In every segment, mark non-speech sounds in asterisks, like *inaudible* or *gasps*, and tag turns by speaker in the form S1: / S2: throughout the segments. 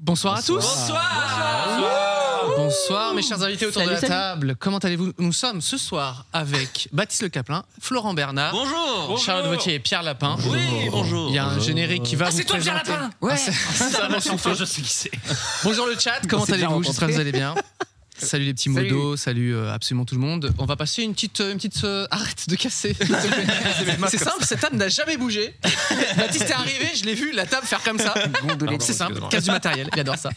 S1: Bonsoir, à tous.
S2: Bonsoir.
S1: Bonsoir. Bonsoir, mes chers invités autour
S3: Salut,
S1: de la
S3: salut.
S1: table. Comment allez-vous Nous sommes ce soir avec Baptiste Le Caplin, Florent Bernard,
S2: Bonjour.
S1: Charlotte Vautier et Pierre Lapin.
S2: Oui, bonjour.
S1: Il y a un générique qui va
S2: Ah,
S1: vous
S2: c'est toi, Pierre
S1: présenter-
S2: Lapin
S1: Ah,
S2: *laughs*
S1: c'est-
S2: Ça avance enfin, je sais qui c'est.
S1: Bonjour le chat, comment
S3: s'est bien
S1: allez-vous J'espère que vous allez bien. Salut les petits
S3: Salut.
S1: modos, salut euh, absolument tout le monde. On va passer une petite, euh, une petite. euh, Arrête de casser. s'il te plaît. C'est simple, cette table n'a jamais bougé. Baptiste est arrivé, je l'ai vu, la table faire comme ça. C'est simple, casse du matériel, il adore ça.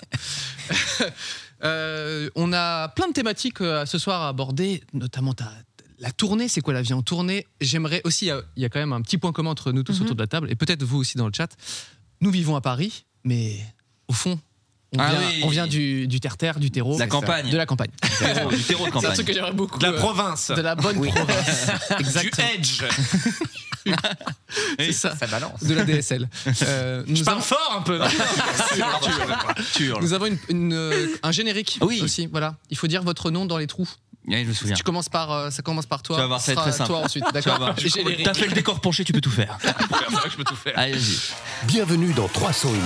S1: Euh, on a plein de thématiques euh, ce soir à aborder, notamment ta- la tournée, c'est quoi la vie en tournée J'aimerais aussi, euh, il y a quand même un petit point commun entre nous tous
S3: Mhm.
S1: autour de la table, et peut-être vous aussi dans le chat. Nous vivons à Paris, mais au fond, on
S2: Ah
S1: vient,
S2: oui.
S1: on vient du, du terre-terre, du terreau.
S2: De la
S1: C'est
S2: campagne.
S1: ça. De la campagne.
S2: Du terreau de
S1: C'est un
S2: campagne.
S1: truc que j'aimerais beaucoup.
S4: De la
S1: euh,
S4: province.
S1: de la bonne province.
S2: *laughs* Du
S1: Exactement.
S2: edge.
S1: C'est ça.
S3: Ça balance.
S1: De la
S2: *laughs*
S1: DSL. Euh, nous,
S4: Je
S1: avons-
S4: parle fort un peu. non
S2: Tu hurles.
S1: nous avons une- une, euh, un générique
S2: Oui.
S1: aussi. Voilà. Il faut dire votre nom dans les trous.
S2: Ouais, je me souviens.
S1: Tu commences par, euh, ça commence par toi.
S2: Tu vas voir, ça va
S1: Ce
S2: être très
S1: sera
S2: simple.
S1: Toi ensuite,
S2: Tu vas
S1: d'accord.
S2: voir.
S1: Générique.
S2: T'as fait le décor penché, tu peux tout faire.
S4: *laughs* Je peux tout faire.
S2: Allez, vas-y.
S5: Bienvenue dans 301 vues,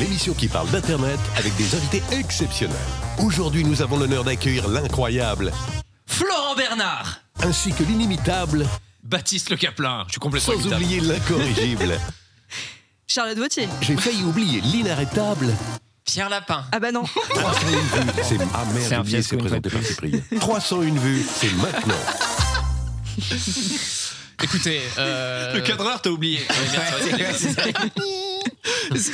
S5: l'émission qui parle d'Internet avec des invités exceptionnels. Aujourd'hui, nous avons l'honneur d'accueillir l'incroyable
S2: Florent Bernard.
S5: ainsi que l'inimitable,
S4: Baptiste Le Caplin. Je suis complètement
S5: sans
S4: imitable.
S5: oublier l'incorrigible.
S3: *laughs* Charlotte Vautier.
S5: J'ai failli oublier l'inarrêtable.
S2: Pierre Lapin.
S5: *laughs*
S3: Ah bah non.
S5: 301 vues, c'est ah
S3: C'est un
S5: merde, oublié,
S3: fiasco,
S5: c'est
S3: une
S5: présenté par Cyprien. 301 vues, c'est maintenant.
S1: Écoutez, euh,
S4: Le cadreur t'a oublié.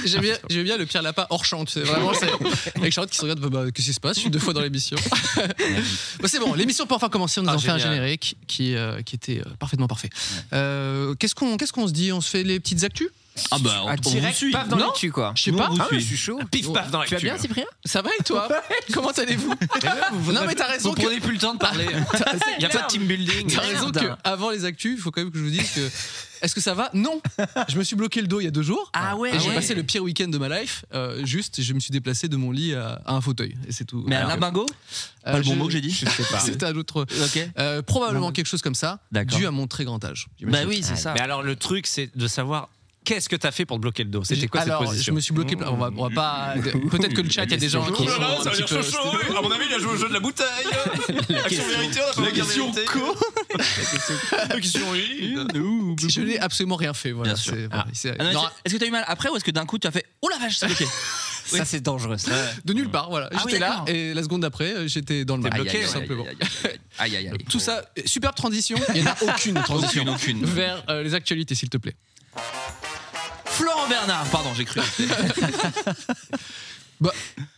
S1: j'aime bien, j'aime bien le Pierre Lapin hors champ. tu sais, vraiment, c'est avec Charlotte qui se regarde. bah, bah, Qu'est-ce qui se passe Je suis deux fois dans l'émission. Bon, c'est bon. L'émission peut enfin commencer. On nous
S4: Ah,
S1: a fait un
S4: génial.
S1: générique qui, euh, qui était euh, parfaitement parfait. Euh, qu'est-ce qu'on, qu'est-ce qu'on se dit On se fait les petites actus
S2: Ah bah, on,
S3: Ah,
S2: on vous
S3: direct,
S2: suit.
S3: paf dans
S1: Non.
S3: le cul, quoi.
S1: Je sais
S2: Nous,
S1: pas.
S2: on vous
S4: Ah,
S2: suit.
S4: je suis chaud. Pif paf dans
S3: Tu vas
S4: l'actu.
S3: bien, Cyprien
S1: Ça va et
S3: *laughs*
S1: toi Comment allez-vous Non mais t'as raison.
S2: Eh Vous
S1: Que...
S2: prenez plus le temps de parler. Il y a pas de team building.
S1: T'as raison que
S3: Merde.
S1: avant les actus, il faut quand même que je vous dise
S2: *laughs*
S1: que est-ce que ça va Non. Je me suis bloqué le dos il y a deux jours.
S3: Ah ouais.
S1: Et
S3: Ah
S1: j'ai
S3: ouais.
S1: passé le pire week-end de ma life. euh, juste, je me suis déplacé de mon lit à, à un fauteuil. Et c'est tout.
S2: Mais un
S1: Alors que-
S2: lamingo
S1: euh,
S2: Pas le bon
S1: je-
S2: mot que
S1: *laughs*
S2: j'ai dit Je sais
S1: C'était un autre.
S2: Ok.
S1: euh, probablement quelque chose comme ça,
S2: D'accord.
S1: dû à mon très grand âge.
S2: Bah
S1: j'imagine.
S2: oui, c'est ça.
S4: Mais alors, le truc, c'est de savoir qu'est-ce que t'as fait pour te bloquer le dos. C'était quoi
S1: Alors,
S4: cette position
S1: je me suis bloqué. On va, on va
S2: *laughs*
S1: pas. Peut-être que le chat, il y a des gens
S4: Oh
S1: qui. sont un petit peu-
S4: À mon avis, il a joué au jeu de la bouteille. La question vérité, on a
S2: la question
S4: co. *laughs* La question oui.
S1: Je n'ai absolument rien fait. Voilà,
S2: Bien sûr.
S1: c'est- voilà, c'est-
S2: Ah non, mais
S1: non,
S2: Est-ce que t'as eu mal après ou est-ce que d'un coup tu as fait Oh la vache, c'est bloqué Ça c'est dangereux. Ça.
S1: de nulle part, voilà.
S2: Ah oui,
S1: j'étais là
S2: d'accord.
S1: et la seconde d'après, euh, j'étais dans le mal.
S2: Aïe,
S1: bloqué,
S2: aïe,
S1: tout
S2: aïe,
S1: simplement.
S2: aïe, aïe, aïe, aïe, aïe.
S1: Tout ça, euh, superbe transition. Il n'y en a aucune transition.
S2: Aucune, aucune.
S1: Vers euh, les actualités, s'il te plaît.
S2: Florent Bernard, pardon,
S1: *laughs*
S2: j'ai cru.
S1: Oh, Bah,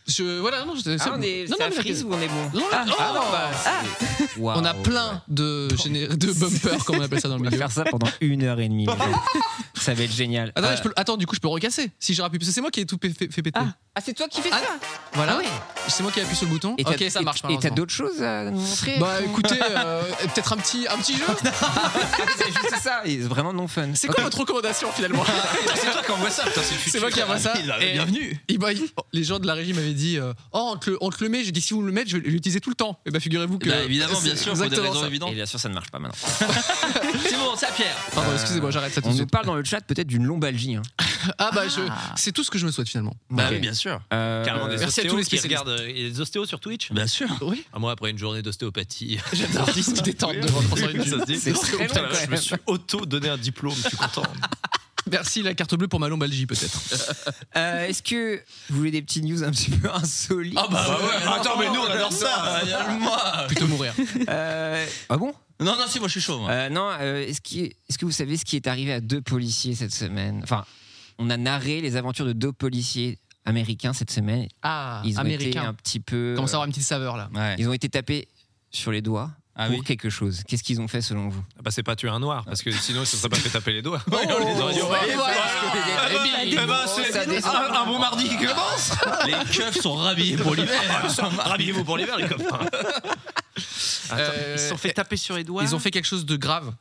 S1: je, voilà, non, je- c'est
S3: Ah,
S1: bon.
S3: on est,
S1: Non,
S3: c'est
S1: non,
S3: à
S1: mais
S3: frise ou on est bon
S1: non,
S2: Ah,
S1: non, oh, bah, on a plein de, géné- *laughs* de bumpers, comme on appelle ça dans le *laughs* milieu.
S6: faire ça pendant une heure et demie. ça va être génial. Euh,
S1: Attends, je peux- attends, du coup, je peux recasser. Si j'aurais pu, parce que c'est moi qui ai tout fait, fait- fait péter.
S3: Ah. Ah, c'est toi qui fais
S1: Ah,
S3: ça
S1: Voilà,
S3: Ah ouais.
S1: c'est moi qui ai appuyé sur le bouton.
S6: Et t'as-
S1: Ok, ça
S6: et-
S1: marche.
S6: Et t'as
S1: malheureusement.
S6: d'autres choses à nous montrer
S3: *laughs*
S1: Bah écoutez, euh, peut-être un petit, un petit jeu.
S6: *laughs* c'est juste ça. et C'est vraiment non fun.
S1: C'est quoi votre recommandation
S4: *laughs*
S1: finalement
S4: C'est toi qui envoie ça. putain, C'est le futur.
S1: C'est moi qui envoie ça. Et-
S2: Bienvenue.
S1: et bah, il- les gens de la régie m'avaient dit euh, Oh, on te, le, on te le met. J'ai dit Si vous le mettez, je vais l'utiliser tout le temps. Et bah, figurez-vous que.
S2: Bah, évidemment, bien
S1: c'est
S2: sûr, pour des
S1: exactement
S2: raisons
S1: ça.
S2: évidentes.
S6: Et bien sûr, ça ne marche pas maintenant.
S2: C'est bon, ça Pierre.
S1: Pardon, excusez-moi, j'arrête ça tout
S6: On
S1: de
S6: nous
S1: suite.
S6: parle dans le chat peut-être d'une lombalgie. hein.
S1: Ah bah, je- c'est tout ce que je me souhaite finalement.
S2: Bah
S6: Ok.
S2: oui, bien sûr.
S6: Euh,
S4: Carrément des
S1: Merci à
S4: ostéos
S1: tous les
S4: qui
S1: spécialistes.
S4: regardent euh, et les ostéos sur Twitch.
S2: Bien sûr.
S1: Oui,
S4: Ah, Moi, après une journée d'ostéopathie, *laughs*
S1: j'adore discuter tant devant 301.
S4: Ça se dit.
S6: C'est très
S4: Putain,
S6: long,
S4: la vache,
S6: quand
S4: je me
S6: même.
S4: suis auto donné un diplôme, je suis content.
S1: Merci la carte bleue pour ma lombalgie peut-être.
S6: euh, Est-ce que vous voulez des petites news un petit peu *laughs* insolites
S2: Ah bah ouais.
S4: Attends, mais nous, on adore ça.
S2: Moi.
S1: Plutôt mourir.
S6: Euh, Ah bon
S2: Non, non, si, moi je suis chaud. moi.
S6: Euh, Non. euh, Est-ce qui- est-ce que vous savez ce qui est arrivé à deux policiers cette semaine Enfin, on a narré les aventures de deux policiers américains cette semaine.
S1: Ah,
S6: Ils ont été
S1: américain.
S6: un petit peu. euh,
S1: Commence à avoir une petite saveur là.
S2: Ouais.
S6: Ils ont été tapés sur les doigts
S2: Ah
S6: pour
S2: oui.
S6: quelque chose Qu'est-ce qu'ils ont fait selon vous
S4: Ah Bah, c'est pas tuer un noir, parce que sinon, ça ne serait pas fait taper les *laughs* Ah, bah, doigts. un bon mardi qui commence
S2: Les keufs sont rhabillés pour
S4: Ah,
S2: l'hiver.
S4: Rhabillez-vous pour l'hiver, les copains Attends,
S1: Euh,
S4: Ils se sont fait taper sur les doigts
S1: Ils ont fait quelque chose de grave.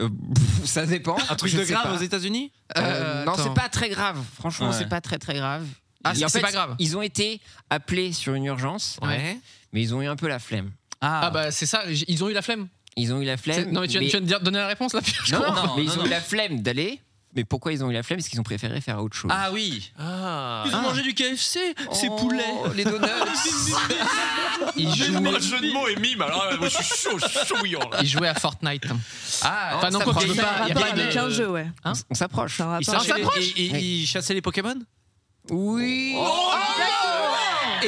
S6: Euh, pff, Ça *laughs* dépend.
S4: un truc
S6: Je
S4: de
S6: sais
S4: grave
S6: pas.
S4: aux États-Unis
S6: Euh,
S1: Euh,
S6: non,
S1: attends.
S6: c'est pas très grave. Franchement,
S2: Ouais.
S6: c'est pas très très grave.
S1: Ah,
S6: Et
S1: c'est-
S6: en
S1: c'est
S6: fait,
S1: pas grave.
S6: Ils ont été appelés sur une urgence,
S1: Ouais.
S6: mais ils ont eu un peu la flemme.
S1: Ah bah c'est ça, j- ils ont eu la flemme.
S6: Ils ont eu la
S1: C'est-
S6: flemme.
S1: Non mais tu viens,
S6: mais-
S1: tu viens de dire- donner la réponse là. *laughs* Pierre, je
S6: Non,
S1: crois.
S6: non,
S2: Non,
S6: mais
S2: non,
S6: ils ont
S2: non.
S6: eu la flemme d'aller. Mais pourquoi ils ont eu la flemme Parce qu'ils ont préféré faire autre chose.
S2: Ah oui. Hein
S4: Ah
S2: Ils ont mangé du KFC, ces
S6: Oh,
S2: poulets.
S1: *laughs*
S6: Les donuts.
S1: Ils jouaient,
S4: jeu de mots et mime, alors moi je suis chaud, je suis chaud bouillant
S1: ils jouaient à Fortnite.
S4: Ah,
S1: Enfin non,
S6: ça
S1: quoi,
S6: prend-
S1: tu peux
S6: il y a
S1: pas-
S6: un
S1: il y a
S6: rapport
S1: pas
S3: avec
S1: de-
S3: un jeu, ouais.
S6: On s- Hein? on s'approche.
S3: Ça
S4: Ils
S3: rapport.
S4: cherchaient les-
S1: s'approche.
S4: ils- ils- ils chassaient les Pokémon
S6: Oui.
S1: Oh.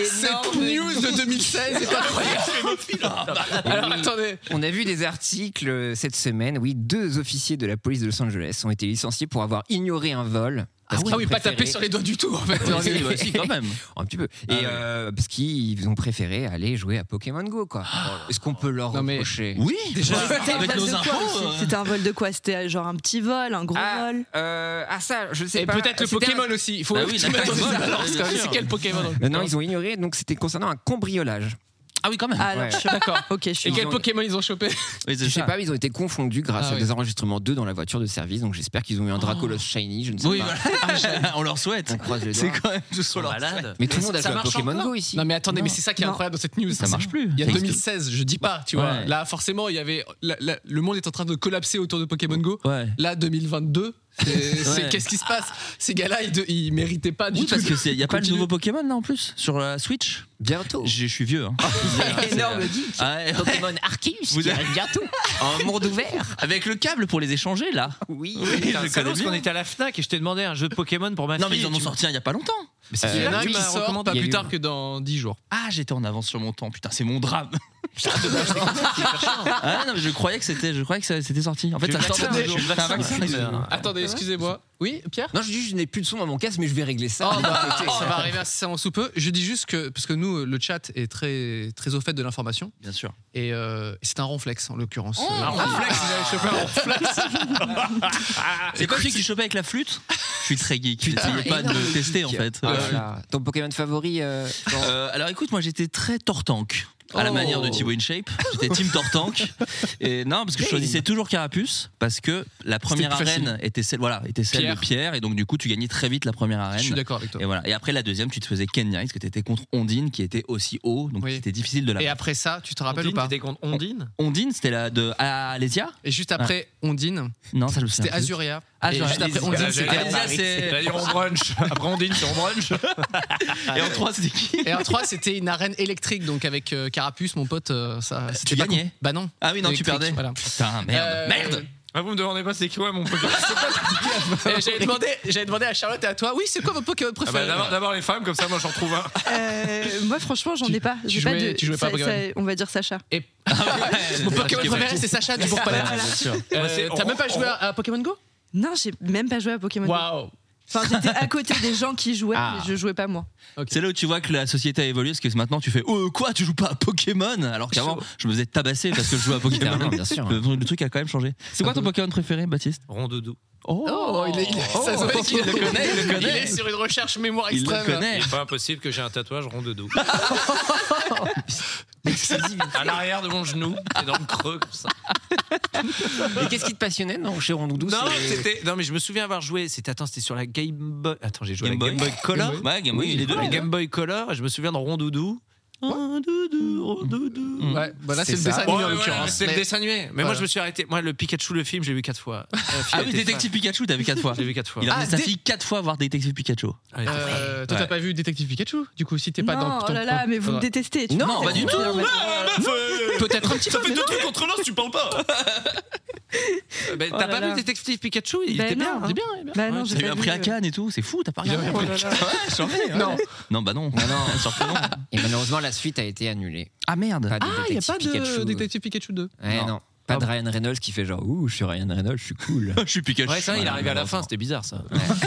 S1: Cette news de 2016 est *laughs* incroyable. Alors attendez.
S6: On a vu des articles euh, cette semaine. Oui, deux officiers de la police de Los Angeles ont été licenciés pour avoir ignoré un vol.
S1: Ah
S6: parce
S1: oui,
S6: qu'ils
S1: pas
S6: préféraient-
S1: taper sur
S6: *laughs*
S1: les doigts du tout en fait.
S6: Ouais, c'est-
S2: bah, si, quand même.
S6: *laughs* Un petit peu.
S2: Ah
S6: et
S2: ouais.
S6: euh, parce qu'ils ont préféré aller jouer à Pokémon Go,
S1: *gasps*
S6: quoi. Est-ce qu'on peut leur
S1: Non, mais-
S6: reprocher
S2: Oui, déjà,
S3: C'était un
S2: avec
S3: vol
S2: nos
S3: de bah, quoi
S2: impôts.
S1: euh.
S3: aussi C'était un vol de quoi C'était euh, genre un petit vol, un gros
S6: ah,
S3: vol
S6: euh, ah, ça, je sais
S1: Et
S6: pas.
S1: peut-être le
S6: C'était un-
S1: Pokémon aussi. Il faut
S2: Bah oui,
S1: tout
S2: d'accord,
S1: mettre dans
S2: oui,
S1: la
S2: bien
S1: balance,
S2: sûr.
S1: quand même. C'est quel Pokémon
S6: Non, non, ils ont ignoré. Donc c'était concernant un cambriolage.
S2: Ah oui, quand même.
S3: Ah, alors,
S6: ouais.
S3: je suis d'accord. Ok, je suis
S1: Et quel
S6: ont-
S1: Pokémon ils ont chopé
S2: Oui,
S6: Je
S2: c'est
S6: sais
S4: Ah.
S2: ça.
S6: pas, mais ils ont été confondus grâce
S1: Ah
S6: à
S1: oui.
S6: des enregistrements d'eux dans la voiture de service. Donc j'espère qu'ils ont eu un Dracolos shiny. Je ne sais
S2: Oui,
S6: pas.
S2: voilà. Ah, on leur souhaite.
S6: On *laughs* croise les doigts.
S2: C'est quand même tout sur leur
S4: Malade
S6: Mais tout le monde a
S1: Ça
S6: joué à
S1: marche
S6: Pokémon
S1: encore
S6: Go ici.
S1: Non mais attendez, mais c'est ça qui est
S3: Non.
S1: incroyable dans cette news.
S2: Ça marche plus.
S1: Il y a
S2: Ça existe.
S1: 2016, je dis pas, tu vois.
S2: Ouais.
S1: Là, forcément, il y avait la- la- le monde est en train de collapser autour de Pokémon Go.
S2: Ouais.
S1: Là, 2022, c'est-
S2: *laughs*
S1: c'est-
S2: Ouais.
S1: qu'est-ce qui se passe Ces gars-là, ils, de- ils méritaient pas du
S2: Oui,
S1: tout.
S2: parce que c'est- y a pas le
S1: Continue.
S2: nouveau Pokémon là en plus sur la Switch.
S6: Bientôt.
S2: Je suis vieux. Hein.
S6: Énorme geek.
S2: Ah, ouais.
S6: Pokémon Arceus
S2: Vous
S6: qui
S2: avez-
S6: arrive bientôt.
S2: *laughs*
S6: Un monde ouvert.
S2: Avec le câble pour les échanger là.
S6: *laughs* Oui.
S4: Putain,
S2: je
S4: ça
S2: connais
S4: annonce
S2: bien.
S4: qu'on était à la Fnac et je t'ai demandé un jeu de Pokémon pour ma
S2: Ah, Non mais
S4: fille.
S2: ils en
S4: et
S2: ont
S4: tu-
S2: sorti il y a pas longtemps.
S4: Mais c'est
S1: Il y en a
S4: celui-là que tu
S1: qui
S4: m'as
S1: sort
S4: recommandé.
S1: pas
S6: Il y a
S1: plus
S6: eu-
S1: tard que dans 10 jours.
S2: Ah j'étais en avance sur mon temps. Putain c'est mon *laughs* drame. ah non mais je croyais que c'était je croyais que ça- c'était sorti. En fait
S4: Je
S2: ça
S4: suis
S2: sort dans
S4: vacciné,
S2: deux jours.
S4: je suis
S2: T'as un
S4: vacciné.
S2: vaccin,
S4: Ah.
S1: Attendez, excusez-moi. Oui, Pierre
S6: Non, je dis, je n'ai plus de son dans mon casque, mais je vais régler ça.
S1: Oh, bah, ça va arriver assez en sous peu. Je dis juste que, parce que nous, le chat est très, très au fait de l'information.
S2: Bien sûr.
S1: Et euh, c'est un ronflex, en l'occurrence. Euh,
S4: Un ronflex, il avait chopé un ronflex.
S2: C'est pas celui que tu chopais avec la flûte Je suis très geek. J'essayais pas de
S6: énorme
S2: le tester en
S6: geek.
S2: fait.
S6: Ah
S2: Euh,
S6: là là. Ton Pokémon favori euh,
S2: *laughs*
S6: Florent
S2: Euh, alors écoute, moi j'étais très Tortank. À la
S1: Oh.
S2: manière de Thibaut InShape, j'étais Team Tortank.
S1: *laughs*
S2: Et non, parce que je choisissais toujours Carapuce, parce que la première
S1: plus facile.
S2: arène était celle, voilà, était celle
S1: Pierre.
S2: de Pierre, et donc du coup tu gagnais très vite la première
S1: Je suis
S2: arène.
S1: d'accord avec toi.
S2: Ah, Et, voilà. et après la deuxième, tu te faisais Kenya, parce que tu étais contre Ondine, qui était aussi haut, donc
S1: Oui.
S2: c'était difficile de la.
S1: Et après ça, tu te rappelles
S4: Ondine,
S1: ou pas
S4: t'étais contre *laughs* Ondine
S2: Ondine, c'était la de Alésia
S1: Et juste après Ondine,
S2: Non, Ah. ça je me souviens.
S1: c'était
S2: plus. Ah,
S1: Azuria.
S2: Azuria.
S1: Et juste après
S2: Alésia.
S1: Ondine,
S4: Alésia.
S1: c'était
S2: Alésia,
S4: *laughs*
S2: c'est.
S4: T'as dit on brunch. Après Ondine, c'est on *laughs* brunch.
S2: Et en 3, c'était qui
S1: Et en 3, c'était une arène électrique, donc avec euh, Carapuce, mon pote, euh, ça. c'était pas
S2: gagnais
S1: con. Bah non.
S2: Ah oui, non, tu
S1: Électrique,
S2: perdais.
S1: voilà.
S2: Putain, merde.
S1: Euh,
S2: Merde
S4: Ah, vous me demandez pas c'est quoi *laughs* mon Ah, bah, Pokémon
S1: Et euh, J'avais demandé, j'avais demandé à Charlotte et à toi, oui, c'est quoi votre Pokémon
S4: Ah bah,
S1: préféré
S4: D'abord d'abord les femmes, comme ça moi j'en retrouve un.
S3: Euh, moi, franchement, j'en
S1: Tu-
S3: ai pas.
S1: tu
S3: J'ai pas
S1: jouais-
S3: de-
S1: tu jouais pas à
S3: ça-
S1: Pokémon.
S3: ça- On va dire Sacha.
S1: Et *laughs*
S2: Ouais,
S1: mon
S2: c'est
S1: Pokémon
S2: vrai,
S1: préféré, c'est Sacha du Bourg-Palais.
S3: Voilà.
S4: Moi, c'est-
S1: Euh, T'as même pas joué à, à Pokémon Go
S3: Non, j'ai même pas joué à Pokémon. Go.
S1: Waouh Ah.
S3: Enfin, j'étais à côté des gens qui jouaient, mais je jouais pas moi.
S2: C'est là où tu vois que la société a évolué, parce que maintenant tu fais Oh, quoi, tu joues pas à Pokémon Alors qu'avant, je me faisais tabasser parce que je jouais à Pokémon.
S6: Littéralement, bien sûr.
S2: Le, le truc a quand même changé. C'est quoi ton Pokémon préféré, Baptiste
S4: *laughs* Rondoudou.
S1: Oh, il, est, il est- ça se fait qu'il
S2: Il le connaît, il le connaît.
S1: *laughs* Il est sur une recherche mémoire
S2: Il
S1: extrême.
S2: le connaît.
S4: Il est pas impossible que j'ai un tatouage *laughs* Rondoudou. à l'arrière de mon genou, et dans le creux comme ça.
S6: Et qu'est-ce qui te passionnait non, chez Rondoudou
S4: Non,
S6: c'est-
S4: c'était. Non, mais je me souviens avoir joué. C'était attends, c'était sur la Game Boy. Attends, j'ai joué
S2: Game
S4: à la
S2: Boy.
S4: Game Boy Color.
S2: Ouais, Game Boy,
S4: Oui,
S2: les deux.
S4: la
S2: les deux.
S4: Game Boy Color. Et je me souviens de Rondoudou. Rondoudou, Rondoudou.
S2: Mm.
S1: Ouais, bah là, c'est
S6: C'est
S1: le dessin
S6: ça.
S1: animé
S4: Ouais,
S1: en
S4: ouais,
S1: l'occurrence.
S4: c'est
S1: Mais-
S4: le dessin animé. Mais moi,
S1: Voilà.
S4: je me suis arrêté. Moi, le Pikachu, le film, j'ai vu quatre fois. La fille
S2: Ah
S4: était
S2: oui, Détective Pikachu, t'as vu 4 fois.
S4: fan. J'ai vu quatre fois.
S2: Il a
S1: Ah,
S2: amené sa
S1: dé-
S2: fille 4 fois voir Détective Pikachu.
S4: Ah, elle était fan.
S1: Euh, toi,
S2: Ouais.
S1: t'as pas vu Détective Pikachu Du coup, si t'es pas
S3: Non,
S1: dans.
S3: oh là là, mais vous me
S1: Faudra-
S3: détestez. tu
S6: Non,
S3: vois,
S1: bah,
S2: pas
S3: c'est
S2: du
S3: cool,
S2: tout.
S3: en fait.
S4: Ah, bah,
S1: Peut-être un petit peu. mais non.
S4: trucs contre l'autre, tu parles pas. Ben,
S3: Oh
S4: T'as
S3: là
S4: pas
S3: là.
S4: vu Détective Pikachu Il
S3: Ben
S4: était bien.
S3: non.
S4: il était bien.
S1: eh
S3: Bah
S2: Ouais,
S3: non, j'ai
S2: T'as eu
S3: pas
S2: un
S3: vu,
S2: prix à
S3: euh,
S2: Cannes et tout, c'est fou, t'as pas regardé.
S3: oh là là.
S2: *laughs* Ouais, je t'en prie, ouais.
S1: Non.
S2: Non, bah non.
S6: Ah non.
S2: Sûr que non.
S6: Et malheureusement, la suite a été annulée.
S2: Ah merde.
S6: Pas de
S1: Ah, il n'y a
S6: Détective
S1: pas de
S6: Pikachu.
S1: Détective Pikachu 2.
S6: Ouais, non. Pas de Ryan Reynolds qui fait genre, ouh, je suis Ryan Reynolds, je suis cool.
S2: Je suis Pikachu.
S4: Ouais, ça, il est
S6: Voilà,
S4: arrivé à la
S6: malheureusement.
S4: fin, c'était bizarre ça.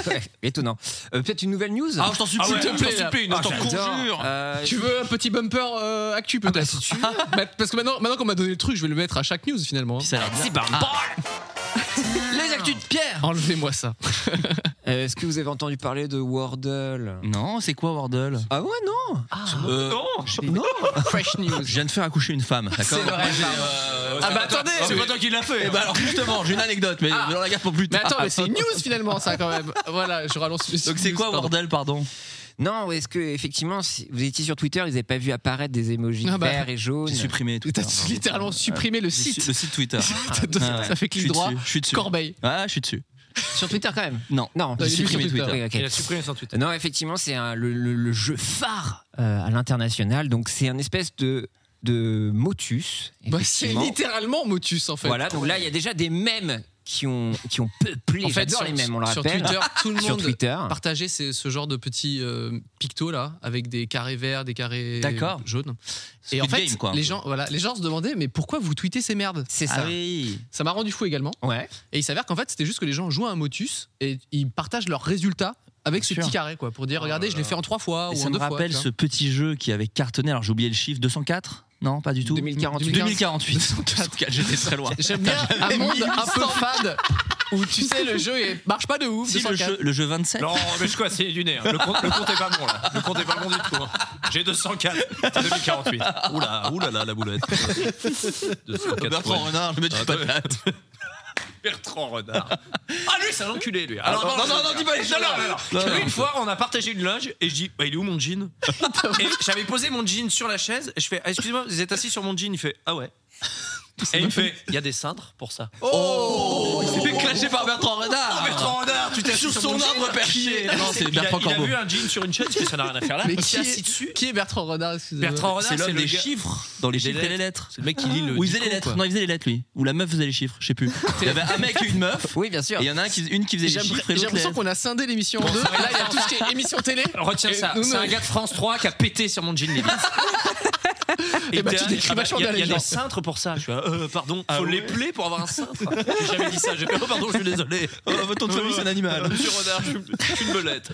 S6: Ouais, *laughs* Étonnant. Euh, Peut-être une nouvelle news
S2: Ah, je t'en supplie,
S4: Ah ouais,
S2: s'il
S4: je
S2: te plaît.
S4: t'en supplie,
S2: là.
S4: non,
S2: Ah,
S4: je t'en
S2: j'adore.
S6: conjure. Euh,
S1: Tu veux un petit bumper euh, actu peut-être Ah, *laughs* bah, Parce que maintenant, maintenant qu'on m'a donné le truc, je vais le mettre à chaque news finalement. hein.
S2: Puis ça a l'air bien.
S1: Les actus de Pierre Enlevez-moi ça.
S6: euh, Est-ce que vous avez entendu parler de Wordle
S2: Ah, Non, c'est quoi Wordle
S6: Ah ouais, non
S2: Euh,
S1: Fresh news.
S2: Je viens de faire accoucher une femme, d'accord
S4: euh,
S1: Ah bah attendez
S2: C'est pas toi qui l'as fait Eh bah alors justement, j'ai une anecdote, mais on la garde pour plus
S1: Mais
S2: tard.
S1: attends, mais c'est une news finalement ça quand même. Voilà, je rallonge.
S2: Donc c'est quoi
S1: Pardon.
S2: Wordle, pardon
S6: Non, est-ce que effectivement, si vous étiez sur Twitter, ils n'avaient pas vu apparaître des emojis
S1: Ah bah,
S6: verts et jaunes
S2: J'ai supprimé tout
S1: T'as littéralement supprimé le
S2: J'ai su-
S1: site.
S2: Le site Twitter. Ah ouais.
S1: *laughs* Ça fait
S2: Je suis
S1: clic droit.
S2: dessus, Je suis dessus.
S1: Corbeil.
S2: Ah, je suis dessus.
S6: Sur Twitter quand même
S2: Non.
S6: Non,
S1: il est sur
S6: supprimé
S1: Twitter.
S6: Oui, ok.
S4: Il a supprimé sur Twitter.
S6: Non, effectivement, c'est un- le, le- le jeu phare euh, à l'international. Donc, c'est un espèce de, de motus.
S1: Bah, c'est
S6: effectivement.
S1: littéralement Motus en fait.
S6: Voilà, donc là, il y a déjà des mèmes qui ont, qui ont peuplé.
S1: En fait,
S6: J'adore
S1: sur,
S6: les mèmes, on le
S1: sur
S6: rappelle.
S1: Twitter, tout le
S6: Sur
S1: monde
S6: Twitter.
S2: Ah.
S1: partageait ces- ce genre de petits euh, pictos là, avec des carrés verts, des carrés
S2: D'accord.
S1: jaunes.
S2: Squid
S1: et en fait,
S2: Game, quoi.
S1: les gens, voilà, les gens se demandaient mais pourquoi vous tweetez ces merdes
S6: C'est
S2: Ah
S6: ça.
S2: oui.
S1: Ça m'a rendu fou également.
S6: Ouais.
S1: Et il s'avère qu'en fait, c'était juste que les gens jouent à un motus et ils partagent leurs résultats avec
S2: Bien
S1: ce
S2: sûr. Oh
S1: petit carré, quoi, pour dire regardez, je l'ai fait en trois fois
S2: Et
S1: ou en
S2: ça me
S1: deux fois.
S2: rappelle
S1: tu
S2: *laughs*
S1: vois.
S2: ce petit jeu qui avait cartonné, alors j'ai oublié le chiffre, 204 Non, pas du tout.
S6: 2048.
S2: 2048. 204, j'étais
S1: *laughs*
S2: très loin.
S1: J'aime
S2: *laughs*
S1: bien un monde un peu fade où tu sais le jeu il marche pas de ouf.
S2: Si, le
S1: 204.
S2: jeu, le jeu 27
S4: Non, mais je crois, c'est du nez. hein. Le, compte, le compte est pas bon là. Le compte est pas bon du tout. hein. J'ai 204, c'est 2048. Oula, oula là, la *laughs* boulette. 204.
S2: Bertrand
S4: ouais.
S2: Renard, je mets du
S4: Ah,
S2: patate.
S4: Bertrand Renard. *laughs* Ah, lui, c'est un enculé, lui.
S2: Ah, non, non, non, dis pas les
S4: non, non, non, non.
S2: Non,
S4: Lui,
S2: non.
S4: une fois, on a partagé une loge et je dis, bah, il est où mon jean Et j'avais posé mon jean sur la chaise et je fais, ah, excusez-moi, vous êtes assis sur mon jean Il fait, ah ouais. Et il me fait, il y a des cintres pour ça.
S2: Oh Il s'est fait clasher par Bertrand Renard
S4: Bertrand Renard, tu t'es assis
S2: Sur son
S4: mon jean
S2: arbre perché. Non, c'est
S4: Il a-
S2: Bertrand
S4: Il a
S2: Corbeau.
S4: vu un jean sur une chaise, parce que ça n'a rien à faire là.
S1: Mais
S2: Ah,
S4: Il
S1: qui
S4: s'est assis
S1: est,
S4: dessus.
S1: qui est Bertrand Renard excusez-moi
S4: Bertrand Renard, c'est
S2: C'est l'homme
S4: le
S2: des
S4: gars-
S2: chiffres dans les
S4: Des
S2: chiffres et les
S4: lettres.
S2: lettres.
S4: C'est le mec qui lit le.
S2: Ou il
S4: du
S2: faisait les
S4: coup,
S2: lettres.
S4: quoi.
S2: Non, il faisait les lettres lui. Ou la meuf faisait les chiffres, je sais plus. Il y avait un mec et une meuf.
S6: Oui, bien sûr.
S2: Et il y en a un qui, une qui faisait les
S1: J'ai
S2: chiffres
S1: j'ai
S2: et l'autre les
S1: l'impression
S2: lettres.
S1: qu'on a scindé l'émission en deux. Et là, il y a tout ce qui est émission télé.
S4: Retiens
S1: Et
S4: ça,
S1: nous,
S4: c'est
S1: nous-
S4: un gars de France 3 qui a pété sur mon jean Levis.
S1: Eh ben,
S4: il
S1: tu
S4: était-
S1: décris
S4: ah bah,
S1: vachement
S4: il y a-
S1: bien les
S4: Il y a
S1: gens.
S4: des cintres pour ça. Je suis, euh, pardon,
S6: Ah
S4: faut l'épeler pour avoir un cintre. J'ai jamais dit ça. J'ai fait, oh, pardon, je suis désolé.
S2: Oh, votre nom de famille, c'est un animal.
S4: Euh, *laughs* Monsieur Renard, je suis- je suis une belette.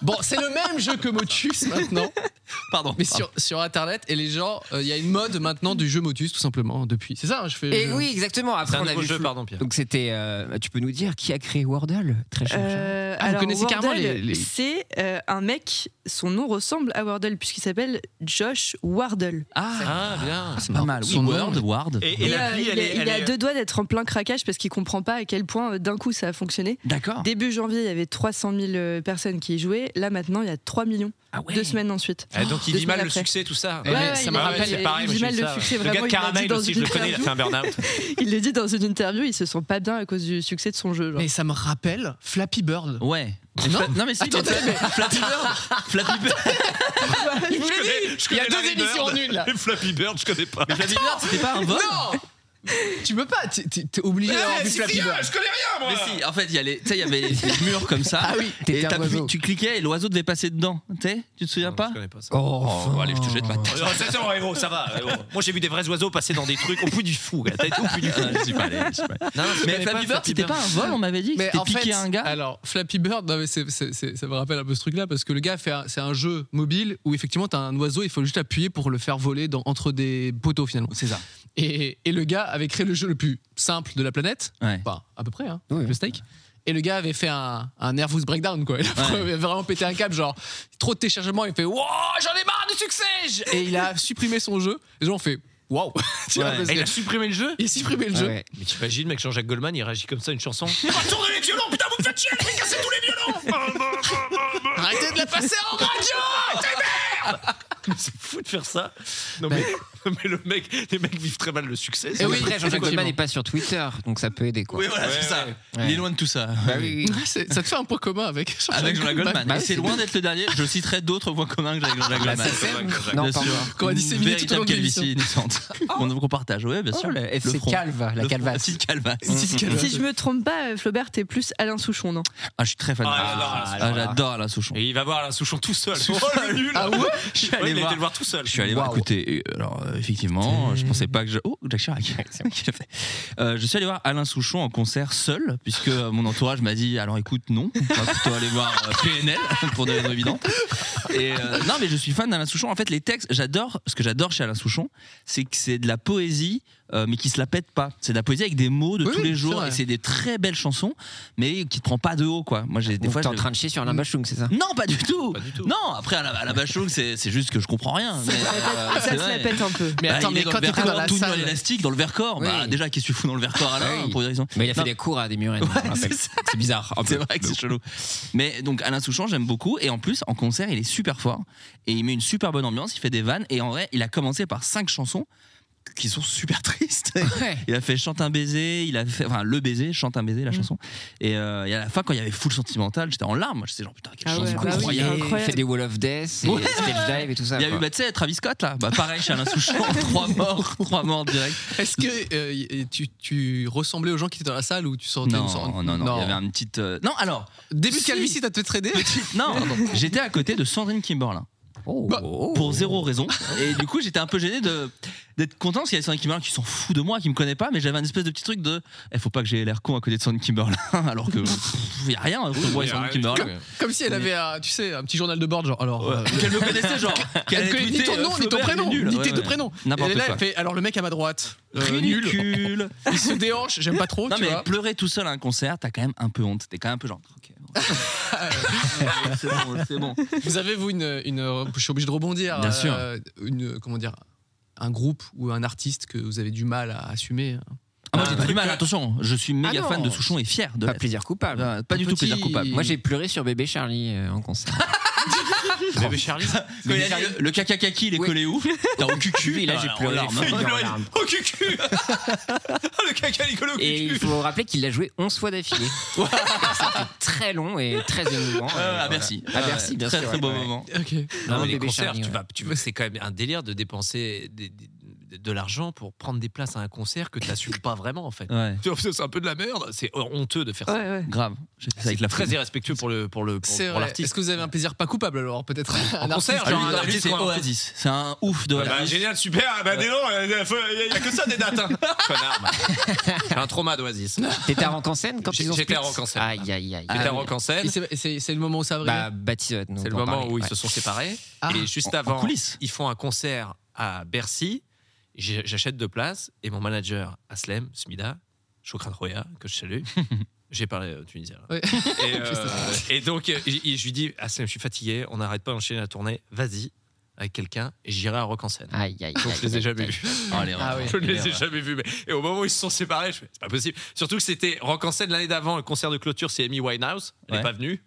S1: Bon, c'est le même jeu que Motus maintenant,
S2: Pardon.
S1: mais sur, sur Internet. Et les gens, euh, il y a une mode maintenant du jeu Motus, tout simplement, depuis. C'est ça, hein, je fais.
S6: Et
S1: je-
S6: oui, exactement. Après,
S4: C'est un
S6: on a
S4: nouveau
S6: vu.
S4: jeu,
S6: flou-
S4: pardon, Pierre.
S6: Donc, c'était. euh, tu peux nous dire qui a créé Wordle Très cher.
S3: Euh,
S1: Ah, vous
S3: alors,
S1: connaissez carrément
S3: Wordle,
S1: les- les-
S3: C'est euh, un mec, son nom ressemble à Wardle, puisqu'il s'appelle Josh Wardle.
S2: Ah,
S4: Ah, bien.
S2: c'est pas mal. Oui,
S1: Son
S2: Word,
S1: nom.
S2: Word.
S4: Et, et
S3: Et, euh,
S4: l'appli,
S3: il
S4: elle
S3: a,
S4: est.
S3: il
S4: elle
S3: a
S4: est-
S3: deux doigts d'être en plein craquage parce qu'il comprend pas à quel point euh, d'un coup ça a fonctionné.
S2: D'accord.
S3: Début janvier, il y avait 300 000 euh, personnes qui y jouaient. Là, maintenant, il y a 3 millions. Deux semaines ensuite.
S4: Ah Eh, donc il
S3: Deux
S4: vit
S3: semaines
S4: mal le
S3: après.
S4: succès, tout ça.
S1: Ouais, ouais, ça me rappelle-
S4: c'est
S3: il
S4: pareil,
S3: vit
S4: moi,
S3: mal
S4: j'ai
S3: le
S4: ça, ouais.
S3: succès, vraiment,
S4: Le gars de
S3: il l'a dit
S4: Caramel
S3: dans
S4: aussi,
S3: une
S4: je le connais, il a fait un burn-out.
S3: Il le dit dans une interview, ils se sont pas bien à cause du succès de son jeu. genre.
S1: Mais ça me rappelle Flappy Bird.
S2: Ouais.
S1: Non.
S2: Fla- mais si,
S1: Attendez, mais-
S2: Flappy Bird. *laughs* Flappy Bird.
S1: Je vous l'ai dit, il y a deux émissions en une là.
S4: Les Flappy Bird, je connais pas.
S2: Mais Flappy Bird, c'était pas un vol
S1: Non Tu peux pas, t'es- t'es t'es obligé
S6: Ah,
S1: d'avoir vu Flappy Bird.
S4: connais rien,
S2: Mais si, en fait, il y a les- tu sais, il y
S6: *laughs*
S2: avait les murs comme ça.
S6: Ah oui,
S2: Et
S6: t'étais un
S2: t'appuies-
S6: oiseau.
S2: tu cliquais et l'oiseau devait passer dedans. Tu sais, tu te souviens pas
S4: connais pas ça.
S6: Oh,
S2: Oh, allez, je te jette ma tête.
S4: Oh, ça, ça, ouais, gros, ça va. ouais, *laughs* gros. Moi, j'ai vu des vrais oiseaux passer dans des trucs. Au plus du fou, gars. T'as été au plus du fou.
S2: Ah, je suis pas allé, je suis pas allé.
S4: Non, non, je
S2: Mais
S4: connais
S2: Flappy Bird,
S4: Flappy
S2: c'était pas un vol, on m'avait dit. que
S1: Mais
S2: C'était
S1: en fait,
S2: piqué à un
S4: Ah,
S2: gars.
S1: alors Flappy Bird, non, mais c'est- c'est- c'est- ça me rappelle un peu ce truc-là parce que le gars, fait un- c'est un jeu mobile où effectivement t'as un oiseau, il faut juste appuyer pour le faire voler dans- entre des poteaux finalement.
S2: C'est ça.
S1: Et, et le gars avait créé le jeu le plus simple de la planète,
S2: Ouais.
S1: enfin à peu près, hein,
S6: Oui.
S1: le steak. Et le gars avait fait un, un nervous breakdown, quoi. Il a
S2: Ouais.
S1: avait *laughs* vraiment pété un câble, genre trop de téléchargements. Il fait Wow, j'en ai marre du succès je- Et il a supprimé son jeu. Les gens ont fait Waouh *laughs* Tu vois,
S2: Ouais.
S1: parce
S4: Et il
S1: que-
S4: a supprimé le jeu
S1: Il a supprimé le jeu.
S6: Ouais.
S4: Mais t'imagines, mec, Jean-Jacques Goldman, il réagit comme ça à une chanson
S1: Retournez les violons, putain, vous me faites chier, je vais casser tous les
S4: *laughs*
S1: violons Arrêtez de la passer en radio
S4: C'est fou de faire ça. Non, mais, mais *laughs* le mec, les mecs vivent très mal le succès.
S1: Eh
S6: Et
S1: oui,
S6: oui, après, Jean-Jacques
S1: effectivement.
S6: Goldman n'est pas sur Twitter, donc ça peut aider quoi.
S2: Oui, voilà, c'est ça. Il est
S6: Ouais.
S2: loin de tout ça.
S1: Ben
S6: Bah oui, oui.
S1: C'est- Ça te fait un point commun avec *laughs*
S2: Hmm. Avec Jean-Jacques Goldman.
S6: Bah
S2: Et
S6: oui, c'est
S2: c'est loin d'être le dernier. Je citerai d'autres points communs que j'ai avec Jean-Jacques
S6: La
S2: Goldman.
S6: SACEM
S2: Bien
S6: Non, pas
S2: sûr.
S6: encore.
S1: Qu'on va disséminer tout au long
S2: véritable
S1: de l'émission.
S2: calvitie innocente.
S6: *laughs*
S2: Qu'on qu'on partage, oui, bien
S6: Oh,
S2: sûr.
S6: le FC
S2: front.
S6: Calva, la
S2: Le front,
S6: calvasse.
S2: petite calvasse. Hmm.
S3: Si je me trompe pas, euh, Flaubert, t'es plus Alain Souchon, non
S2: Ah, je suis très fan.
S4: Ah,
S2: de-
S4: j'adore Alain
S2: Ah,
S4: Souchon.
S2: j'adore Alain Souchon.
S4: Et il va voir Alain Souchon tout seul. Oh, le nul
S1: Ah ouais
S2: *laughs* Je suis
S4: Ouais,
S2: allé
S4: Il a été
S2: voir.
S4: le voir tout seul.
S2: Je suis allé voir.
S6: Waouh.
S2: Écoutez, euh, alors euh, effectivement, euh, je pensais pas que je. Oh, Jacques Chirac. *laughs* C'est moi qui l'ai fait. Euh, je suis allé voir Alain Souchon en concert seul, puisque euh, mon entourage m'a dit alors écoute, non, on va plutôt aller voir euh, PNL *laughs* pour des raisons évidentes. Et euh, non, mais je suis fan d'Alain Souchon. En fait, les textes, j'adore. Ce que j'adore chez Alain Souchon, c'est que c'est de la poésie, euh, mais qui se la pète pas. C'est de la poésie avec des mots de
S1: Oui,
S2: tous les
S1: c'est
S2: jours,
S1: vrai.
S2: et c'est des très belles chansons, mais qui te prend pas de haut, quoi. Moi, j'ai des
S6: Donc
S2: fois.
S6: t'es en
S2: je-
S6: train de chier sur Alain Bachung, c'est ça
S2: Non, pas du tout.
S4: du tout.
S2: Non, après à la, à la Bachung, c'est c'est juste que je comprends rien. Mais, euh,
S4: Ah,
S3: Ça
S2: c'est
S3: se la
S2: vrai.
S3: pète un peu.
S1: Mais
S2: Bah,
S1: attends,
S2: il
S1: mais
S2: est dans
S1: quand
S2: le
S1: t'étais
S2: Vercors,
S1: dans la
S2: tout nu en
S1: salle.
S2: élastique dans le Vercors,
S6: Oui.
S2: bah, déjà qu'est-ce que tu fous dans le Vercors Alain
S6: Oui.
S2: pour une raison.
S6: Mais il a fait
S2: Non.
S6: des cours à des murènes.
S2: Ouais,
S6: je me rappelle.
S2: c'est ça.
S6: c'est bizarre. un
S2: C'est
S6: peu.
S2: vrai que c'est chelou. Mais donc Alain Souchon, j'aime beaucoup. Et en plus, en concert, il est super fort. Et il met une super bonne ambiance, il fait des vannes. Et en vrai, il a commencé par cinq chansons qui sont super *laughs* tristes.
S6: Ouais.
S2: Il a fait Chante un baiser, il a fait, enfin, le baiser, Chante un
S3: Mm.
S2: baiser, la chanson. Et, euh, et à la fin, quand il y avait full sentimental, j'étais en larmes. J'étais genre, putain, quelle
S3: Ah
S2: chanson
S3: ouais, bah oui,
S2: incroyable.
S3: incroyable.
S6: Il fait des Wall of Death, et
S2: Ouais.
S6: Stage Dive et tout ça.
S2: Il y a eu,
S6: quoi.
S2: bah, tu sais, Travis Scott là. Bah, pareil chez Alain Souchon, trois morts, trois morts direct.
S1: Est-ce que euh, y- et tu, tu ressemblais aux gens qui étaient dans la salle ou tu sortais
S2: Non,
S1: une sorte-
S2: non, non, il y avait un petit. euh, Non, alors,
S1: Début
S2: Si.
S1: de calvitie, t'as peut-être aidé
S2: *laughs* non, pardon. j'étais à côté de Sandrine Kimberlin.
S6: Oh.
S1: Bah,
S2: pour zéro raison. Et du coup, j'étais un peu gêné de d'être content parce qu'il y avait Sandrine Kimberlin qui s'en fout de moi, qui me connaît pas, mais j'avais un espèce de petit truc de il faut pas que j'ai l'air con à côté de Sandrine Kimberlin, *laughs* alors que il y a rien entre moi et Sandrine Kimberlin.
S1: Comme si elle avait, un, tu sais, un petit journal de bord, genre alors.
S2: *laughs*
S1: euh,
S2: Qu'elle me connaissait, genre.
S1: elle
S2: qu'elle
S1: connaît ni
S2: tweetait,
S1: ton
S2: euh,
S1: nom, ni ton
S2: Flaubert,
S1: prénom,
S2: nul,
S1: ni
S2: ouais,
S1: tes deux
S2: ouais.
S1: prénoms.
S2: N'importe
S1: Et là,
S2: quoi.
S1: elle fait alors le mec à ma droite, euh, nul,
S2: Ridicule.
S1: il se déhanche, j'aime pas trop,
S2: Non,
S1: tu
S2: mais *laughs*
S1: vois.
S2: pleurer tout seul à un concert, t'as quand même un peu honte. T'es quand même un peu genre. ok, bon. *laughs* c'est bon, c'est bon.
S1: Vous avez, vous, une. une- je suis obligé de rebondir. euh,
S2: Bien sûr.
S1: Une, comment dire un groupe ou un artiste que vous avez du mal à assumer. hein.
S2: Ah, moi, j'ai pas du mal, attention. Je suis méga
S6: Ah non.
S2: fan de Souchon et fier de
S6: Pas
S2: l'être.
S6: plaisir coupable.
S2: Ah, Pas du tout
S1: Petit-
S2: plaisir coupable.
S6: Moi j'ai pleuré sur bébé Charlie euh, en concert.
S4: Bébé Charlie.
S2: Quand il a dit, le caca kaki, il est
S6: Oui.
S2: collé où T'as au Oh, cucu.
S6: Lui, là, j'ai
S2: en
S6: pleuré,
S2: larmes.
S6: j'ai pleuré en larmes.
S4: Au cucu Le caca Nicolas au
S6: Et il
S4: cucu
S6: faut rappeler qu'il l'a joué 11 fois d'affilée. C'était très long et très émouvant.
S2: Euh, à Bercy.
S6: À Bercy,
S2: Ouais,
S6: bien
S2: très,
S6: sûr,
S2: Très
S6: ouais,
S2: beau
S6: ouais.
S2: moment.
S1: Ok.
S4: Non, mais les
S6: bébé
S4: concerts,
S6: Charlie,
S4: tu
S6: ouais.
S4: vas, tu vas- c'est quand même un délire de dépenser des- des- de l'argent pour prendre des places à un concert que tu n'assumes pas vraiment en *laughs* fait.
S2: Ouais,
S4: C'est un peu de la merde, c'est honteux de faire
S3: Ouais,
S4: ça.
S3: ouais.
S2: grave. J'ai fait ça
S4: C'est
S2: avec la
S4: très
S2: fraiser.
S4: irrespectueux pour le pour le pour,
S1: C'est
S4: pour
S1: vrai. Est-ce
S4: l'artiste.
S1: que vous avez un plaisir pas coupable alors Peut-être un
S4: concert,
S2: Ah,
S1: artiste-
S4: genre un
S1: artiste-
S4: artiste
S2: C'est
S4: quoi, en fait.
S2: Oasis. C'est un ouf de
S4: Ah bah,
S2: Oasis.
S4: génial, super. Ah bah, dis donc, il y, a- faut- il y a que ça des dates. hein. *laughs* Connard. moi. J'ai un trauma d'Oasis.
S6: T'étais à Rock en scène quand
S4: J'ai-
S6: ils ont
S4: j'étais à
S6: split
S4: Rock en scène.
S6: Aïe aïe aïe.
S4: J'étais à Rock en
S1: Et
S4: scène.
S1: c'est- et C'est c'est le moment où ça brille.
S6: Bah Baptiste,
S4: C'est le moment où ils se sont séparés.
S1: Ah,
S4: et juste
S2: en- en
S4: avant,
S2: coulisses.
S4: ils font un concert à Bercy. J'ai- J'achète deux places et mon manager, Aslem Smida, Chokrat Roya, que
S1: *laughs*
S4: je salue, j'ai parlé au Tunisien. là.
S1: Ouais. *laughs*
S4: Et, euh, et donc, euh, il- il- je lui dis Aslem, je suis fatigué, on n'arrête pas d'enchaîner la tournée, vas-y, avec quelqu'un, et j'irai à Rock en scène.
S6: Aïe aïe aïe.
S4: Donc, je les ai jamais vus.
S1: *laughs*
S2: Ah, les
S1: Ah
S2: refs.
S1: oui.
S4: Je ne les ai jamais vus. Mais... Et au moment où ils se sont séparés, je fais, c'est pas possible. Surtout que c'était Rock en scène l'année d'avant, le concert de clôture, c'est Amy Winehouse. Elle n'est
S2: Ouais.
S1: *laughs*
S4: pas venue.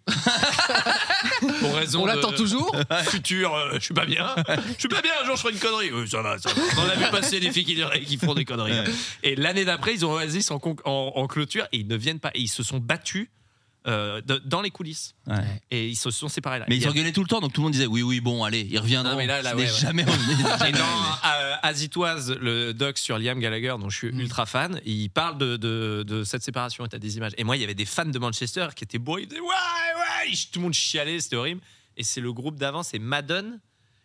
S4: Pour raison.
S1: On l'attend
S4: de-
S1: toujours.
S4: Futur, euh, je suis pas bien. Je suis pas bien, un jour je ferai une connerie. Oui, ça va, ça va. On en a vu passer des filles qui, qui font des conneries. hein.
S2: Ouais.
S4: Et l'année d'après, ils ont Oasis en, con- en- en clôture et ils ne viennent pas. Et ils se sont battus euh, de- dans les coulisses.
S2: Ouais.
S4: Et ils se sont séparés là.
S2: Mais ils
S4: Et-
S2: s'engueulaient tout le temps, donc tout le monde disait oui, oui, bon, allez, ils
S4: Non,
S2: reviendront.
S4: mais là, là,
S2: Ils
S4: ouais,
S2: n'est
S4: ouais.
S2: jamais revenus.
S4: Et dans euh, Azitoise, le doc sur Liam Gallagher, dont je suis ultra fan, il parle de, de- de cette séparation et t'as des images. Et moi, il y avait des fans de Manchester qui étaient bourrés, ils disaient ouais, ouais, tout le monde chialait, c'était horrible. Et c'est le groupe d'avant, c'est Madone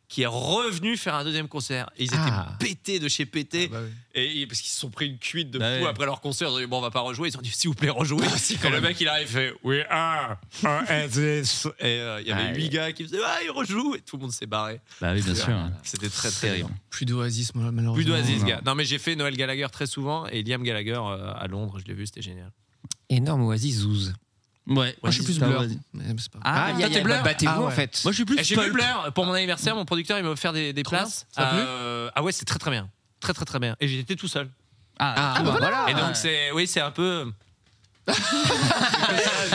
S4: qui est revenu faire un deuxième concert. Et ils étaient
S6: Ah.
S4: pétés de chez pétés.
S1: bah oui.
S4: et, ils- parce qu'ils se sont pris une cuite de
S2: Ah
S4: fou
S2: ouais.
S4: après leur concert. Ils ont dit, bon, on va pas rejouer. Ils ont dit, s'il vous plaît, rejouez. et le mec, il arrive, il fait, we are, are at this. Et euh, il y avait
S6: Ah,
S4: huit
S6: ouais.
S4: gars qui faisaient, ah, ils rejouent. Et tout le monde s'est barré.
S2: Bah oui, bien sûr.
S4: C'était très, très
S2: Terrible.
S1: Plus d'oasis, moi, malheureusement.
S4: plus d'Oasis,
S2: non.
S4: gars. Non, mais j'ai fait Noël Gallagher très souvent et Liam Gallagher euh, à Londres, je l'ai vu, c'était génial.
S6: Énorme oasis Zouz.
S2: Ouais,
S1: Moi, je suis plus
S2: t'as-
S1: blur.
S2: vas-y.
S1: Mais c'est pas grave.
S6: Ah,
S2: Ah,
S6: il y
S2: toi,
S6: a,
S2: t'es blur
S6: battez-vous
S1: Ah ouais.
S6: en fait.
S2: Moi, je suis Eh, plus.
S4: Et Eh, J'ai
S2: pulp.
S4: vu Blur pour mon anniversaire, mon producteur il m'a offert des, des
S1: Trop
S4: places.
S1: bien, ça a plu
S4: Euh, ah ouais, c'est très très bien. Très très très bien. Et j'étais tout seul.
S6: Ah,
S2: Ah, tu
S6: bah
S2: vois.
S6: voilà.
S4: et donc c'est oui, c'est un peu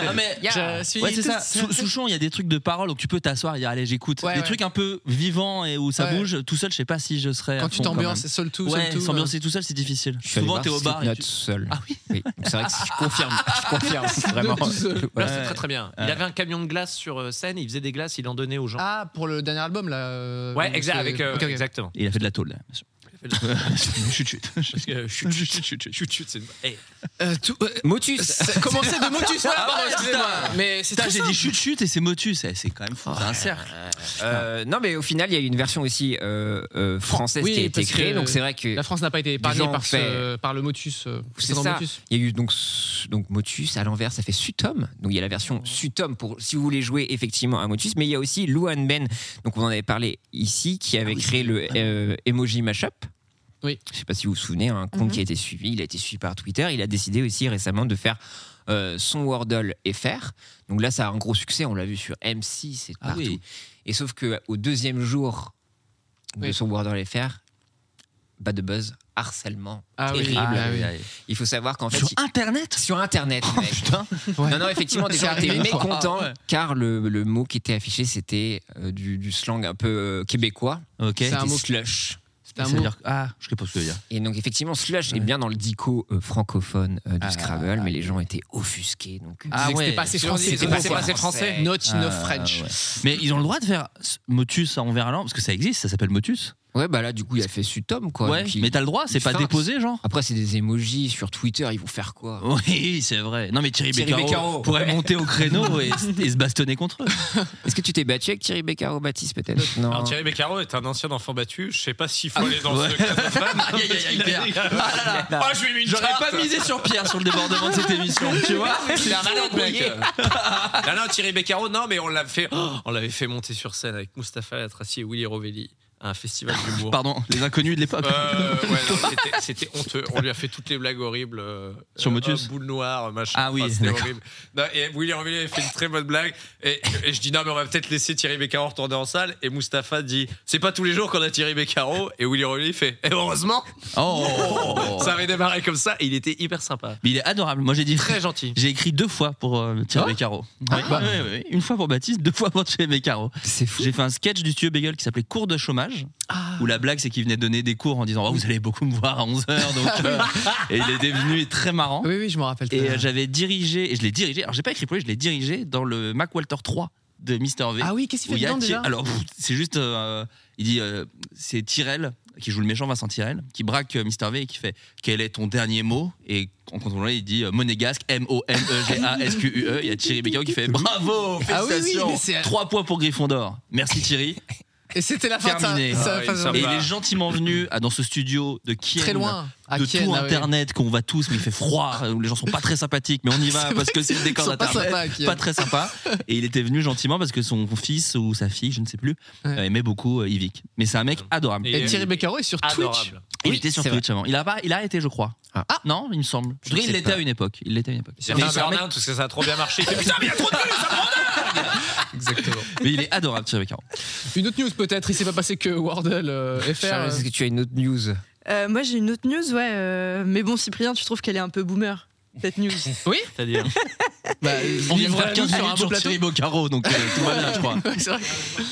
S2: Non, mais
S1: Je suis
S2: Ouais, c'est
S1: tout
S2: ça.
S1: seul.
S2: Sou- Souchon, il y a des trucs de parole, donc tu peux t'asseoir et dire allez, j'écoute.
S1: Ouais,
S2: des
S1: ouais.
S2: trucs un peu vivants et où ça
S1: Ouais.
S2: bouge. Tout seul, je sais pas si je serais. à
S1: Quand tu
S2: fond,
S1: t'ambiances,
S2: même.
S1: c'est seul tout, euh.
S2: Ouais,
S1: seul tout.
S2: s'ambiancer tout seul, c'est difficile. Souvent, t'es au bar. et
S6: Note
S2: tu-
S6: seul.
S2: Ah oui.
S6: Oui, c'est vrai que je confirme. Je
S1: *laughs*
S6: confirme vraiment.
S1: Tout seul.
S4: Blur,
S2: Ouais.
S4: Bah, c'est très très bien. Il
S2: Ouais.
S4: avait un camion de glace sur euh, scène, il faisait des glaces, il en donnait aux gens.
S1: Ah, pour le dernier album, là. euh,
S4: ouais,
S1: Ah, donc,
S4: exact,
S1: euh,
S4: avec euh,
S1: ok, ok.
S4: exactement.
S2: Et il a fait de la tôle. là, bien sûr.
S4: s'appelle
S2: *laughs*
S4: Chut chut. Parce que euh, chut chut chut chut, chut chut chut, c'est. Eh,
S1: Euh, *laughs*
S6: Motus.
S1: Commencez de motus, voilà, pardon, excusez-moi. Mais c'est
S2: Putain,
S1: très
S2: j'ai
S1: simple.
S2: dit chut chut et c'est motus, Eh, c'est quand même fou. C'est un cercle.
S6: Euh, non, mais au final, il y a eu une version aussi euh, euh, française
S1: Oui,
S6: qui a été
S1: parce que
S6: créée. Donc c'est vrai que
S1: La France n'a pas été
S6: Des
S1: épargnée
S6: gens
S1: par, ce-
S6: fait-
S1: par le motus. euh,
S6: C'est
S1: précédent
S6: ça.
S1: motus.
S6: Il y a eu donc, s- donc Motus à l'envers, ça fait Sutom. Donc il y a la version Sutom pour si vous voulez jouer effectivement à Motus, mais il y a aussi Luan Ben, donc on en avait parlé ici, qui avait créé le euh, Emoji Mashup.
S1: Oui.
S6: Je sais pas si vous vous souvenez, un compte
S3: Mhm.
S6: qui a été suivi, il a été suivi par Twitter. Il a décidé aussi récemment de faire euh, son Wordle FR. Donc là, ça a un gros succès, on l'a vu sur M6 et
S2: Ah
S6: partout.
S2: oui.
S6: Et sauf que au deuxième jour de
S1: Oui.
S6: son Wordle FR, pas de buzz, harcèlement
S1: Ah oui,
S6: terrible.
S1: ah oui.
S6: Il faut savoir qu'en fait,
S2: Sur
S6: il-
S2: internet
S6: sur Internet. mec. Non, non, effectivement, déjà,
S1: arrivé
S6: t'es
S1: une fois.
S6: mécontent,
S2: Ah, ouais.
S6: car le, le mot qui était affiché, c'était euh, du, du slang un peu euh, québécois.
S2: Ok.
S1: C'est un
S6: C'était
S1: mot-
S6: slush.
S1: C'est un
S2: Ça veut
S1: mot.
S2: dire- Ah, je sais pas ce que ça veut dire.
S6: Et donc, effectivement, slush
S2: Ouais.
S6: est bien dans le dico euh, francophone euh, du
S2: Ah,
S6: Scrabble, mais les gens étaient offusqués. Donc, euh.
S2: Ah
S1: Disait que
S2: ouais.
S1: C'était pas assez
S6: Sur-
S1: français.
S6: c'était
S1: C'était
S6: pas
S1: pas assez
S6: assez
S1: français.
S6: français.
S1: Not enough
S2: Ah,
S1: French.
S2: ouais. Mais ils ont le droit de faire s- motus à envers l'an parce que ça existe, ça s'appelle motus.
S6: Ouais, bah là, du coup, il a fait sutom, quoi.
S2: Ouais,
S6: Donc, il-
S2: mais t'as le droit, c'est
S6: il
S2: pas
S6: feinte.
S2: déposé, genre.
S6: Après, c'est des emojis sur Twitter, ils vont faire quoi
S2: Oui, c'est vrai. Non, mais Thierry,
S6: Thierry
S2: Beccaro,
S6: Beccaro.
S2: pourrait
S6: Ouais.
S2: monter au créneau et, s- et se bastonner contre eux.
S6: Est-ce que tu t'es battu avec Thierry Beccaro, Baptiste, peut-être *laughs* Non.
S4: Alors Thierry Beccaro est un ancien enfant battu. Je sais pas s'il faut aller dans
S2: Ah. ouais.
S4: ce cas de femme.
S2: Aïe, aïe, aïe,
S4: Il a
S2: Pierre.
S4: dit-
S2: *laughs* Ah là là.
S4: Ah, je lui ai mis une
S2: J'aurais
S4: tarte.
S2: pas misé sur Pierre sur le débordement de cette émission, *laughs* tu vois.
S4: Il a rien
S2: mec. *laughs*
S4: Non, non, Thierry Beccaro, non, mais on l'avait fait, oh, on l'avait fait monter sur scène avec Mustapha Latrassi et Willy Rovelli à un festival d'humour.
S2: Ah, Pardon, les inconnus de l'époque.
S4: Euh, ouais, non, c'était- c'était honteux. On lui a fait toutes les blagues horribles. euh,
S2: Sur
S4: euh,
S2: Motus
S4: euh, boule noire, machin.
S2: Ah oui,
S4: c'était
S2: d'accord.
S4: horrible. Non, et Willy Rovelli avait fait une très bonne blague. Et, et je dis, non, mais on va peut-être laisser Thierry Beccaro retourner en salle. Et Mustapha dit, c'est pas tous les jours qu'on a Thierry Beccaro. Et Willy Rovelli fait, et heureusement,
S2: Oh.
S4: ça avait démarré comme ça. Et il était hyper sympa.
S2: Mais il est adorable. Moi, j'ai dit
S4: Très gentil.
S2: J'ai écrit deux fois pour euh, Thierry
S6: Ah.
S2: Beccaro.
S6: Ah.
S2: Oui, oui, oui, oui. Une fois pour Baptiste, deux fois pour Thierry Beccaro.
S6: C'est fou.
S2: J'ai fait un sketch du Thieu Bagel qui s'appelait Cours de chômage, où la blague c'est qu'il venait donner des cours en disant oh, Vous allez beaucoup me voir à 11h. Donc, euh, et il était venu très marrant.
S1: Oui, oui, je m'en rappelle. très
S2: Et
S1: bien.
S2: euh, j'avais dirigé, et je l'ai dirigé, alors j'ai pas écrit pour lui, je l'ai dirigé dans le Mac Walter 3 de Mr. V.
S1: Ah oui, qu'est-ce
S2: où
S1: qu'il
S2: il y
S1: fait
S2: a
S1: dedans
S2: Thi-
S1: déjà
S2: Alors, pff, c'est juste. euh, il dit euh, c'est Tyrell, qui joue le méchant Vincent Tyrell, qui braque euh, Mr. V et qui fait Quel est ton dernier mot Et en contrôlant, il dit euh, Monégasque, M-O-N-E-G-A-S-Q-U-E. Il y E a Thierry Beccaro qui fait
S1: Ah oui,
S2: Bravo
S1: oui,
S2: Félicitations
S1: mais c'est-
S2: Trois points pour Gryffondor. Merci Thierry.
S1: Et c'était la fin de
S2: Terminé.
S1: ça.
S4: Ah,
S1: ça-
S4: il
S1: ça-
S4: s'en
S2: Et
S4: va.
S2: il est gentiment venu à- dans ce studio de Kiev
S1: bah. Très loin. à
S2: de
S1: Kiev,
S2: tout
S1: ah oui.
S2: internet qu'on va tous mais il
S1: *laughs*
S2: fait froid où les gens sont pas très sympathiques mais on y va
S1: C'est
S2: parce
S1: vrai
S2: que c'est le
S1: Ils
S2: décor
S1: sont pas
S2: d'internet
S1: sympas à Kiev.
S2: pas très sympa et il était venu gentiment parce que son fils ou sa fille je ne sais plus
S1: Ouais.
S2: euh, aimait beaucoup euh, Yvick mais c'est un mec adorable
S4: Et-
S1: Et Thierry Beccaro est sur Twitch.
S4: Adorable.
S2: il
S6: Oui,
S2: était sur
S6: c'est vrai.
S2: Twitch avant il a pas il a été je crois
S6: Ah.
S2: non il me semble
S6: Je
S2: Je dirais,
S6: sais
S2: il l'était
S6: pas.
S2: à une époque il l'était à une époque
S4: C'est
S2: mais,
S4: un
S2: c'est un mec-
S4: Bernin, parce que ça a trop bien marché. Il fait, Putain, mais il y a trop de vues, ça prend Exactement.
S2: mais il est adorable Thierry Beccaro
S1: Une autre news peut-être. Il s'est pas passé que Wordle euh, FR.
S6: Charles, est-ce que tu as une autre news
S4: Ah
S3: Euh, moi, j'ai une autre news, ouais. euh, mais bon, Cyprien, tu trouves qu'elle est un peu boomer, cette news
S4: C'est-à-dire.
S1: Bah,
S2: on
S1: il
S2: vient de
S1: vrai
S2: faire 15
S1: sur un
S2: minutes
S1: beau
S2: sur
S1: plateau.
S2: Thierry Beccaro donc euh, tout va bien je
S4: *laughs*
S2: crois
S1: C'est vrai.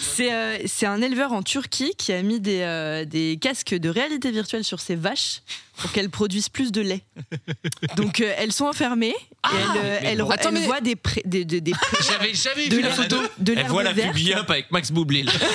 S3: C'est euh, c'est un éleveur en Turquie qui a mis des, euh, des casques de réalité virtuelle sur ses vaches pour qu'elles produisent plus de lait. Donc euh, elles sont enfermées et elles, euh, elles-
S1: bon. Attends,
S3: elles
S1: mais-
S3: voient des, pré- des, des, des pré-
S1: J'avais jamais
S3: de
S1: vu la
S3: l'herbe-
S1: photo.
S3: de
S4: Elle
S3: l'herbe
S4: voit la
S3: verte.
S4: publi up avec Max Boublil.
S2: Bah,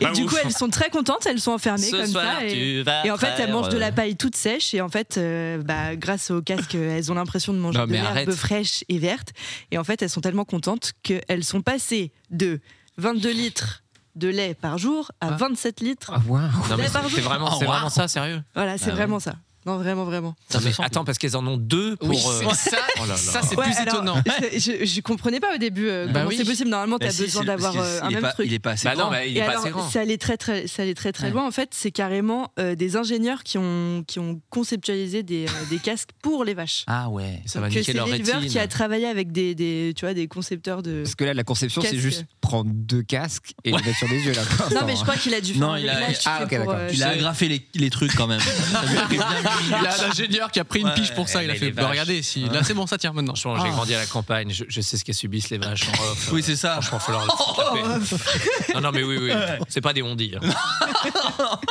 S3: Et
S4: Pas
S3: du
S4: ouf.
S3: coup elles sont très contentes, elles sont enfermées comme ça. Et,
S4: vas. euh,
S3: et en fait elles mangent de la paille toute sèche et en fait euh, bah, grâce au casque elles ont l'impression de manger
S6: Non,
S3: de
S6: mais
S3: l'herbe
S6: arrête.
S3: fraîche et verte. Et en fait elles sont tellement contentes qu'elles sont passées de 22 litres de lait par jour à
S1: Ah.
S3: 27 litres.
S6: Ah, waouh
S4: Non, mais
S3: Lait
S4: c'est
S3: par
S4: c'est
S3: jour.
S4: vraiment, c'est
S2: Oh,
S4: vraiment ça, sérieux
S3: Voilà, c'est
S2: ouais.
S3: vraiment ça. Non, vraiment, vraiment.
S2: Ça me semble.
S4: Attends, parce qu'elles en ont deux pour.
S1: Oui,
S4: euh,
S1: c'est- ça,
S4: *laughs* Oh là là.
S1: ça c'est
S3: Ouais,
S1: plus
S3: alors,
S1: étonnant.
S3: *laughs* Je, je comprenais pas au début euh,
S1: Bah
S3: comment
S1: oui.
S3: c'est possible. Normalement, tu as
S2: Bah si,
S3: besoin
S2: c'est-
S3: d'avoir
S2: parce que
S3: euh,
S2: il
S3: un
S2: est
S3: même
S2: pas-
S3: truc.
S2: il est pas assez
S4: Bah non,
S2: grand
S4: mais il
S3: Et
S4: est pas
S3: alors,
S4: assez grand.
S3: ça allait très très, ça allait très très
S1: Ouais.
S3: loin. En fait, c'est carrément euh, des ingénieurs qui ont qui ont conceptualisé des, euh, des casques pour les vaches.
S2: ah ouais
S4: Ça va
S3: Que
S4: niquer
S3: *laughs* c'est
S4: leur
S3: l'éleveur qui a
S4: rétine.
S3: travaillé avec des, des tu vois des concepteurs de.
S6: Parce que là, la conception, c'est
S3: Casque.
S6: juste prendre deux casques et les mettre sur des yeux. Là, pour
S3: Non,
S6: l'instant,
S3: mais je
S6: hein.
S3: crois qu'il a dû faire
S2: Non,
S3: un
S2: il a-
S3: réglage
S6: ah,
S3: fait
S6: ok,
S3: pour,
S6: d'accord.
S3: euh,
S2: il a
S3: je-
S2: agrafé les, les trucs
S1: *laughs*
S2: quand même Ça lui a pris bien une minute.
S1: Il a l'ingénieur qui a pris une
S2: Ouais,
S1: pige pour ça. Il a
S2: les
S1: fait. Bah,
S2: vaches.
S1: regardez, si là c'est bon, ça tient maintenant.
S4: Franchement, j'ai grandi à la campagne. Je, je sais ce qu'elles subissent les vaches en off.
S2: oui c'est ça
S4: Franchement, faut leur laisser taper. *laughs* Non, non, mais oui, oui. C'est pas des ondis. hein.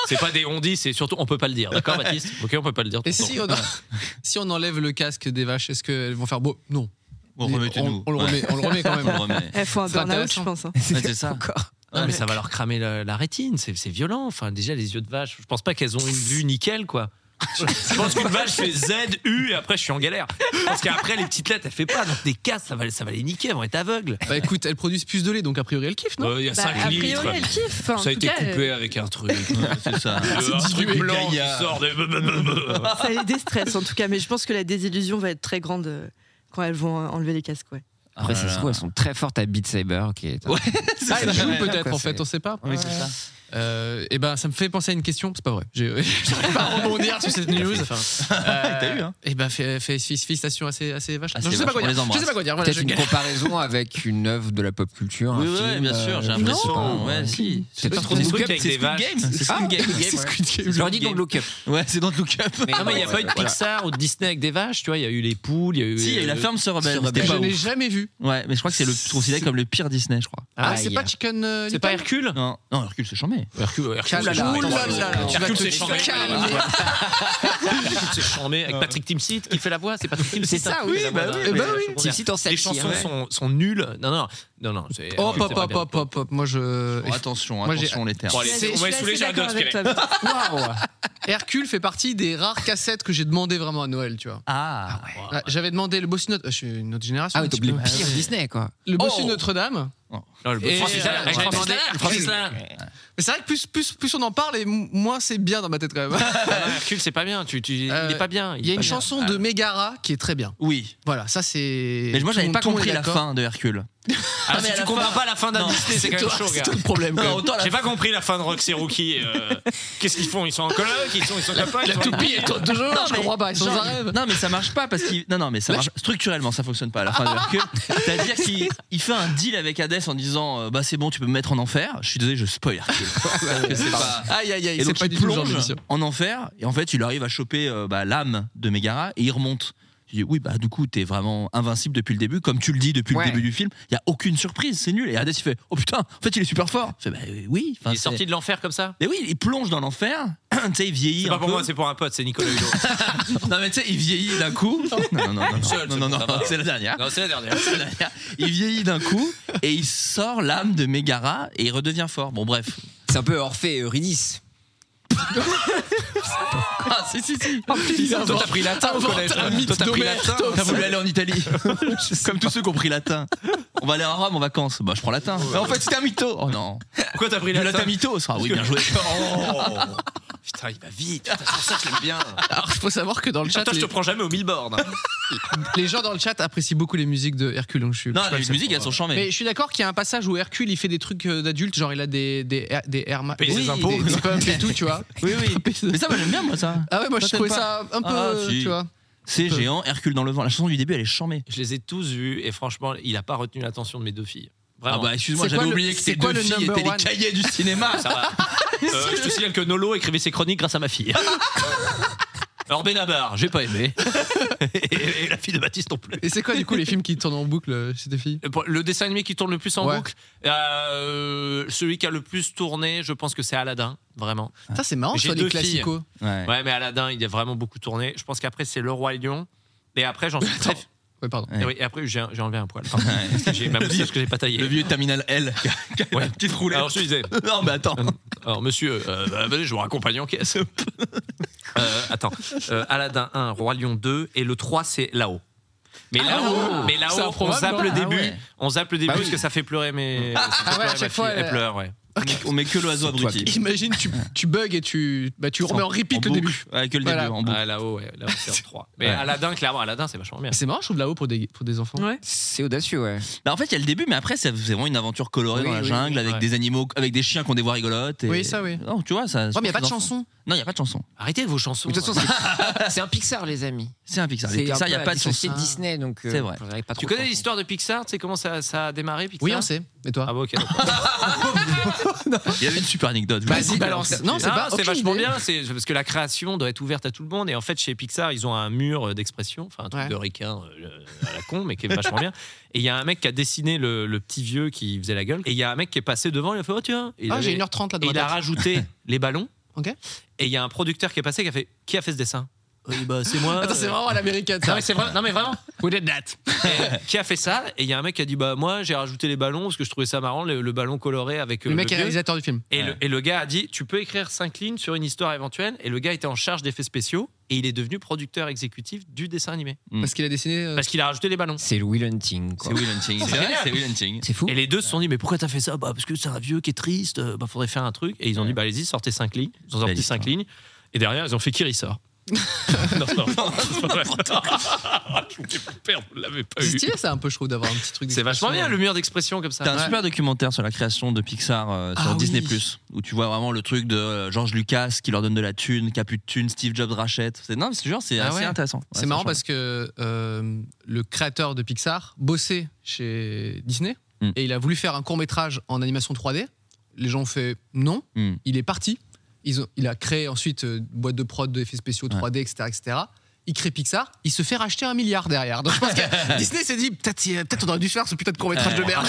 S4: C'est pas des ondis, c'est surtout. On peut pas le dire, d'accord, Baptiste Ok, on peut pas le dire. tout
S1: Et
S4: le
S1: si
S4: temps.
S1: on, si on enlève le casque des vaches, est-ce qu'elles vont faire beau Non.
S2: Bon,
S1: Mais
S2: remettez-nous.
S1: on- on le remet- on le remet quand même.
S2: On le remet.
S3: Eh, faut un
S1: C'est
S3: burn-out,
S1: intéressant.
S3: je pense. hein.
S2: Ouais, c'est ça.
S6: Encore.
S4: Non, mais
S1: mec.
S4: ça va leur cramer la, la rétine, c'est c'est violent. Enfin, déjà, les yeux de vache, je pense pas qu'elles ont une vue nickel, quoi. Je pense qu'une vache fait Z, U, et après, je suis en galère. Parce qu'après, les petites lettres, elle fait pas. Donc, des casses, ça va, ça va les niquer, elles vont être aveugles.
S1: Bah écoute, elles produisent plus de lait, donc a priori elles kiffent, non
S7: Ouais, Il y a
S3: Bah,
S7: 5
S3: a
S7: litres.
S3: priori, elle kiffe. Enfin, en
S7: ça a
S3: tout
S7: été
S3: cas, euh,
S7: coupé avec un truc.
S2: *laughs* c'est ça.
S7: Euh, un truc
S1: dilué.
S7: blanc qui
S2: Gaïa.
S7: sort de.
S3: euh, ça les déstresse en tout cas, mais je pense que la désillusion va être très grande euh, quand elles vont euh, enlever les casques. Ouais.
S6: Après,
S2: Ah
S6: ça
S2: là
S6: se
S2: là.
S6: trouve, elles sont très fortes à Beat Saber, qui est un-
S2: Ouais.
S1: Ah, elles jouent
S6: Ouais,
S1: peut-être
S6: quoi,
S1: en fait,
S6: c'est-
S1: on sait pas.
S6: Oui, c'est ça.
S1: Euh, et ben ça me fait penser à une question, c'est pas vrai. J'ai- J'arrive pas à rebondir sur cette news.
S2: T'as eu, hein.
S1: Et ben fé- fé- fé- félicitations à ces, à ces vaches.
S2: À
S1: Non, je
S2: ces
S1: sais pas quoi
S2: vaches, on
S1: dire.
S2: les embrasse.
S1: Je sais pas quoi dire. voilà,
S6: Peut-être
S1: je-
S6: une comparaison avec une œuvre de la pop culture. un
S2: Oui,
S6: film,
S2: ouais, bien
S6: euh,
S2: sûr, j'ai
S6: je sais pas.
S2: l'impression. Ouais, si.
S6: C'est pas trop
S2: C'est
S6: de
S2: Squid
S6: look-up,
S2: Game,
S6: c'est
S2: c'est
S6: Squid
S2: Squid
S6: Game.
S2: Game. C'est Squid Game.
S1: C'est Squid Game.
S6: Je leur dis donc
S2: Game.
S6: look up.
S2: Ouais, c'est dans le look-up.
S4: Non, mais il n'y a pas eu de
S6: Voilà.
S4: Pixar ou de Disney avec des vaches, tu vois. Il y a eu les poules, il y a eu.
S2: Si, il y a eu la
S4: euh,
S2: ferme se rebelle.
S4: Sur-
S2: c'était
S1: Je
S2: pas
S1: n'ai
S2: ouf.
S1: jamais vu.
S2: Ouais, mais je crois que c'est le- considéré comme le pire Disney, je crois.
S1: Ah,
S6: Aïe.
S1: c'est pas Chicken. euh,
S4: C'est pas
S1: Little
S4: Hercule
S2: Non, non, Hercule, c'est chambé.
S4: Hercule, Hercule,
S1: Oulala,
S4: c'est
S1: oulala,
S4: chambé.
S1: oulala, tu vas
S4: Hercule,
S1: te
S4: c'est chambé.
S1: calmer.
S4: Hercule, c'est chambé. Avec Patrick Timsit qui fait la voix, c'est Patrick Timsit.
S6: C'est ça, oui,
S4: la
S6: bah
S4: voix
S6: oui.
S4: de-
S1: Eh bah
S4: de la
S1: oui.
S4: chanson.
S6: Si, si, t'en sais
S4: Les chansons
S6: ouais.
S4: sont, sont nulles. Non, non, non, non.
S1: Hop,
S4: c'est- c'est
S1: hop,
S4: pas
S1: hop,
S4: bien.
S1: hop, hop, hop. Moi je.
S2: Oh, attention,
S1: Moi, j'ai-
S2: attention les termes.
S7: Bon, allez,
S3: Je
S7: c'est-
S3: suis
S7: on va
S3: assez
S7: soulager un
S3: d'accord
S7: dos,
S3: avec
S7: Pierre.
S3: toi.
S1: Waouh. Hercule fait partie des rares cassettes que j'ai demandé vraiment à Noël, tu vois.
S2: Ah,
S1: Ah, J'avais demandé le Bossu Notre- Je suis une autre génération.
S6: Ah
S1: un
S6: oui, donc
S1: petit
S6: le
S1: peu.
S6: pire Disney, quoi.
S1: Le Bossu
S2: Oh.
S1: Notre-Dame.
S4: Non, le-
S1: Et,
S4: Francis
S1: euh,
S4: Lalanne,
S1: j'avais
S4: Francis
S1: demandé-
S4: Lalanne, Francis Lalanne.
S1: Mais c'est vrai que plus, plus, plus on en parle et m- moins c'est bien dans ma tête quand même.
S4: Ah, Hercule, c'est pas bien. Tu, tu-
S1: Euh,
S4: il est pas bien.
S1: Il y a
S4: est
S1: une
S4: pas bien.
S1: chanson de Megara qui est très bien.
S2: Oui.
S1: Voilà, ça c'est.
S2: Mais moi,
S1: tout le
S2: j'avais
S1: monde-
S2: pas
S1: tout le monde
S2: compris
S1: est
S2: la
S1: d'accord.
S2: fin de Hercule.
S4: Ah, mais tu compares pas la fin d'un
S2: Non,
S4: Disney, c'est quand même chaud, gars.
S1: C'est tout le problème. quand
S2: Non,
S1: même.
S2: autant la
S4: J'ai pas compris la fin de Roxy Rookie. euh, Qu'est-ce qu'ils font Ils sont en coloc Ils sont, ils sont copains ils
S1: La
S4: sont-
S1: toupie elle tourne toujours.
S2: Non,
S1: je
S2: mais-
S1: comprends pas. Ils sont
S2: Ah, genre,
S1: un rêve.
S2: Non, mais ça marche pas parce qu'il. Non, non, mais ça marche. Structurellement, ça fonctionne pas à la fin de Hercule. C'est-à-dire qu'il il fait un deal avec Hadès en disant euh, Bah, c'est bon, tu peux me mettre en enfer. Je suis désolé, je spoil Hercule. Parce que c'est pas-
S1: Aïe aïe aïe.
S2: Et
S1: C'est
S2: donc,
S1: pas
S2: il
S1: du tout le genre
S2: plonge
S1: d'émission.
S2: en enfer. Et en fait, il arrive à choper euh, bah, l'âme de Megara et il remonte. Je dis, oui, bah, du coup, t'es vraiment invincible depuis le début, comme tu le dis depuis
S6: Ouais.
S2: le début du film. Il n'y a aucune surprise, c'est nul. Et Hades, il fait, oh putain, en fait, il est super fort. Je fais, bah euh, oui. enfin,
S4: Il est
S2: c'est-
S4: sorti de l'enfer comme ça
S2: Mais oui, il plonge dans l'enfer. *clears throat* tu sais, il vieillit.
S4: C'est pas
S2: un
S4: pour
S2: peu.
S4: moi, c'est pour un pote, c'est Nicolas Hulot.
S2: Non, mais tu sais, il vieillit d'un coup. Non, non, non, non,
S4: seule,
S2: non,
S4: c'est
S2: non,
S4: bon,
S2: non,
S4: ça va.
S2: c'est la dernière.
S4: Non, c'est la dernière.
S2: C'est la dernière. Il vieillit d'un coup et il sort l'âme de Megara et il redevient fort. Bon, bref.
S6: C'est un peu Orphée euh, et Eurydice.
S2: Ah, si, si, si.
S4: Toi, t'as pris latin au collège.
S1: un mythe
S4: Toi, t'as pris
S1: d'Homère,
S4: latin.
S1: toi.
S2: T'as voulu aller en *laughs* Italie. Comme tous ceux qui ont pris latin. On va aller à Rome en vacances. Bah, je prends latin. Mais en fait, c'était un mytho. Oh non.
S4: Pourquoi t'as pris
S2: Le
S4: latin
S2: latin mytho. Ah oui,
S4: *laughs*
S2: bien joué.
S4: Oh. Putain, il va vite. Putain, C'est pour ça que je l'aime bien.
S1: Alors faut savoir que dans le chat,
S4: Attends, je te
S1: les-
S4: prends jamais au mille bornes.
S1: les gens dans le chat apprécient beaucoup les musiques de Hercule. donc je suis-
S2: Non,
S1: je suis pas le
S2: les
S1: seul. euh,
S2: musiques, elles sont chambées.
S1: Mais je suis d'accord qu'il y a un passage où Hercule il fait des trucs euh, d'adultes, genre il a des des air- des air ma-
S4: Payer
S1: des-
S4: ses impôts.
S1: des- des pommes et tout, tu
S4: *laughs*
S1: vois.
S2: Oui, oui. Mais ça, moi, j'aime bien, moi, ça.
S1: Ah ouais, moi je
S2: Peut-être
S1: trouvais
S2: pas.
S1: ça un peu,
S2: Ah, si.
S1: tu vois.
S2: C'est géant, Hercule dans le vent. La chanson du début, elle est chambée.
S4: Je les ai tous vus et franchement, il a pas retenu l'attention de mes deux filles. Vraiment.
S2: Ah bah, excuse-moi,
S1: C'est
S2: j'avais
S1: quoi le-
S2: oublié que
S1: c'est
S2: tes
S1: quoi
S2: deux
S1: le
S2: filles
S1: number
S2: étaient les
S1: one
S2: cahiers du cinéma.
S4: Ça
S2: *laughs*
S4: va. Euh, je te signale que Nolo écrivait ses chroniques grâce à ma fille. Alors Benabar, j'ai pas *laughs* aimé. et, et la fille de Baptiste non plus.
S1: Et c'est quoi du coup
S4: *laughs*
S1: les films qui tournent en boucle euh, chez tes filles
S4: Le dessin animé qui tourne le plus en
S1: Ouais.
S4: boucle, euh, celui qui a le plus tourné, je pense que c'est Aladdin, vraiment.
S1: Ça c'est marrant,
S4: Ah. J'ai
S1: toi les
S4: deux filles.
S1: classicos.
S2: Ouais.
S4: Ouais, mais Aladdin, il a vraiment beaucoup tourné. Je pense qu'après, c'est Le Roi Lion. Et après, j'en suis très...
S1: Ouais, pardon.
S4: Et oui, et après, j'ai j'ai enlevé un poil. Pardon. Parce que j'ai ma moustache que j'ai pas taillée.
S2: Le vieux Terminal L. qui a
S4: Ouais.
S2: La petite roulette.
S4: Alors, je te disais,
S2: Non, mais attends.
S4: Alors, monsieur, euh, bah, venez, je vous raccompagne en caisse.
S1: *laughs*
S4: Euh, attends, Euh, Aladdin 1, Roi Lion 2, et le 3, c'est là-haut. Mais là-haut, mais
S1: Ah, C'est
S4: là-haut, on
S1: improbable,
S4: zappe
S1: non
S4: le
S1: Ah
S4: début.
S2: ouais.
S4: On zappe le début
S6: Bah oui.
S4: parce que ça fait pleurer mes. ça fait
S1: *laughs* Ah ouais,
S4: pleurer
S1: à
S4: ma
S1: chaque
S4: fille.
S1: fois,
S4: elle
S1: elle-
S4: pleure, ouais.
S2: On met que l'oiseau abruti.
S1: Imagine
S4: *laughs*
S1: tu, tu bugs et tu bah, tu remets en repeat le
S2: boucle.
S1: début.
S2: Ouais, que le
S1: Voilà.
S2: début, en boucle.
S4: Ah, là-haut, ouais, là-haut, c'est en 3. Mais
S2: Ouais.
S4: Aladdin, clairement, Aladdin, c'est vachement bien.
S1: C'est marrant, je trouve là-haut pour des pour des enfants.
S3: Ouais.
S6: C'est audacieux, ouais.
S2: Bah, en fait, il y a le début, mais après, c'est c'est vraiment une aventure colorée
S1: Oui,
S2: dans la
S1: oui,
S2: jungle
S1: oui,
S2: avec
S4: ouais.
S2: des animaux, avec des chiens qui ont des voix rigolotes. et-
S1: Oui, ça, oui.
S2: Non, tu vois, ça.
S1: Ouais, mais y a pas de
S2: les enfants-
S1: chanson.
S2: Non, il n'y a pas de chanson.
S4: Arrêtez vos chansons.
S6: De toute
S2: *laughs*
S6: façon, c'est- c'est un Pixar, les amis.
S2: C'est un Pixar.
S6: C'est
S2: Les-
S6: un
S2: Ça, il
S6: peu
S2: n'y a
S6: la
S2: pas de
S6: dissocier
S2: chanson.
S6: Disney, donc. euh,
S2: C'est vrai.
S6: j'arrive pas
S4: tu
S6: trop
S4: connais
S6: à
S4: l'histoire de Pixar Tu sais comment ça, ça a démarré, Pixar
S1: Oui, on sait. Et toi
S4: Ah, bah, ok. d'accord.
S2: Il y avait une super anecdote. je vous
S1: Vas-y,
S2: jure.
S1: balance. Non, c'est
S4: Ah,
S1: pas.
S4: c'est
S1: aucune
S4: vachement
S1: idée.
S4: bien, c'est parce que la création doit être ouverte à tout le monde. Et en fait, chez Pixar, ils ont un mur euh, d'expression, enfin un truc
S1: Ouais.
S4: de requin euh, à la con, mais qui est vachement bien. Et il y a un mec qui a dessiné le, le petit vieux qui faisait la gueule. Et il y a un mec qui est passé devant, il a fait oh tiens. Et il
S1: Ah,
S4: avait-
S1: j'ai 1h30 là
S4: et
S1: dans
S4: il a
S1: la tête. *laughs*
S4: rajouté les ballons.
S1: Ok.
S4: Et il y a un producteur qui est passé qui a fait qui a fait ce dessin Oui, bah, c'est *laughs* moi.
S1: Attends, c'est vraiment à l'américaine, ça.
S4: Non, mais c'est vrai- non, mais vraiment. Who did that Et Qui a fait ça Et il y a un mec qui a dit Bah, moi, j'ai rajouté les ballons parce que je trouvais ça marrant, le, le ballon coloré avec. euh,
S1: Le mec est
S4: bleu.
S1: réalisateur du film.
S4: Et,
S1: Ouais.
S4: le, et le gars a dit Tu peux écrire cinq lignes sur une histoire éventuelle. Et le gars était en charge d'effets spéciaux et il est devenu producteur exécutif du dessin animé.
S1: Parce qu'il a dessiné. euh,
S4: Parce qu'il a rajouté les ballons.
S6: C'est Will Hunting.
S4: C'est Will Hunting.
S2: C'est vrai, c'est Will Hunting.
S6: C'est fou.
S4: Et les deux se sont dit Mais pourquoi t'as fait ça Bah, parce que c'est un vieux qui est triste, euh, bah, faudrait faire un truc. Et ils ont dit Bah, allez-y, sortez cinq lignes. Ils ont sorti cinq lignes. Et derrière, ils ont fait Qui *laughs* sort Non, non, non, c'est pas vrai. Je voulais vous perdre, vous l'avez pas eu.
S1: C'est stylé, ça, un peu, je trouve, d'avoir un petit truc.
S4: Ah C'est vachement bien le mur d'expression comme ça.
S2: T'as un
S4: Ouais.
S2: super documentaire sur la création de Pixar euh, sur
S4: Ah
S2: Disney
S4: oui.
S2: où tu vois vraiment le truc de euh, George Lucas qui leur donne de la thune, qui a plus de thune, Steve Jobs rachète. C'est non, mais c'est genre c'est
S1: Ah
S2: assez
S1: ouais.
S2: intéressant.
S1: c'est marrant parce que euh, le créateur de Pixar bossait chez Disney
S2: Hmm.
S1: et il a voulu faire un court métrage en animation 3D. Les gens ont fait non.
S2: Hmm.
S1: Il est parti. Ils ont- il a créé ensuite euh, une boîte de prod d'effets spéciaux 3D, etc., etc. Il crée Pixar, il se fait racheter un milliard derrière. Donc je pense
S2: *laughs*
S1: que Disney s'est dit peut-être euh, peut-être on aurait dû faire ce putain de court métrage de merde.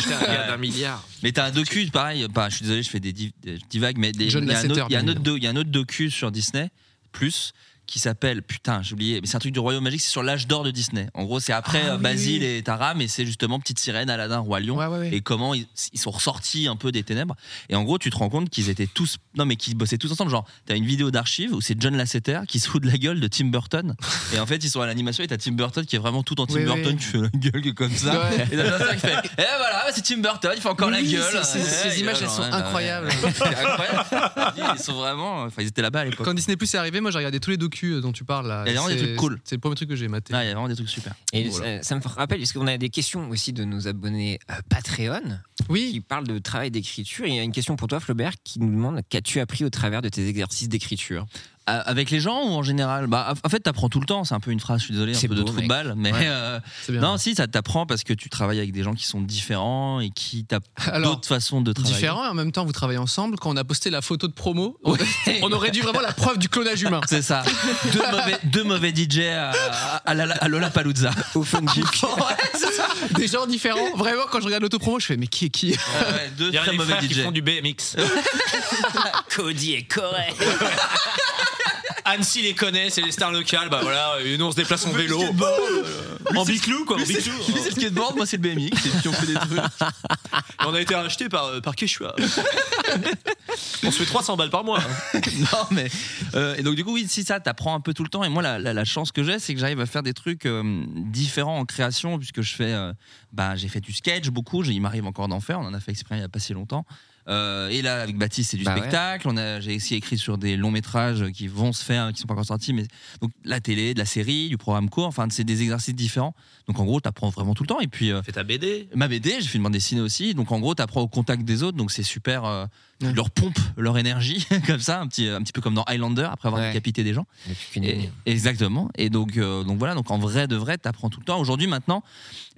S4: milliard.
S2: Mais t'as un docu, pareil, bah, je suis désolé, je fais des, div- des divagues, mais des- il y,
S1: John
S2: a un
S1: Lasseter,
S2: autre- il y a un
S1: bien
S2: autre do- il y a un autre docu sur Disney, plus, qui s'appelle, putain, j'ai oublié, mais c'est un truc du Royaume Magique, c'est sur l'âge d'or de Disney. En gros, c'est après
S1: Ah
S2: euh,
S1: oui,
S2: Basile
S1: oui.
S2: et Taram, et c'est justement Petite Sirène, Aladdin, Roi Lion, et comment ils, ils sont ressortis un peu des ténèbres. Et en gros, tu te rends compte qu'ils étaient tous, non mais qu'ils bossaient tous ensemble. Genre, t'as une vidéo d'archives où c'est John Lasseter qui se fout de la gueule de
S1: *laughs*
S2: Tim Burton, et en fait, ils sont à l'animation, et t'as Tim Burton qui est vraiment tout en Tim
S1: Oui,
S2: Burton,
S1: oui.
S2: qui fait la gueule comme ça.
S1: Ouais.
S2: Et t'as Lasseter qui fait, eh voilà, c'est Tim Burton, il fait encore la
S1: Oui,
S2: gueule.
S1: ces- ces-
S2: Ouais,
S1: ces
S2: il
S1: images,
S2: va
S1: elles
S2: genre,
S1: sont
S2: ouais, bah,
S1: incroyables.
S2: ouais. C'est incroyable. Ils sont vraiment. Enfin, ils étaient là-bas à l'époque.
S1: Quand Disney Plus est arrivé, moi j'ai regardé tous les docus euh, dont tu parles là.
S2: Il y a vraiment des
S1: C'est-
S2: trucs cool.
S1: C'est le premier truc que j'ai maté.
S2: Ah, il y a vraiment des trucs super.
S6: Et
S1: Voilà.
S6: ça, ça me rappelle, parce qu'on a des questions aussi de nos abonnés euh, Patreon
S1: Oui.
S6: qui parlent de travail d'écriture. Et Il y a une question pour toi, Flaubert, qui nous demande qu'as-tu appris au travers de tes exercices d'écriture
S2: Euh, Avec les gens ou en général bah, En fait, t'apprends tout le temps. C'est un peu une phrase, je suis désolé, un
S6: C'est
S2: peu de
S6: beau,
S2: trou de
S6: mec.
S2: balle. Mais
S6: Ouais.
S2: euh,
S6: C'est bien.
S2: non, si, ça t'apprend parce que tu travailles avec des gens qui sont différents et qui
S1: *laughs*
S2: t'apprennent
S1: Alors,
S2: d'autres façons de travailler.
S1: Différent et en même temps vous travaillez ensemble. Quand on a posté la photo de promo, on- *laughs* on aurait dû vraiment la preuve du clonage
S2: *laughs*
S1: humain.
S2: *laughs* C'est ça. Deux mauvais, deux mauvais DJ à, à, la- à Lollapalooza.
S6: Au fun
S1: Des gens différents. Vraiment, quand je regarde l'autopromo, je fais mais qui est qui
S2: deux
S4: Il y a
S2: très
S4: des
S2: mauvais
S4: frères qui
S2: DJ.
S4: font du BMX.
S6: Cody et
S4: *laughs*
S6: Corée.
S4: Annecy les connaît, c'est les stars locales. Bah voilà, et nous on se déplace en vélo. En biclou quoi, en biclou.
S2: Lui, c'est le skateboard, moi, c'est le BMX. Et puis, on fait des trucs.
S4: Et on a été racheté par, euh, par Quechua. on se fait 300 balles par mois.
S2: *laughs* non mais euh, et donc du coup oui si ça t'apprends un peu tout le temps et moi la, la- la chance que j'ai c'est que j'arrive à faire des trucs euh, différents en création puisque je fais euh, bah j'ai fait du sketch beaucoup j'ai- il m'arrive encore d'en faire on en a fait exprès il y a pas si longtemps Euh, et là avec Baptiste c'est du
S6: Bah ouais.
S2: spectacle on a j'ai aussi écrit sur des longs métrages qui vont se faire qui sont pas encore sortis mais donc la télé de la série du programme court enfin c'est des exercices différents donc en gros t'apprends vraiment tout le temps et puis euh,
S4: Fais ta BD.
S2: ma BD, j'ai fait une bande dessinée aussi. Donc en gros, t'apprends au contact des autres. Donc c'est super. euh, tu leur pompe leur énergie *laughs* comme ça, un petit, un petit peu comme dans Highlander après avoir
S6: Ouais.
S2: décapité des gens.
S6: qu'une
S2: Et-
S4: Mmh.
S6: année.
S2: exactement. Et donc, euh, donc voilà. Donc en vrai de vrai, t'apprends tout le temps. Aujourd'hui, maintenant,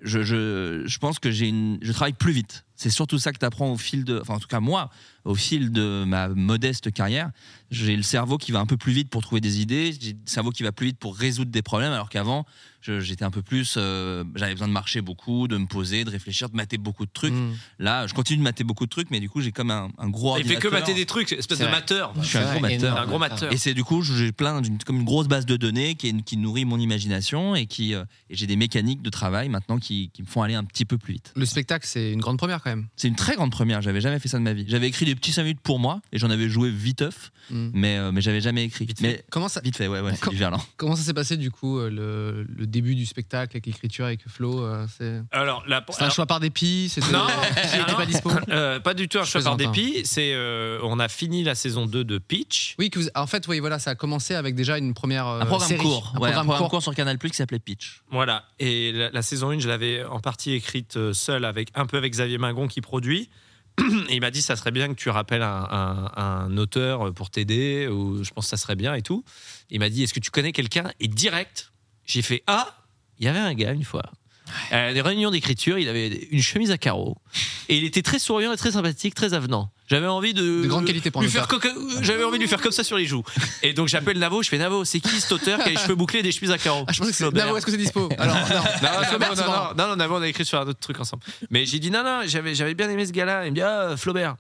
S2: je, je, je pense que j'ai une, je travaille plus vite. C'est surtout ça que t'apprends au fil de, enfin en tout cas moi, au fil de ma modeste carrière, j'ai le cerveau qui va un peu plus vite pour trouver des idées, j'ai le cerveau qui va plus vite pour résoudre des problèmes, alors qu'avant je- j'étais un peu plus, euh, j'avais besoin de marcher beaucoup, de me poser, de réfléchir, de mater
S1: *laughs*
S2: beaucoup de
S4: Mmh.
S2: trucs. Là, je continue de mater beaucoup de trucs, mais du coup j'ai comme un, un gros.
S4: Il fait que
S2: ordinateur.
S4: mater des trucs, espèce
S6: C'est
S4: de
S6: vrai.
S4: mateur.
S2: Je suis un
S6: Ouais,
S2: gros mateur.
S6: énorme.
S4: Un gros mateur.
S2: Et c'est du coup, j'ai plein d'une comme une grosse base de données qui, est- qui nourrit mon imagination et qui euh, et j'ai des mécaniques de travail maintenant qui, qui me font aller un petit peu plus vite.
S1: Le spectacle, c'est une grande première quand même.
S2: C'est une très grande première. J'avais jamais fait ça de ma vie. J'avais écrit des petits 5 minutes pour moi et j'en avais joué viteuf,
S1: Mm.
S2: mais euh, mais j'avais jamais écrit.
S4: Vite fait.
S2: mais
S1: Comment ça,
S2: vite fait, ouais, ouais, c'est
S1: Com-
S2: du verlan.
S1: comment ça s'est passé du coup euh, le, le début du spectacle avec l'écriture avec Flo euh, C'est
S4: Alors là,
S1: c'est un choix par dépit. C'était *laughs*
S4: Non,
S1: j'étais pas
S4: *laughs*
S1: dispo.
S4: euh, pas du tout un
S1: Je
S4: choix par
S1: plaisante, hein.
S4: dépit. C'est euh, on a fini la saison 2 de Pitch.
S1: Oui, que vous- en fait, oui, voilà, ça a commencé avec déjà une première euh,
S2: un programme
S1: série.
S2: court,
S1: un
S2: ouais,
S1: programme court.
S2: sur Canal Plus qui s'appelait Pitch.
S4: Voilà. Et la, la saison 1, je l'avais en partie écrite euh, seule, avec, un peu avec Xavier Mingon qui produit. *clears throat* Et il m'a dit, ça serait bien que tu rappelles un, un- un auteur euh, pour t'aider, ou je pense que ça serait bien et tout. Il m'a dit, est-ce que tu connais quelqu'un Et direct, j'ai fait, ah, il y avait un gars une fois. À des réunions d'écriture, il avait une chemise à carreaux. Et il était très souriant et très sympathique, très avenant. J'avais envie de,
S1: De grande qualité pour un
S4: lui faire coca- J'avais envie de lui faire comme ça sur les joues. Et donc j'appelle Navo, je fais Navo, c'est qui cet auteur
S1: *laughs*
S4: qui a les cheveux bouclés et des chemises à carreaux
S1: Ah, je pensais que c'est.
S4: Flaubert.
S1: Navo, est-ce que c'est dispo Alors, non. *laughs*
S4: Non, non,
S1: Flaubert, c'est
S4: non,
S1: marrant.
S4: non, non, non, non, on a écrit sur un autre truc ensemble. Mais j'ai dit non, non, j'avais, j'avais bien aimé ce gars-là. Il me dit ah Flaubert.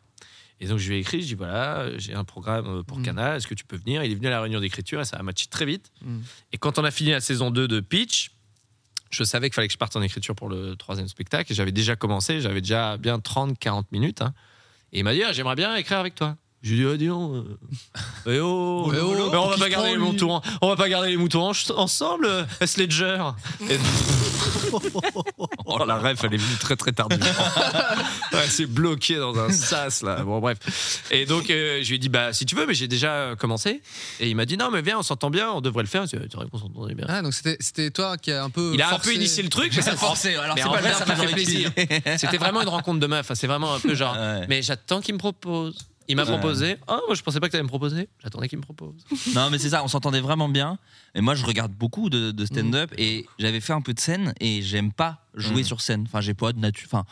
S4: Et donc, je lui ai écrit, je dis voilà, j'ai un programme euh,
S1: Mm.
S4: pour Canal, est-ce que tu peux venir Il est venu à la réunion d'écriture et ça a matché très vite.
S1: Mm.
S4: Et quand on a fini la saison 2 de Pitch, je savais qu'il fallait que je parte en écriture pour le troisième spectacle. Et j'avais déjà commencé, j'avais déjà bien 30-40 minutes. hein. Et il m'a dit, Ah, j'aimerais bien écrire avec toi. Je lui ai dit, ah, dis donc, euh, eh oh,
S7: Ouais,
S4: eh oh,
S7: voilà,
S4: mais on
S7: pour
S4: va
S7: qu'il
S4: pas
S7: se
S4: garder les
S7: prend, lui.
S4: moutons, en- on va pas garder les moutons en- ensemble, euh, S. Ledger. Et- *laughs* oh la ref, elle est venue très très tardivement. *laughs* Ouais, c'est bloqué dans un sas là. Bon bref. Et donc euh, je lui ai dit bah si tu veux, mais j'ai déjà euh, commencé. Et il m'a dit non mais viens, on s'entend bien, on devrait le faire. Je lui ai dit, C'est vrai qu'on s'entendait bien.
S8: Ah, donc c'était- c'était toi qui a un peu.
S4: Il a
S8: forcé-
S4: un peu initié le truc, *laughs*
S8: Ah, forcé, alors
S4: Mais
S8: c'est
S4: en
S8: pas
S4: vrai,
S8: bien,
S4: ça m'a fait
S8: j'aurais
S4: plaisir.
S8: dit.
S4: C'était vraiment une rencontre de meuf. hein, C'est vraiment un peu genre. Mais j'attends qu'il me propose. Il m'a
S2: Ouais.
S4: proposé. Oh, moi je pensais pas que t'allais me proposer. J'attendais qu'il me propose.
S2: Non, mais c'est ça, on s'entendait vraiment bien. Et moi, je regarde beaucoup de, de stand-up et j'avais fait un peu de scène et j'aime pas jouer sur scène. Enfin, j'ai pas de nature. Enfin,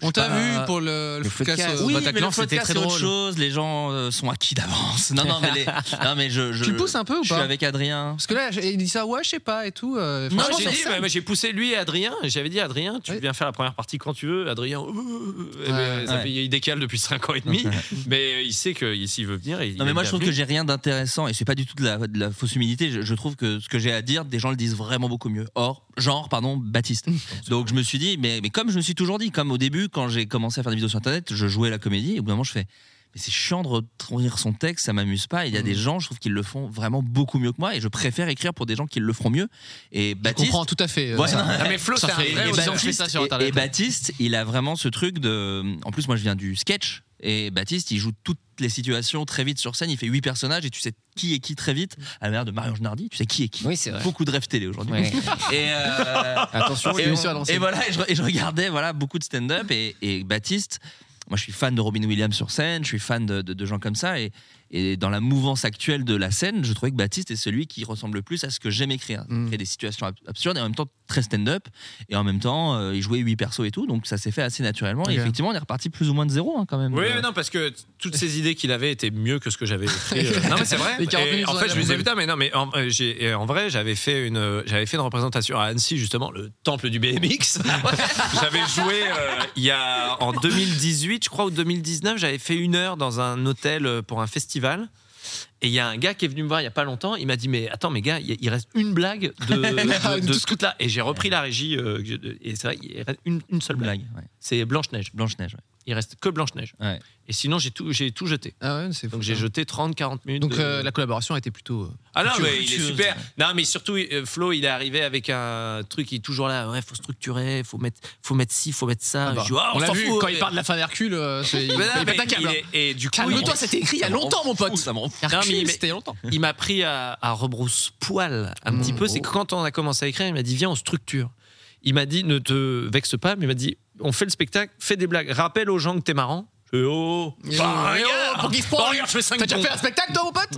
S8: On t'a
S2: pas-
S8: vu pour le, le podcast au
S2: oui, mais
S8: Bataclan,
S2: le
S8: c'était
S2: podcast,
S8: très
S2: c'est autre
S8: drôle.
S2: chose. Les gens euh, sont acquis d'avance. Non, non, mais,
S8: *laughs*
S2: les- non, mais je, je-
S8: Tu pousses un peu ou
S2: Je suis
S8: pas
S2: avec Adrien.
S8: Parce que là, il dit ça, ouais, je sais pas et tout. euh,
S4: Non,
S8: franchement,
S4: j'ai
S8: sur
S4: dit,
S8: scène.
S4: bah, j'ai poussé lui et Adrien. J'avais dit, Adrien, tu viens faire la première partie quand tu veux. Adrien, euh, euh, euh,
S2: Ouais.
S4: ça
S2: Ouais.
S4: fait- il décale depuis 5 ans et *laughs* demi. mais euh, il sait que s'il veut venir. il-
S2: Non
S4: il
S2: mais
S4: est
S2: moi je trouve que
S4: bienvenu.
S2: j'ai rien d'intéressant et c'est pas du tout de la, de la fausse humilité. Je, je trouve que ce que j'ai à dire, des gens le disent vraiment beaucoup mieux. Or, genre,
S8: *laughs*
S2: pardon, Baptiste. Donc je me suis dit, mais, mais comme je me suis toujours dit, comme au début quand j'ai commencé à faire des vidéos sur internet, je jouais la comédie et au bout d'un moment je fais, mais c'est chiant de retenir son texte, ça m'amuse pas.
S8: Mm.
S2: Et Il y a des gens, je trouve qu'ils le font vraiment beaucoup mieux que moi et je préfère écrire pour des gens qui le feront mieux. Et Baptiste,
S8: comprends tout à fait, euh,
S2: Ouais,
S8: ça.
S2: non.
S8: Ah, mais Flo,
S2: Ça
S8: c'est un
S2: fait-
S8: vrai
S2: et
S8: auditeur, je fais
S2: Baptiste-
S8: ça sur
S2: et-
S8: Internet.
S2: et Baptiste, il a vraiment ce truc de. En plus, moi, je viens du sketch. Et Baptiste, il joue toutes les situations très vite sur scène. Il fait huit personnages et tu sais qui est qui très vite. À la manière de Marion Genardi, tu sais qui est qui.
S6: Oui, c'est
S2: *laughs*
S6: vrai.
S2: Beaucoup de rêves télé aujourd'hui.
S6: Ouais.
S2: Et euh,
S6: Attention,
S2: et,
S6: il est
S2: on-
S6: sur l'ancienne.
S2: et voilà, et je, et je regardais voilà, beaucoup de stand-up. Et, et Baptiste, moi, je suis fan de Robin Williams sur scène, je suis fan de, de- de gens comme ça. Et, et dans la mouvance actuelle de la scène, je trouvais que Baptiste est celui qui ressemble le plus à ce que j'aime écrire.
S8: Mm.
S2: Créer des situations ab- absurdes et en même temps très stand-up. Et en même temps, euh, il jouait huit persos et tout. Donc ça s'est fait assez naturellement. Et
S4: Ok.
S2: effectivement, on est reparti plus ou moins de zéro hein, quand même.
S4: Oui,
S2: Euh,
S4: mais non, parce que t- toutes ces idées qu'il avait étaient mieux que ce que j'avais écrit.
S2: *laughs*
S4: euh. Non, mais c'est vrai.
S2: Les 40
S4: Et
S2: minutes
S4: en
S2: sur
S4: fait,
S2: la
S4: je me disais,
S2: bombe.
S4: putain, mais non, mais en, euh, j'ai- et en vrai, j'avais fait, une, euh, j'avais fait une représentation à Annecy, justement, le temple du
S2: *laughs*
S4: BMX. j'avais joué euh, il y a, en 2018, je crois, ou 2019, j'avais fait une heure dans un hôtel euh, pour un festival. Et il y a un gars qui est venu me voir il y a pas longtemps. Il m'a dit mais attends mes gars, il il reste une blague
S2: *laughs*
S4: de,
S2: Ah,
S4: de, de tout là. Et j'ai repris la régie euh, que j'ai- et c'est vrai, il reste une, une seule blague. C'est Blanche Neige.
S2: Blanche Neige.
S4: Il reste que Blanche Neige. Et sinon j'ai tout j'ai tout jeté. Donc j'ai jeté 30-40 minutes.
S8: Donc
S4: de-
S8: euh, la collaboration était plutôt. euh,
S4: ah non, mais il est
S8: fructueuse.
S4: super. Non, mais surtout, euh, Flo, il est arrivé avec un truc qui est toujours là. Ouais, faut structurer, faut mettre, faut mettre ci, faut mettre ça.
S8: Ah bah,
S4: Je dis, Ah,
S8: on l'a
S4: s'en
S8: vu
S4: fout,
S8: quand il
S4: mais-
S8: parle de la fin d'Hercule. euh, c'est- il
S4: Mais non,
S8: il
S4: mais
S8: pète un
S4: il
S8: câble. hein.
S4: est- et du coup,
S8: Calme-toi,
S4: il-
S8: c'était écrit il y a
S4: Ça m'en
S8: longtemps, mon pote.
S4: Non, mais il
S8: Hercule,
S4: m'a-
S8: c'était il y a longtemps.
S4: Il m'a pris à, à rebrousse-poil un
S8: Mm.
S4: petit peu. C'est que quand on a commencé à écrire, il m'a dit Viens, on structure. Il m'a dit Ne te vexe pas, mais il m'a dit On fait le spectacle, fais des blagues, rappelle aux gens que t'es marrant. Je fais, Oh, bah,
S8: Eh oh,
S4: regarde,
S8: pour qu'il se
S4: bah,
S8: prend.
S4: regarde, je fais cinq
S8: T'as déjà
S4: bons.
S8: fait un spectacle, toi, mon pote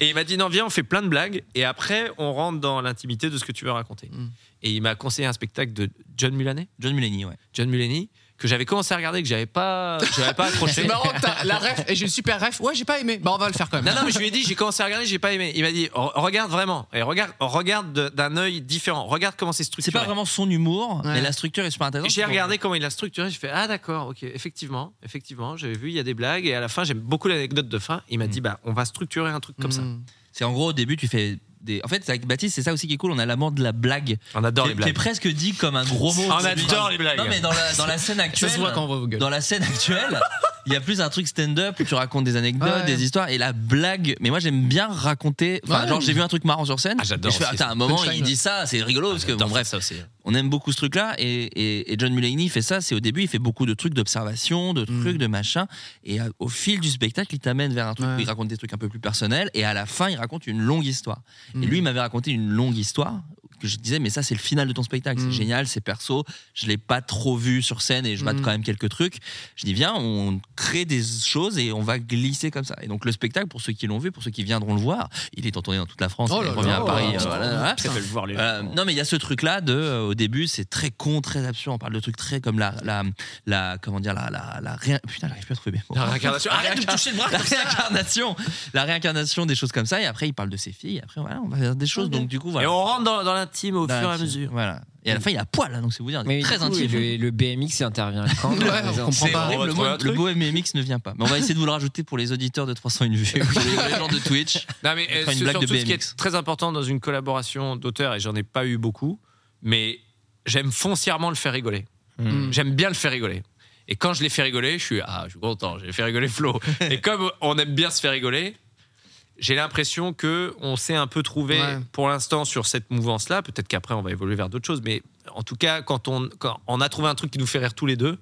S4: Et il m'a dit non, viens, on fait plein de blagues et après on rentre dans l'intimité de ce que tu veux raconter.
S2: Mm.
S4: Et il m'a conseillé un spectacle de John Mulaney.
S2: John Mulaney, ouais.
S4: John Mulaney que j'avais commencé à regarder que j'avais pas j'avais pas
S2: *laughs*
S4: accroché.
S8: C'est marrant, t'as la ref. Et j'ai une super ref. Ouais, j'ai pas aimé. Bah, on va le faire quand même.
S4: Non, non, mais je lui ai dit, j'ai commencé à regarder, j'ai pas aimé. Il m'a dit, re- regarde vraiment, et regarde, regarde de- d'un œil différent, regarde comment c'est
S2: C'est
S4: structuré.
S2: pas vraiment son humour,
S4: Ouais.
S2: mais la structure est super intéressante.
S4: J'ai regardé comment il l'a structuré, j'ai fait ah d'accord, ok, effectivement, effectivement, j'avais vu il y a des blagues et à la fin j'aime beaucoup l'anecdote de fin.
S2: Mm.
S4: Il m'a dit bah on va structurer un truc comme ça.
S2: C'est en gros au début tu fais des. En fait c'est avec Baptiste c'est ça aussi qui est cool. On a l'amour de la blague.
S4: On adore
S2: les blagues. Qui est presque dit comme un gros mot.
S4: On
S2: C'est-
S4: adore les blagues.
S2: Non mais dans la, dans la scène
S4: Ça
S2: actuelle.
S4: se voit quand on voit vos gueules.
S2: Dans la scène actuelle. Il y a plus un truc stand-up où tu racontes des anecdotes,
S8: Ouais.
S2: des histoires et la blague. Mais moi j'aime bien raconter. Enfin,
S8: Ouais.
S2: genre j'ai vu un truc marrant sur scène.
S4: Ah, j'adore
S2: et Je fais,
S4: aussi.
S2: attends, à un moment il
S8: Punchline.
S2: dit ça, c'est rigolo parce que bon, bref,
S4: ça aussi.
S2: on aime beaucoup ce truc-là et, et- et John Mulaney fait ça. C'est au début, il fait beaucoup de trucs d'observation, de
S8: Mm.
S2: trucs, de machin. Et euh, au fil du spectacle, il t'amène vers un truc où il raconte des trucs un peu plus personnels. Et à la fin, il raconte une longue histoire.
S8: Mm.
S2: Et lui, il m'avait raconté une longue histoire que je disais, mais ça, c'est le final de ton spectacle.
S8: Mm.
S2: C'est génial, c'est perso. Je l'ai pas trop vu sur scène et je mate
S8: Mm.
S2: quand même quelques trucs. Je dis, viens, on crée des choses et on va glisser comme ça. Et donc, le spectacle, pour ceux qui l'ont vu, pour ceux qui viendront le voir, il est en tournée dans toute la France.
S8: Oh
S2: il
S8: là
S2: revient
S8: là,
S2: à Paris.
S8: putain,
S2: euh, voilà, voilà.
S4: Très belle voir les.
S2: Euh, non mais il y a ce truc là de euh, au début c'est très con très absurde on parle de trucs très comme la la, la comment dire la la, la réin- putain j'arrive plus à trouver mes mots.
S4: La réincarnation. Arrête Ah, de me toucher le bras
S2: la
S4: comme ça.
S2: réincarnation la réincarnation des choses comme ça et après il parle de ses filles et après voilà on va faire des choses donc du coup voilà
S4: Et on rentre dans, dans l'int- intime au
S2: Dans
S4: fur et à
S2: l'intime.
S4: mesure.
S2: Voilà. Et à la fin, il y a poil, hein, donc c'est vous dire.
S6: Mais
S2: très
S6: du coup,
S2: intime.
S6: Le, le BMX il intervient quand
S2: *laughs* Ouais,
S6: par
S2: on
S6: exemple
S2: comprend
S6: C'est
S2: pas.
S6: horrible,
S2: Le,
S6: moi,
S2: mot- le beau MMX ne vient pas. Mais on va essayer de vous le rajouter pour les auditeurs de 301 *laughs* vues, pour les, les gens de Twitch.
S4: Non, mais
S2: On fera
S4: euh,
S2: une
S4: ce-
S2: blague de
S4: surtout, ce qui
S2: BMX.
S4: est très important dans une collaboration d'auteur, et j'en ai pas eu beaucoup, mais j'aime foncièrement le faire rigoler.
S8: Mm.
S2: Hmm.
S4: J'aime bien le faire rigoler. Et quand je l'ai fait rigoler, je suis ah, je suis content, j'ai fait rigoler
S2: *laughs*
S4: Flo. et comme on aime bien se faire rigoler, j'ai l'impression que on s'est un peu trouvé
S1: Ouais.
S4: pour l'instant sur cette mouvance-là. Peut-être qu'après on va évoluer vers d'autres choses, mais en tout cas, quand on, quand on a trouvé un truc qui nous fait rire tous les deux,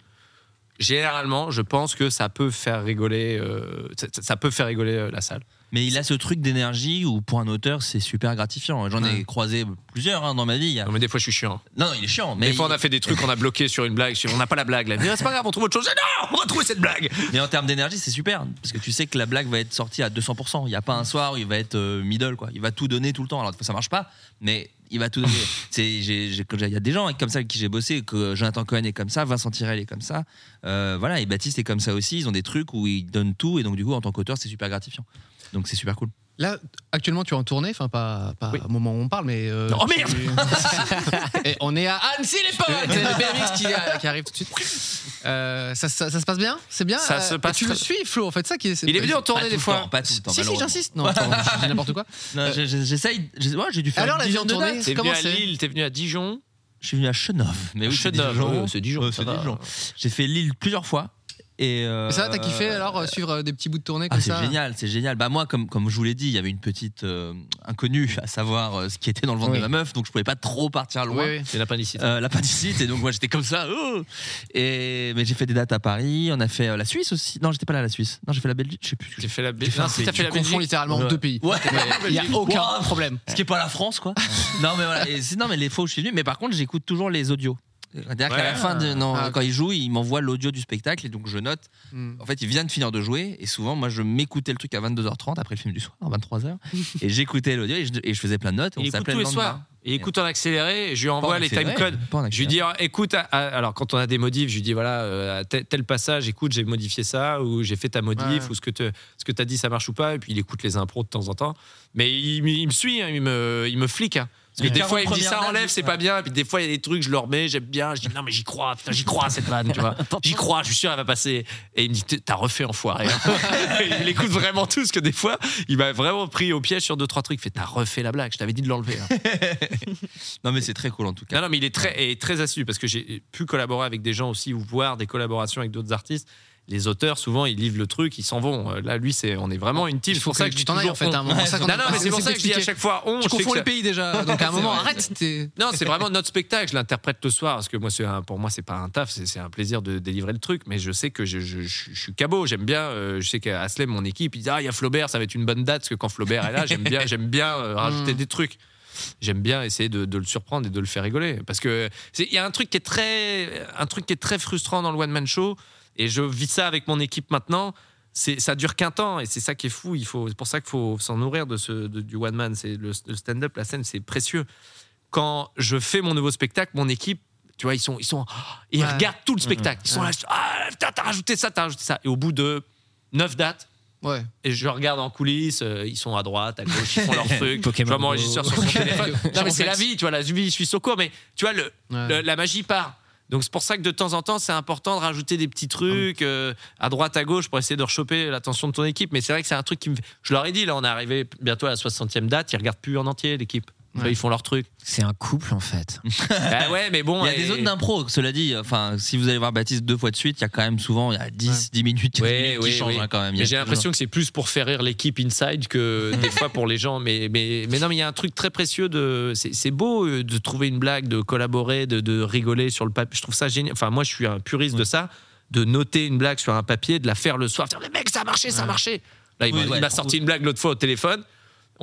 S4: généralement, je pense que ça peut faire rigoler, euh, ça, ça- ça peut faire rigoler euh, la salle.
S2: Mais il a ce truc d'énergie où, pour un auteur, c'est super gratifiant. J'en ai croisé plusieurs hein, dans ma vie.
S4: Non, mais des fois, je suis chiant.
S2: Non, non, il est chiant. Mais
S4: Des fois, on a fait des trucs, on a bloqué sur une blague, on n'a pas la blague. Là. Mais C'est pas grave, on trouve autre chose. J'ai dit, Non, on va trouver cette blague.
S2: Mais en termes d'énergie, c'est super. Parce que tu sais que la blague va être sortie à 200%. Il n'y a pas un soir où il va être euh, middle, quoi. Il va tout donner tout le temps. Alors, des fois, ça marche pas, mais il va
S8: *laughs*
S2: tout donner. C'est- j'ai- j'ai- Il y a des gens avec- comme ça avec qui j'ai bossé, que Jonathan Cohen est comme ça, Vincent Tirel est comme ça. Euh, voilà, et Baptiste est comme ça aussi. Ils ont des trucs où ils donnent tout. Et donc, du coup, en tant qu'auteur, c'est super gratifiant. Donc, c'est super cool.
S8: Là, actuellement, tu es en tournée, enfin, pas, pas au moment où on parle, mais. euh,
S1: Oh,
S8: tu-
S1: merde
S4: *laughs*
S8: Et on est à Annecy, les potes C'est le BMX qui, a- qui arrive tout de suite. Euh, ça, ça- ça se passe bien C'est bien
S4: Ça
S8: Euh,
S4: se
S8: et
S4: passe
S8: Tu le
S4: très-
S8: suis, Flo, en fait, ça qui est.
S4: Il est venu en tournée
S2: Pas tout
S4: des
S2: le
S4: fois.
S2: temps, pas tout le temps.
S8: Si, si,
S2: malheureusement.
S8: j'insiste. Non, attends, je dis n'importe quoi.
S2: Non, j'ai- j'ai- J'essaye. j'ai- ouais, J'ai dû faire.
S8: Alors,
S2: une
S8: la vie en
S2: dizaine de
S8: tournée,
S2: dates.
S4: T'es venu
S8: comment
S4: à
S8: c'est
S4: Lille, t'es venu à Dijon.
S2: Je suis venu à Chenov.
S8: Ah,
S2: Mais oui, c'est
S4: Chenov,
S2: Dijon.
S4: ouais, c'est Dijon,
S2: Ouais,
S4: ça
S2: c'est
S4: va.
S2: Dijon. J'ai fait Lille plusieurs fois. Et euh,
S8: Et ça, t'as kiffé alors euh, suivre euh, des petits bouts de tournée comme
S2: Ah,
S8: ça
S2: c'est génial, c'est génial. Bah moi, comme, comme je vous l'ai dit, il y avait une petite euh, inconnue à savoir euh, ce qui était dans le ventre
S8: Oui.
S2: de ma meuf, donc je pouvais pas trop partir
S8: Oui,
S2: loin.
S8: oui.
S4: C'est la panicite.
S2: Euh, la pâtisserie, et donc moi j'étais comme ça. oh et mais j'ai fait des dates à Paris. On a fait euh, la Suisse aussi. Non, j'étais pas là à la Suisse. Non, j'ai fait la Belgique. Je sais plus.
S4: J'ai fait la
S2: J'ai
S4: Belgique.
S2: fait un-
S4: Non, si t'as
S2: tu
S4: fait la
S8: Confond
S4: Belgique.
S8: littéralement
S2: Ouais.
S8: deux pays.
S2: Ouais.
S8: Il n'y a aucun
S2: Wow.
S8: problème.
S2: Ce qui est pas la
S8: *laughs*
S2: France, quoi. non, mais voilà. Et c'est- non, mais les fois où je suis venu. Mais par contre, j'écoute toujours les audios. C'est-à-dire qu'à la
S4: Ouais.
S2: fin, de, non,
S8: Ah, ok.
S2: quand il joue, il m'envoie l'audio du spectacle et donc je note.
S8: Hmm.
S2: En fait, il vient de finir de jouer et souvent, moi, je m'écoutais le truc à 22h30 après le film du soir, à
S6: *laughs*
S2: 23h, et j'écoutais l'audio et, je- et je faisais plein de notes. et on
S4: Il écoute
S2: s'appelait
S4: tous les
S2: le lendemain.
S4: soirs. Il écoute en accéléré. et Je lui
S2: Pas en
S4: envoie les
S2: accéléré,
S4: timecodes.
S2: pas en
S4: Je lui
S2: accéléré.
S4: dis écoute, ah, ah, alors quand on a des modifs, je lui dis voilà, euh, à tel, tel passage, écoute, j'ai modifié ça, ou j'ai fait ta modif,
S8: Ouais.
S4: ou ce que tu as dit, ça marche ou pas. Et puis il écoute les impros de temps en temps. Mais il, me- il me suit, hein, il, me, il me flique. hein. Parce que
S2: Les
S4: des fois, il me dit
S2: 40
S4: ça enlève, c'est pas bien. Et puis des fois, il y a des trucs, je le remets, j'aime bien. Je dis non, mais j'y crois, putain, j'y crois à cette vanne, tu vois. J'y crois, je suis sûr, elle va passer. Et il me dit t'as refait enfoiré. hein. *laughs* il écoute vraiment tout, parce que des fois, il m'a vraiment pris au piège sur deux, trois trucs. Il fait t'as refait la blague, je t'avais dit de l'enlever. hein.
S2: Non, mais c'est très cool en tout cas.
S4: Non, non, mais il est très, et très assidu parce que j'ai pu collaborer avec des gens aussi ou voir des collaborations avec d'autres artistes. Les auteurs, souvent, ils livrent le truc, ils s'en vont. Euh, Là, lui, c'est, on est vraiment une team.
S8: Il
S4: C'est
S8: faut
S4: pour ça que,
S8: que
S4: je dis
S8: tu t'en ailles,
S4: toujours
S8: en fait, à un
S4: on.
S8: moment. C'est ça qu'on
S4: non,
S8: a-
S4: non, mais
S8: c'est
S4: c'est pour ça que je dis à
S8: expliqué.
S4: chaque fois on.
S8: Tu
S4: je sais
S8: confonds
S4: que
S8: les
S4: ça-
S8: pays déjà. Donc à un moment, arrête. t'es-
S4: Non, c'est vraiment notre spectacle. Je l'interprète le soir parce que moi, c'est un- pour moi, c'est pas un taf, c'est, c'est un plaisir de délivrer le truc. Mais je sais que je, je- je- je suis cabot. J'aime bien. euh, je sais qu'à Aslem, mon équipe, il dit ah, il y a Flaubert, ça va être une bonne date parce que quand Flaubert est là, j'aime bien, j'aime bien euh, rajouter des trucs. J'aime bien essayer de, de le surprendre et de le faire rigoler parce que c'est- il y a un truc qui est très, un truc qui est très frustrant dans le one man show et je vis ça avec mon équipe maintenant. C'est, ça dure qu'un temps et c'est ça qui est fou. Il faut, c'est pour ça qu'il faut s'en nourrir de ce, de- du one man. C'est le- le stand-up, la scène, c'est précieux quand je fais mon nouveau spectacle, mon équipe, tu vois, ils sont, ils sont, ils
S8: Ouais.
S4: regardent tout le spectacle. Ils sont là, ah putain, t'as rajouté ça, t'as rajouté ça. Et au bout de neuf dates,
S8: Ouais.
S4: et je regarde en coulisses, euh, ils sont à droite, à gauche, ils font leur truc.
S6: Pokémon
S4: je vois mon
S6: Go.
S4: régisseur sur son téléphone. Non, mais c'est la vie, tu vois, la vie, je suis au cours, mais tu vois, le,
S8: Ouais.
S4: le- la magie part. Donc c'est pour ça que de temps en temps, c'est important de rajouter des petits trucs
S2: Ah
S4: euh, à droite, à gauche pour essayer de rechoper l'attention de ton équipe. Mais c'est vrai que c'est un truc qui me... fait- Je leur ai dit, là, on est arrivé bientôt à la 60e date, ils regardent plus en entier l'équipe. Tu vois,
S8: Ouais.
S4: Ils font leur
S2: *laughs*
S4: truc.
S6: c'est un couple en
S4: *laughs*
S6: fait
S4: Bah ouais, mais bon.
S2: Il y a
S4: et-
S2: des zones d'impro, cela dit. Enfin, si vous allez voir Baptiste deux fois de suite, il y a quand même souvent il y a 10, 10 minutes, 15
S4: Ouais,
S2: minutes
S4: ouais,
S2: qui changent
S4: ouais.
S2: hein, quand même. Il y
S4: Mais
S2: a
S4: j'ai
S2: toujours-
S4: l'impression que c'est plus pour faire rire l'équipe inside
S2: *laughs*
S4: que des fois pour les gens. Mais, mais, mais non, mais il y a un truc très précieux de. C'est c'est beau euh, de trouver une blague, de collaborer, de, de rigoler sur le papier. Je trouve ça génial. Enfin, moi, je suis un puriste
S2: Mm.
S4: de ça, de noter une blague sur un papier, de la faire le soir. Dire, mais mec, ça a marché, ça a marché. Là, il m'a
S2: Oui, ouais.
S4: il m'a sorti une blague l'autre fois au téléphone.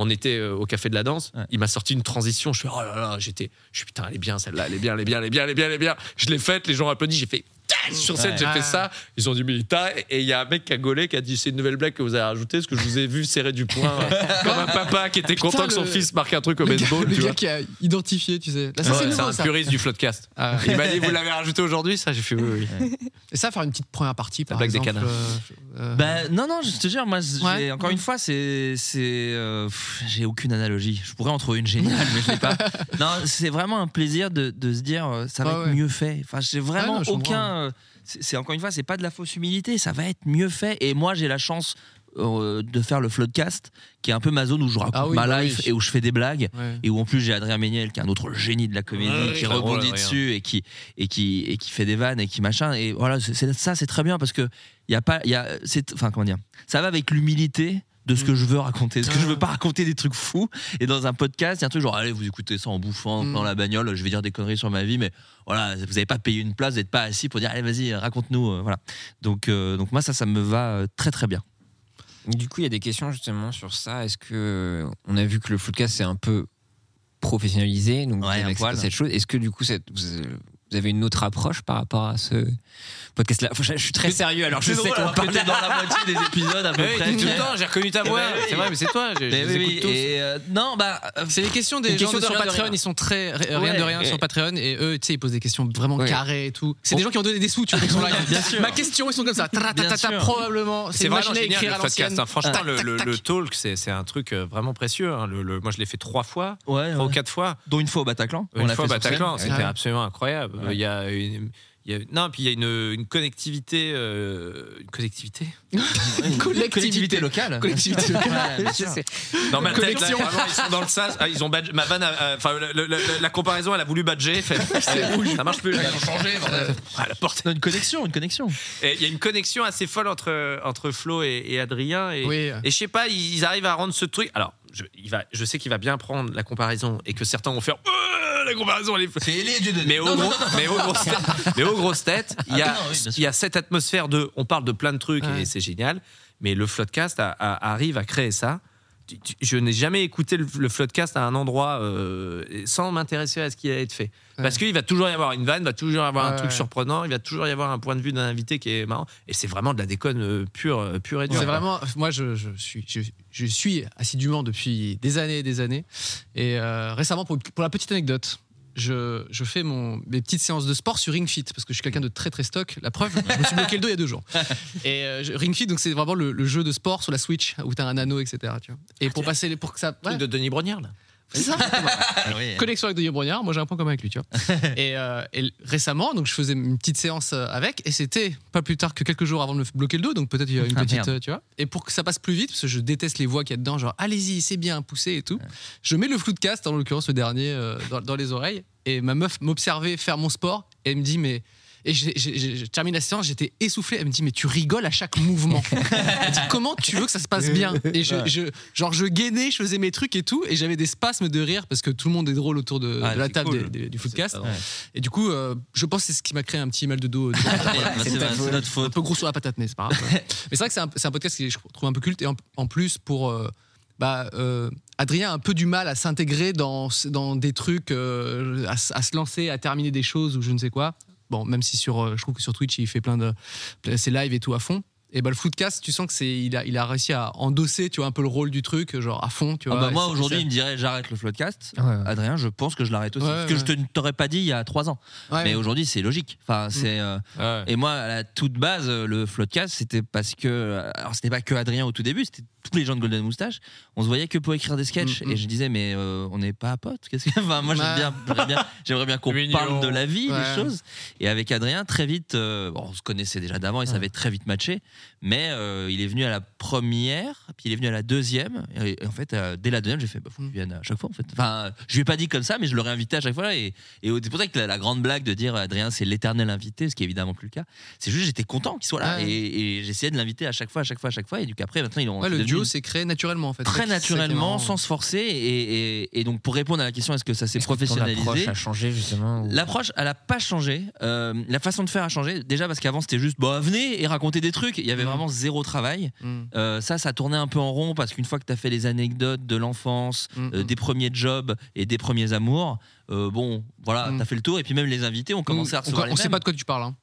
S4: On était euh, au café de la danse.
S2: Ouais.
S4: Il m'a sorti une transition. Je suis oh là là, j'étais, je suis putain, elle est bien celle-là, elle est bien, elle est bien, elle est bien, elle est bien, elle est bien. Je l'ai faite, les gens ont applaudi. J'ai fait, Tain, Sur scène, j'ai
S2: Ah.
S4: fait ça. Ils ont dit Milita. Et il y a un mec qui a gaulé qui a dit C'est une nouvelle blague que vous avez rajoutée parce que je vous ai vu serrer du poing. euh,
S1: *laughs*
S4: Comme un papa qui était
S1: Putain,
S4: content que son
S1: le-
S4: fils marque un truc au
S1: le
S4: baseball.
S1: gars,
S4: tu
S1: le
S4: vois.
S1: gars qui a identifié, tu sais. Là, ça,
S4: Ouais,
S1: c'est
S4: c'est
S1: nouveau,
S4: un
S1: ça.
S4: puriste
S1: *laughs*
S4: du floodcast.
S1: Ah.
S4: Il m'a dit Vous l'avez rajouté aujourd'hui Ça, j'ai fait Oui, oui.
S1: Et ça, faire une petite première partie, par
S4: blague des
S1: exemple.
S4: canards.
S1: euh, euh,
S2: Bah, non, non, je te jure, moi, j'ai-
S1: Ouais.
S2: encore une fois, c'est. c'est, euh, pff, j'ai aucune analogie. Je pourrais en trouver une géniale, mais je
S1: *laughs*
S2: l'ai pas. Non, c'est vraiment un plaisir de, de se dire, euh, ça va
S1: Ah
S2: être
S1: ouais.
S2: mieux fait. Enfin, j'ai vraiment
S1: Ah non, je
S2: aucun.
S1: comprends.
S2: euh, c'est, c'est- encore une fois, c'est pas de la fausse humilité, ça va être mieux fait. Et moi, j'ai la chance. euh, de faire le floodcast qui est un peu ma zone où je raconte
S1: Ah oui,
S2: ma
S1: bah
S2: life
S1: oui.
S2: et où je fais des blagues
S1: Ouais.
S2: et où en plus j'ai Adrien Méniel qui est un autre génie de la comédie
S4: Ouais,
S2: qui
S4: très drôle,
S2: rebondit
S4: Adrien.
S2: dessus et qui et qui et qui fait des vannes et qui machin et voilà c'est- c'est- ça c'est très bien parce que il y a pas il y a c'est enfin comment dire ça va avec l'humilité de
S4: Mm.
S2: ce que je veux raconter parce que je veux pas raconter des trucs fous et dans un podcast il y a un truc genre allez vous écoutez ça en bouffant
S1: Mm.
S2: dans la bagnole je vais dire des conneries sur ma vie mais voilà vous avez pas payé une place vous n'êtes pas assis pour dire allez vas-y raconte-nous euh, voilà donc euh, donc moi ça ça me va euh, très très bien
S6: Du coup, il y a des questions justement sur ça. Est-ce que on a vu que le footcast c'est un peu professionnalisé, donc
S2: Ouais,
S6: vous avez
S2: un
S6: accès
S2: poil.
S6: à cette chose. Est-ce que du coup, cette- vous vous avez une autre approche par rapport à ce podcast-là Faut- Je suis très sérieux, alors je
S2: C'est
S6: sais
S2: drôle,
S6: qu'on
S2: alors que
S6: parle
S2: t'es dans la moitié des épisodes
S4: *laughs*
S2: à peu
S4: Eh Oui,
S2: près Eh ben
S4: tout le temps, j'ai reconnu ta voix.
S2: oui.
S4: C'est vrai, mais c'est toi. je- je
S2: Mais
S4: les
S2: oui,
S4: écoute
S2: oui,
S4: tous.
S2: et euh, non bah euh,
S1: C'est les questions des
S2: Une
S1: gens
S2: question
S1: de
S2: de
S1: sur
S2: rien de
S1: Patreon,
S2: rien.
S1: ils sont très ri- rien
S2: Ouais,
S1: de rien
S2: et-
S1: sur Patreon et eux, tu sais, ils posent des questions vraiment
S6: Ouais.
S1: carrées et tout. C'est des gens qui ont donné des sous, tu vois, ils sont là.
S2: Bien sûr.
S1: Ma question, ils sont comme ça. Ta, ta, ta,
S2: Bien
S1: ta,
S2: sûr.
S1: probablement.
S4: C'est
S1: C'est
S4: vraiment
S1: imaginé
S4: génial
S1: écrire
S4: le
S1: à l'ancienne.
S4: podcast. hein. Franchement, le, le- le talk, c'est c'est un truc euh, vraiment précieux. hein. Le- le- moi, je l'ai fait trois fois,
S2: ouais,
S4: trois ou
S2: ouais.
S4: quatre fois.
S2: dont une fois au Bataclan
S4: Une
S2: l'a
S4: fois
S2: fait sur scène.
S4: Bataclan, c'était
S1: Ouais.
S4: absolument incroyable. Il y a une. il y a- non, puis il y a une, une connectivité. euh, une connectivité
S1: *laughs* Collectivité.
S2: collectivité locale.
S1: Collectivité.
S2: Ouais, bien sûr.
S1: C'est-
S4: Dans ma tête, là,
S1: Connexion.
S4: vraiment, ils sont dans le sas. Ah, ils ont badge- ma vanne, a- a- enfin, le- le- le- la comparaison, elle a voulu badger. Fait, euh, ça marche plus. là. Ah, la porte.
S2: Non, une connexion, une connexion.
S4: Et Il y a une connexion assez folle entre, entre Flo et, et Adrien. Et,
S1: Oui. euh,
S4: Et je sais pas, ils arrivent à rendre ce truc. Alors, je, il va, je sais qu'il va bien prendre la comparaison et que certains vont faire Euh, la comparaison. Elle est... mais, au gros, mais aux grosses têtes, mais aux grosses têtes, il y a,
S2: Ah non, oui, bien sûr.
S4: il y a cette atmosphère de on parle de plein de trucs
S1: Ouais.
S4: et c'est génial. Mais le Floodcast a- a- arrive à créer ça. Tu- tu- Je n'ai jamais écouté le, le Floodcast à un endroit euh, sans m'intéresser à ce qui allait être fait. Parce qu'il va toujours y avoir une vanne, il va toujours y avoir un
S1: Ouais,
S4: truc
S1: ouais.
S4: surprenant, il va toujours y avoir un point de vue d'un invité qui est marrant. Et c'est vraiment de la déconne euh, pure, euh, pure et dure.
S1: C'est
S4: quoi.
S1: vraiment, moi je, je suis, je, je suis assidûment depuis des années et des années. Et euh, récemment, pour, pour la petite anecdote, je, je fais mon, mes petites séances de sport sur Ring Fit parce que je suis quelqu'un de très très stock. La preuve, je me suis bloqué le dos il y a deux *laughs* jours. Et euh, je- Ring Fit, donc c'est vraiment le, le jeu de sport sur la Switch où t'as un anneau, etc. tu vois. Et pour passer, les- pour que ça.
S4: Le
S1: Ah, ouais,
S4: truc de Denis Brognard, là.
S1: c'est ça. *laughs*
S2: Ah
S1: Connexion avec Denis Brognard, moi j'ai un point commun avec
S2: *laughs*
S1: lui, tu vois. et, euh, et récemment, donc je faisais une petite séance euh, avec, et c'était pas plus tard que quelques jours avant de me bloquer le dos, donc peut-être il y a une
S2: Ah,
S1: petite,
S2: merde.
S1: euh, tu vois. Et pour que ça passe plus vite, parce que je déteste les voix qu'il y a dedans, genre allez-y, c'est bien, poussez et tout. Je mets le flou de cast, en l'occurrence le dernier, euh, dans, dans les oreilles, et ma meuf m'observait faire mon sport, et elle me dit mais. Et j'ai- j'ai- j'ai- je termine la séance, j'étais essoufflé. Elle me dit, mais tu rigoles à chaque mouvement. Elle dit, comment tu veux que ça se passe bien Et je, je, genre, je gainais, je faisais mes trucs et tout, et j'avais des spasmes de rire parce que tout le monde est drôle autour de,
S2: Ah,
S1: de la
S2: c'est
S1: table
S2: cool.
S1: des- des- du footcast.
S4: pas drôle.
S1: Et du coup, euh, je pense que c'est ce qui m'a créé un petit mal de dos. euh,
S2: Ah, C'est
S1: un
S2: c'est notre faute.
S1: peu gros sur la patate, mais c'est
S2: *laughs*
S1: pas grave. mais c'est vrai que c'est un, c'est un podcast que je trouve un peu culte, et en, en plus, pour. euh, bah, euh, Adrien a un peu du mal à s'intégrer dans, dans des trucs, euh, à, s- à se lancer, à terminer des choses ou je ne sais quoi. Bon, même si sur, euh, je trouve que sur Twitch, il fait plein de plein- ses lives et tout à fond. Et bah, le footcast, tu sens que c'est il a, il a réussi à endosser, tu vois, un peu le rôle du truc, genre à fond, tu
S2: Ah
S1: vois.
S2: bah moi
S1: Et c'est-
S2: aujourd'hui
S1: c'est-
S2: il me dirait j'arrête le floodcast.
S6: Ouais, ouais.
S2: Adrien, je pense que je l'arrête aussi.
S1: Ouais,
S2: ce que
S1: ouais.
S2: je te- t'aurais pas dit il y a trois ans.
S1: Ouais, Mm.
S2: Mais
S1: ouais.
S2: aujourd'hui c'est logique. Enfin c'est euh, et moi à la toute base euh, le floodcast c'était parce que euh, alors c'était pas que Adrien au tout début c'était tous les gens de Golden Moustache. On se voyait que pour écrire des sketchs
S1: Mm, mm.
S2: et je disais mais euh, on n'est pas potes. Qu'est-ce que *laughs* enfin moi j'aime
S1: Ouais.
S2: bien
S1: *laughs*
S2: j'aimerais bien, j'aimerais bien qu'on
S4: Mignon.
S2: parle de la vie
S1: Ouais.
S2: des choses. Et avec Adrien très vite euh, bon, on se connaissait déjà d'avant il savait très vite matcher. Mais euh, il est venu à la première, puis il est venu à la deuxième. Et, et en fait, euh, dès la deuxième, j'ai fait, bah, faut qu'il vienne à chaque fois. En fait. Enfin, je lui ai pas dit comme ça, mais je l'aurais invité à chaque fois. Et, et euh, c'est pour ça que la, la grande blague de dire Adrien, c'est l'éternel invité, ce qui est évidemment plus le cas. C'est juste, j'étais content qu'il soit là.
S1: Ouais.
S2: Et, et j'essayais de l'inviter à chaque fois, à chaque fois, à chaque fois. Et du coup, après, maintenant, ils ont
S1: Ouais,
S2: c'est
S1: le
S2: devenu
S1: duo l'eau s'est créée naturellement en fait.
S2: Très naturellement, sans se forcer. Et, et- et donc, pour répondre à la question, est-ce que ça s'est professionnalisé
S6: L'approche a changé justement. ou-
S2: L'approche, elle a pas changé. Euh, la façon de faire a changé. Déjà parce qu'avant c'était juste, bah venez et racontez des trucs. Il y avait vraiment zéro travail.
S1: Mm,
S2: Euh, ça, ça tournait un peu en rond parce qu'une fois que tu as fait les anecdotes de l'enfance,
S1: mm.
S8: Mm,
S2: euh, des premiers jobs et des premiers amours, euh, bon, voilà, t'as fait le tour. Et puis même les invités ont commencé à
S8: Mm. On,
S2: recevoir les
S8: on sait
S2: mêmes.
S8: pas de quoi tu parles. hein.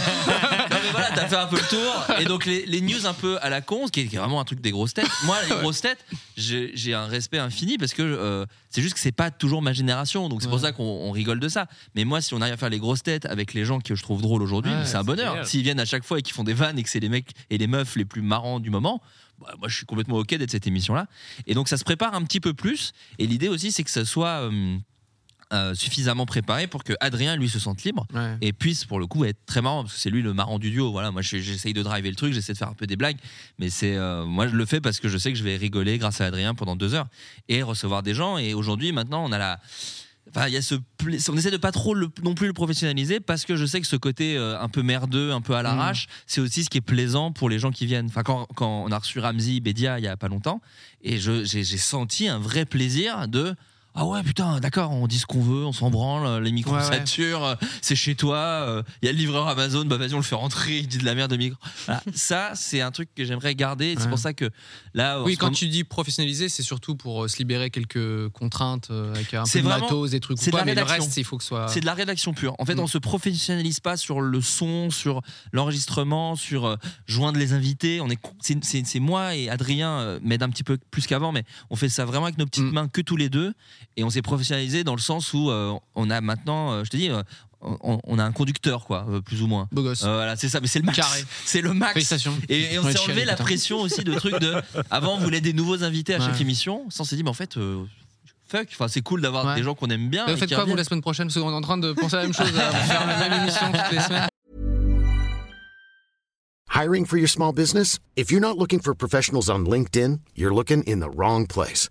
S2: Et voilà, t'as fait un peu le tour. Et donc, les, les news un peu à la con, ce qui est, qui est vraiment un truc des grosses têtes. Moi,
S4: *laughs*
S2: les grosses têtes, j'ai j'ai un respect infini parce que euh, c'est juste que c'est pas toujours ma génération. Donc, c'est pour ça qu'on on rigole de ça. Mais moi, si on arrive à faire les grosses têtes avec les gens que je trouve drôles aujourd'hui,
S4: Ouais,
S2: c'est un
S4: c'est
S2: bonheur.
S4: génial.
S2: S'ils viennent à chaque fois et qu'ils font des vannes et que c'est les mecs et les meufs les plus marrants du moment. bah, Moi, je suis complètement OK d'être cette émission-là. Et donc, ça se prépare un petit peu plus. Et l'idée aussi, c'est que ça soit euh, euh, suffisamment préparé pour que Adrien lui se sente libre
S8: Ouais.
S2: et puisse pour le coup être très marrant parce que c'est lui le marrant du duo voilà moi je- j'essaye de driver le truc j'essaie de faire un peu des blagues mais c'est euh, moi je le fais parce que je sais que je vais rigoler grâce à Adrien pendant deux heures et recevoir des gens et aujourd'hui maintenant on a la Enfin, il y a ce pla- on essaie de pas trop le- non plus le professionnaliser parce que je sais que ce côté euh, un peu merdeux, un peu à l'arrache,
S8: Mm.
S2: c'est aussi ce qui est plaisant pour les gens qui viennent. Enfin, quand, quand on a reçu Ramzi Bedia il y a pas longtemps, et je- j'ai j'ai senti un vrai plaisir de ah ouais putain d'accord on dit ce qu'on veut on s'en branle les micros
S8: Ouais,
S2: ça
S8: ouais.
S2: sature euh, c'est chez toi euh, il y a le livreur Amazon bah vas-y on le fait rentrer il dit de la merde de micro
S1: *laughs*
S2: Voilà. ça c'est un truc que j'aimerais garder c'est pour ça que là en
S1: Oui,
S2: ce
S1: quand
S2: moment-
S1: tu dis professionnaliser, c'est surtout pour euh, se libérer quelques contraintes euh, avec un peu
S2: C'est
S1: de
S2: vraiment-
S1: matos, des trucs
S2: c'est
S1: ou
S2: de la
S1: pas, mais le
S2: rédaction.
S1: reste, il faut que ce soit.
S2: C'est de la rédaction pure. En fait,
S1: Mm.
S2: on se professionnalise pas sur le son, sur l'enregistrement, sur euh, joindre les invités. On est, con- c'est, c'est- c'est moi et Adrien euh, m'aident un petit peu plus qu'avant, mais on fait ça vraiment avec nos
S1: Mm.
S2: petites mains que tous les deux. Et on s'est professionnalisé dans le sens où euh, on a maintenant, euh, je te dis. euh, on, on a un conducteur, quoi, euh, plus ou moins.
S1: Beau gosse.
S2: Euh, voilà, c'est ça, mais c'est le max.
S1: Carré.
S2: C'est le max.
S1: Félicitations.
S2: Et, et on
S1: Ouais,
S2: s'est
S1: chialé,
S2: enlevé la
S1: putain.
S2: pression aussi de
S1: *laughs*
S2: trucs de. Avant, on voulait des nouveaux invités à
S1: hein. Ouais.
S2: chaque émission. Ça, on s'est dit, mais en fait, euh, fuck, enfin, c'est cool d'avoir
S1: Ouais.
S2: des gens qu'on aime bien.
S1: Euh,
S2: et
S1: faites
S2: qui
S1: quoi, vous,
S2: reviennent.
S1: la semaine prochaine Parce qu'on est en train de penser à la même chose,
S2: *laughs*
S1: à faire la même émission toutes les semaines.
S9: Hiring for your small business? If you're not looking for professionals on LinkedIn, you're looking in the wrong place.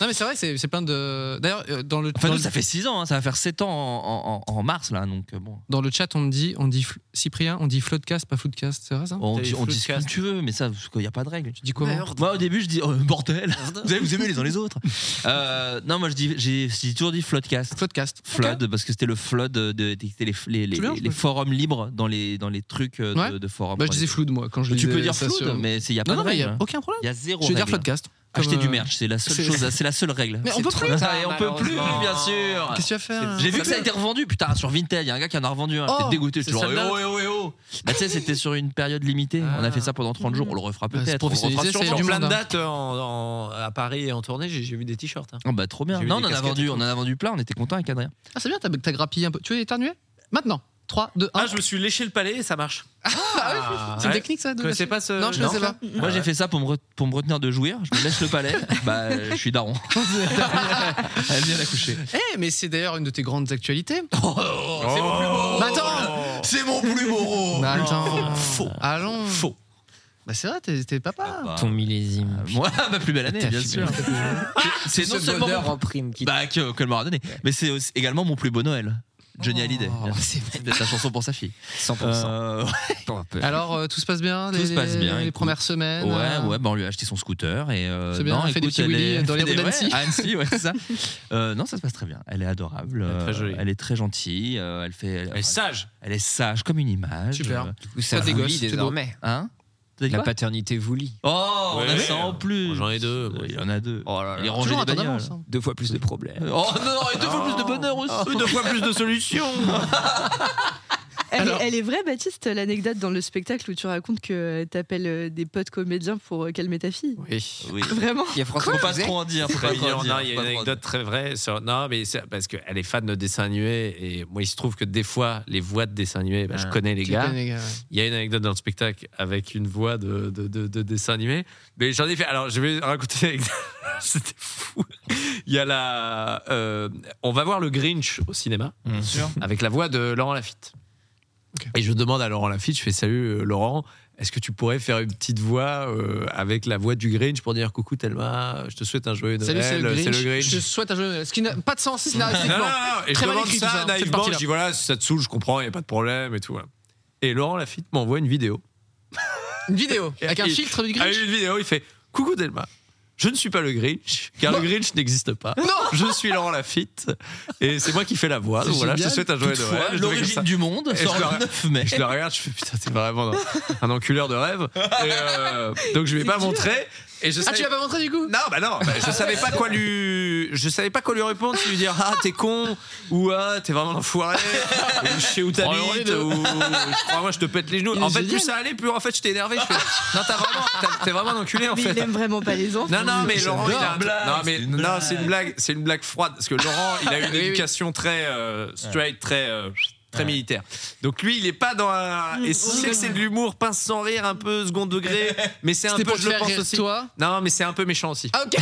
S1: Non, mais c'est vrai, c'est c'est plein de. D'ailleurs, euh, dans le.
S2: Enfin,
S1: dans
S2: nous,
S1: le-
S2: ça fait 6 ans, hein, ça va faire 7 ans en, en- en- en mars, là, donc euh, bon.
S1: Dans le chat, on me dit, on dit fl- Cyprien, on dit floodcast, pas floodcast, c'est vrai ça
S2: On dit, on dit ce que tu veux, mais ça, il n'y a pas de règle.
S1: Tu dis comment
S2: Moi, au début, je dis oh, bordel, vous, avez- vous aimez les uns
S1: *laughs*
S2: les autres. Euh, non, moi, je dis, j'ai j'ai toujours dit floodcast.
S1: Floodcast.
S2: Flood, parce que c'était le flood, de, de- c'était les, les, les-
S1: C'est bien,
S2: les
S1: je me-
S2: forums libres dans les, dans les trucs euh, de,
S1: Ouais.
S2: de forums.
S1: Bah, je disais flood, moi, quand je
S2: tu
S1: lisais
S2: peux dire
S1: ça
S2: flood,
S1: sur-
S2: mais il n'y a pas
S1: Non, non,
S2: de
S1: mais il n'y
S2: règle.
S1: a aucun problème.
S2: Il y a zéro
S1: Je veux dire
S2: règle.
S1: floodcast.
S2: Acheter
S1: Comme,
S2: du
S1: euh,
S2: merch, c'est la seule
S1: c'est-
S6: *laughs*
S2: chose, c'est la seule règle.
S1: Mais on
S2: C'est
S1: peut
S2: trop
S1: plus,
S2: bien.
S1: ça,
S2: Et on peut plus, bien sûr.
S1: Qu'est-ce que tu vas faire
S2: J'ai vu que ça a été revendu, putain, sur Vinted, il y a un gars qui en a revendu un. J'étais
S1: Oh,
S2: dégoûté, j'étais
S1: c'est
S2: genre,
S1: celle-là.
S2: eh oh, eh oh, eh oh. Bah, tu sais, c'était sur une période limitée. On a fait ça pendant 30 jours, on le refera
S6: Bah,
S1: c'est
S2: peut-être. on le
S1: professionnalisé, ça y
S2: refera
S1: est,
S2: sûrement.
S1: du
S4: Sur plein
S1: monde, hein.
S4: de dates euh, en- en- à Paris et en tournée, j'ai j'ai vu des t-shirts. hein.
S2: Ah bah trop bien.
S4: J'ai vu
S2: Non, on
S4: des
S2: en a
S4: casquettes
S2: vendu,
S4: et
S2: on en a vendu plein, on était content avec Adrien.
S1: Ah, c'est bien, t'as t'as grappillé un peu. Tu veux éternuer Maintenant. 3, 2, 1.
S4: Ah, je me suis léché le palais et ça marche. Ah.
S1: C'est une
S4: ouais.
S1: technique ça de
S4: Tu connaissais pas ce.
S1: Non, je ne sais pas.
S2: Moi j'ai fait ça pour me, re- pour me retenir de jouir, je me laisse le
S1: *laughs*
S2: palais, bah euh, je suis daron. *laughs* Elle vient d'accoucher.
S1: Eh, mais c'est d'ailleurs une de tes grandes actualités.
S4: Oh. C'est mon plus beau.
S1: Bah attends
S4: C'est mon plus beau rôle.
S1: Bah attends
S4: Faux.
S1: Allons
S4: Faux.
S1: Bah c'est vrai, t'es t'es papa
S2: Bah,
S6: Ah, Ton millésime.
S2: Moi, ma plus belle année, bien sûr.
S1: Ah,
S2: C'est non seulement mon-
S6: en prime qui
S2: bah, que, que le m'aura donné, mais c'est aussi- également mon plus beau Noël. Johnny
S1: Oh,
S2: Hallyday,
S1: *laughs*
S2: c'est peut-être la chanson pour sa fille.
S6: 100%.
S2: Euh,
S1: Alors, euh, tout se passe bien
S2: Tout
S1: les-
S2: se passe bien,
S1: Les
S2: écoute.
S1: premières semaines
S2: Ouais,
S1: euh,
S2: ouais, bah on lui a acheté son scooter et. euh,
S1: C'est bien,
S2: non,
S1: elle fait des
S2: écoute,
S1: petits wheelies dans les
S2: fait
S1: rues
S2: des- ouais,
S1: d'Annecy.
S2: à Annecy, ouais, c'est ça. Euh, non, ça se passe très bien. Elle est adorable.
S4: Elle est très
S2: euh,
S4: jolie.
S2: Elle est très gentille. euh, elle fait. Elle,
S4: Elle est sage.
S2: elle est sage comme une image.
S1: Super.
S2: euh,
S6: ça
S1: Toi, t'es
S6: vous
S1: gosse,
S6: lie
S1: c'est
S6: désormais.
S2: hein T'as dit
S6: La
S2: quoi
S6: paternité vous lie.
S2: Oh, on a
S4: Ouais.
S2: ça en plus.
S4: J'en ai deux. moi.
S2: Il y en a deux.
S6: Oh là là.
S2: Il est
S6: Toujours
S2: rangé
S1: Toujours
S2: les
S1: à ton
S2: bagnoles.
S1: avance hein.
S6: Deux fois plus de problèmes.
S2: *laughs* Oh non, et deux fois plus de bonheur
S4: Oh.
S2: aussi.
S4: Deux fois plus de solutions.
S3: Elle,
S1: Alors-
S3: est, elle est vraie, Baptiste, l'anecdote dans le spectacle où tu racontes que t'appelles euh, des potes comédiens pour euh, calmer ta fille.
S1: Oui.
S2: Oui.
S3: Vraiment
S6: Il y a François
S2: Faut pas
S6: Ozec.
S2: trop en dire. Faut pas
S4: Très
S2: trop en
S4: mignon.
S2: dire,
S4: Non, il y a une
S2: faut pas trop en
S4: anecdote très vraie. sur- Non, mais c'est parce qu'elle est fan de dessins animés et moi, il se trouve que des fois, les voix de dessins animés, bah, je
S6: Ah,
S4: connais les
S1: Tu
S4: gars.
S1: connais les gars, ouais.
S4: Il y a une anecdote dans le spectacle avec une voix de, de, de- de dessin animé. Mais j'en ai fait. Alors, je vais raconter. une anecdote. *laughs* C'était fou. fou. Il y a la. euh, on va voir le Grinch au cinéma,
S1: sûr.
S4: avec la voix de Laurent Lafitte. Et je demande à Laurent Lafitte, je fais salut euh, Laurent, est-ce que tu pourrais faire une petite voix euh, avec la voix du Grinch pour dire coucou Thelma, je te souhaite un joyeux
S1: Salut,
S4: Noël,
S1: c'est le Grinch. Je te souhaite un jeu de Noël. Ce qui n'a pas de sens scénaristiquement.
S4: Non, *laughs* non, non, Et
S1: Très
S4: je
S1: mal
S4: demande
S1: écrit, tout
S4: ça
S1: ça, cette
S4: naïvement.
S1: partie-là.
S4: Je dis voilà, si ça te saoule, je comprends, il n'y a pas de problème et tout. voilà. Et Laurent Lafitte m'envoie une vidéo.
S1: Une vidéo avec un
S4: Il-
S1: filtre du Grinch.
S4: Avec une vidéo, il fait Coucou Delma. Je ne suis pas le Grinch, car le Grinch n'existe pas.
S1: Non.
S4: Je suis Laurent Lafitte et c'est moi qui fais la voix.
S2: C'est
S4: Donc voilà, je te
S2: génial.
S4: souhaite un joyeux
S2: Toutefois,
S4: Noël. Je
S2: l'origine
S4: devais comme ça.
S2: du monde
S4: Et
S2: sort
S4: je
S2: le
S4: re-
S2: 9 mai.
S4: Je le regarde, je fais putain, t'es vraiment
S2: *laughs*
S4: un enculeur de rêve. Et, euh, donc je vais pas montrer. Et je
S1: Ah, tu
S4: savais-
S1: l'as pas montré du coup
S4: Non, bah non, bah, je savais pas quoi lui, je savais pas quoi lui répondre, si lui dire ah t'es con ou ah t'es vraiment un enfoiré ou je sais où
S1: Oh, les
S4: t'habites
S1: deux.
S4: ou je crois moi je te pète les genoux.
S1: Il est
S4: En fait
S1: génial.
S4: plus ça allait, plus en fait je t'ai énervé. Je fais, non t'as vraiment, t'as- t'es vraiment un enculé en
S3: Mais
S4: fait.
S3: il aime vraiment pas les enfants.
S4: Non non mais Laurent il a
S2: J'adore. Blague,
S4: non mais
S2: c'est une
S4: non
S2: blague.
S4: c'est une blague, c'est une blague froide parce que Laurent
S1: *laughs*
S4: il a une éducation très euh, straight, très euh, Très militaire. Donc lui, il est pas dans un. Et c'est que c'est de l'humour pince sans rire, un peu second degré, mais c'est un
S1: C'était
S4: peu.
S1: pour te
S4: Je le
S1: faire
S4: pense
S1: rire,
S4: aussi.
S1: toi
S4: Non, mais c'est un peu méchant aussi.
S1: Ah, ok.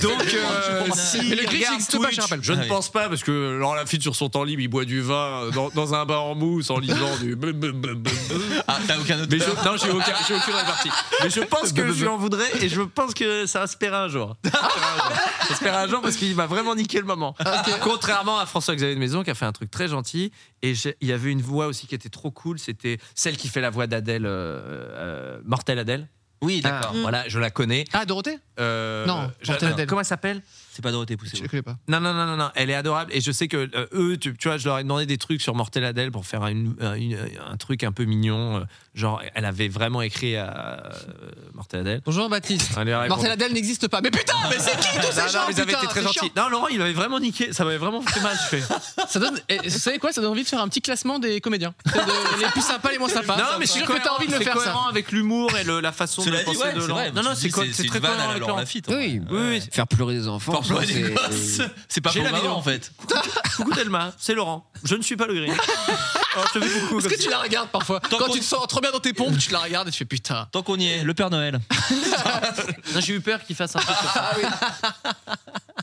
S4: *laughs* Donc, euh,
S1: si
S4: si
S1: Mais le Grinch
S4: regarde
S1: n'existe pas,
S4: Twitch,
S1: je rappelle.
S4: Je ne pense pas, parce que Laurent Lafitte, sur son temps libre, il boit du vin euh, dans, dans un bar en mousse en lisant du. bleu, bleu, bleu, bleu, bleu.
S2: Ah, t'as aucun autre.
S4: Mais je, non, j'ai aucun, j'ai aucune répartie. Mais je pense que je lui en voudrais et je pense que ça se paiera un jour. Ça se paiera un jour parce qu'il m'a vraiment niqué le moment. Contrairement à François-Xavier de Maison qui a fait un truc très gentil et j'ai- il y avait une voix aussi qui était trop cool. C'était celle qui fait la voix d'Adèle, euh, euh, Mortelle Adèle.
S2: Oui, d'accord.
S3: Mm.
S4: Voilà, je la connais.
S1: Ah, Dorothée
S4: Euh,
S1: Non,
S4: je-
S1: Mortelle
S4: non,
S1: Adèle.
S4: Comment elle s'appelle
S2: C'est pas Dorothée Poussé.
S1: Je la connais pas.
S4: non, non, non, non, non, elle est adorable. Et je sais que euh, eux, tu, tu vois, je leur ai demandé des trucs sur Mortel Adèle pour faire une- un- une- un truc un peu mignon. euh, genre, elle avait vraiment écrit à euh, Mortel Adèle.
S1: Bonjour Baptiste.
S4: Elle lui a répondu.
S1: Mortel Adèle n'existe pas. Mais putain, mais c'est qui tous
S4: Non,
S1: ces
S4: non,
S1: gens
S4: vous avez
S1: putain,
S4: été très
S1: c'est
S4: gentil. Non, Laurent, il avait vraiment niqué. Ça m'avait vraiment fait mal. Je fais.
S1: chiant. Ça donne, eh, vous savez quoi Ça donne envie de faire un petit classement des comédiens. C'est de-
S4: *laughs*
S1: les plus sympas, les moins sympas.
S4: non, mais je
S1: je
S4: suis
S1: sûr que t'as
S4: cohérent,
S1: envie de le
S4: c'est
S1: faire ça.
S4: cohérent avec l'humour et le- la façon
S2: Cela
S4: de
S2: dit,
S4: penser
S2: ouais,
S4: de
S2: c'est
S4: Laurent.
S2: vrai.
S4: Non, non, c'est, co-
S2: c'est
S4: c'est
S2: une
S4: très
S2: vanne
S4: cohérent
S2: à
S4: avec
S2: Laurent
S4: Laurent.
S2: Lafitte.
S6: Oui,
S4: Oui, oui.
S6: faire pleurer des enfants.
S2: Fort
S6: ça, c'est-
S2: C'est pas
S4: J'ai
S2: pour
S4: la vidéo.
S2: en fait.
S4: Coucou Delma, c'est Laurent. Je ne suis pas le gris. *laughs* Oh, je te fais beaucoup.
S1: Est-ce
S4: comme
S1: que tu la regardes parfois Quand
S2: qu'on-
S1: tu te sens trop bien dans tes pompes, tu la regardes et tu fais putain.
S2: Tant qu'on y est, le Père Noël.
S4: Non, J'ai eu peur qu'il fasse un truc comme ça.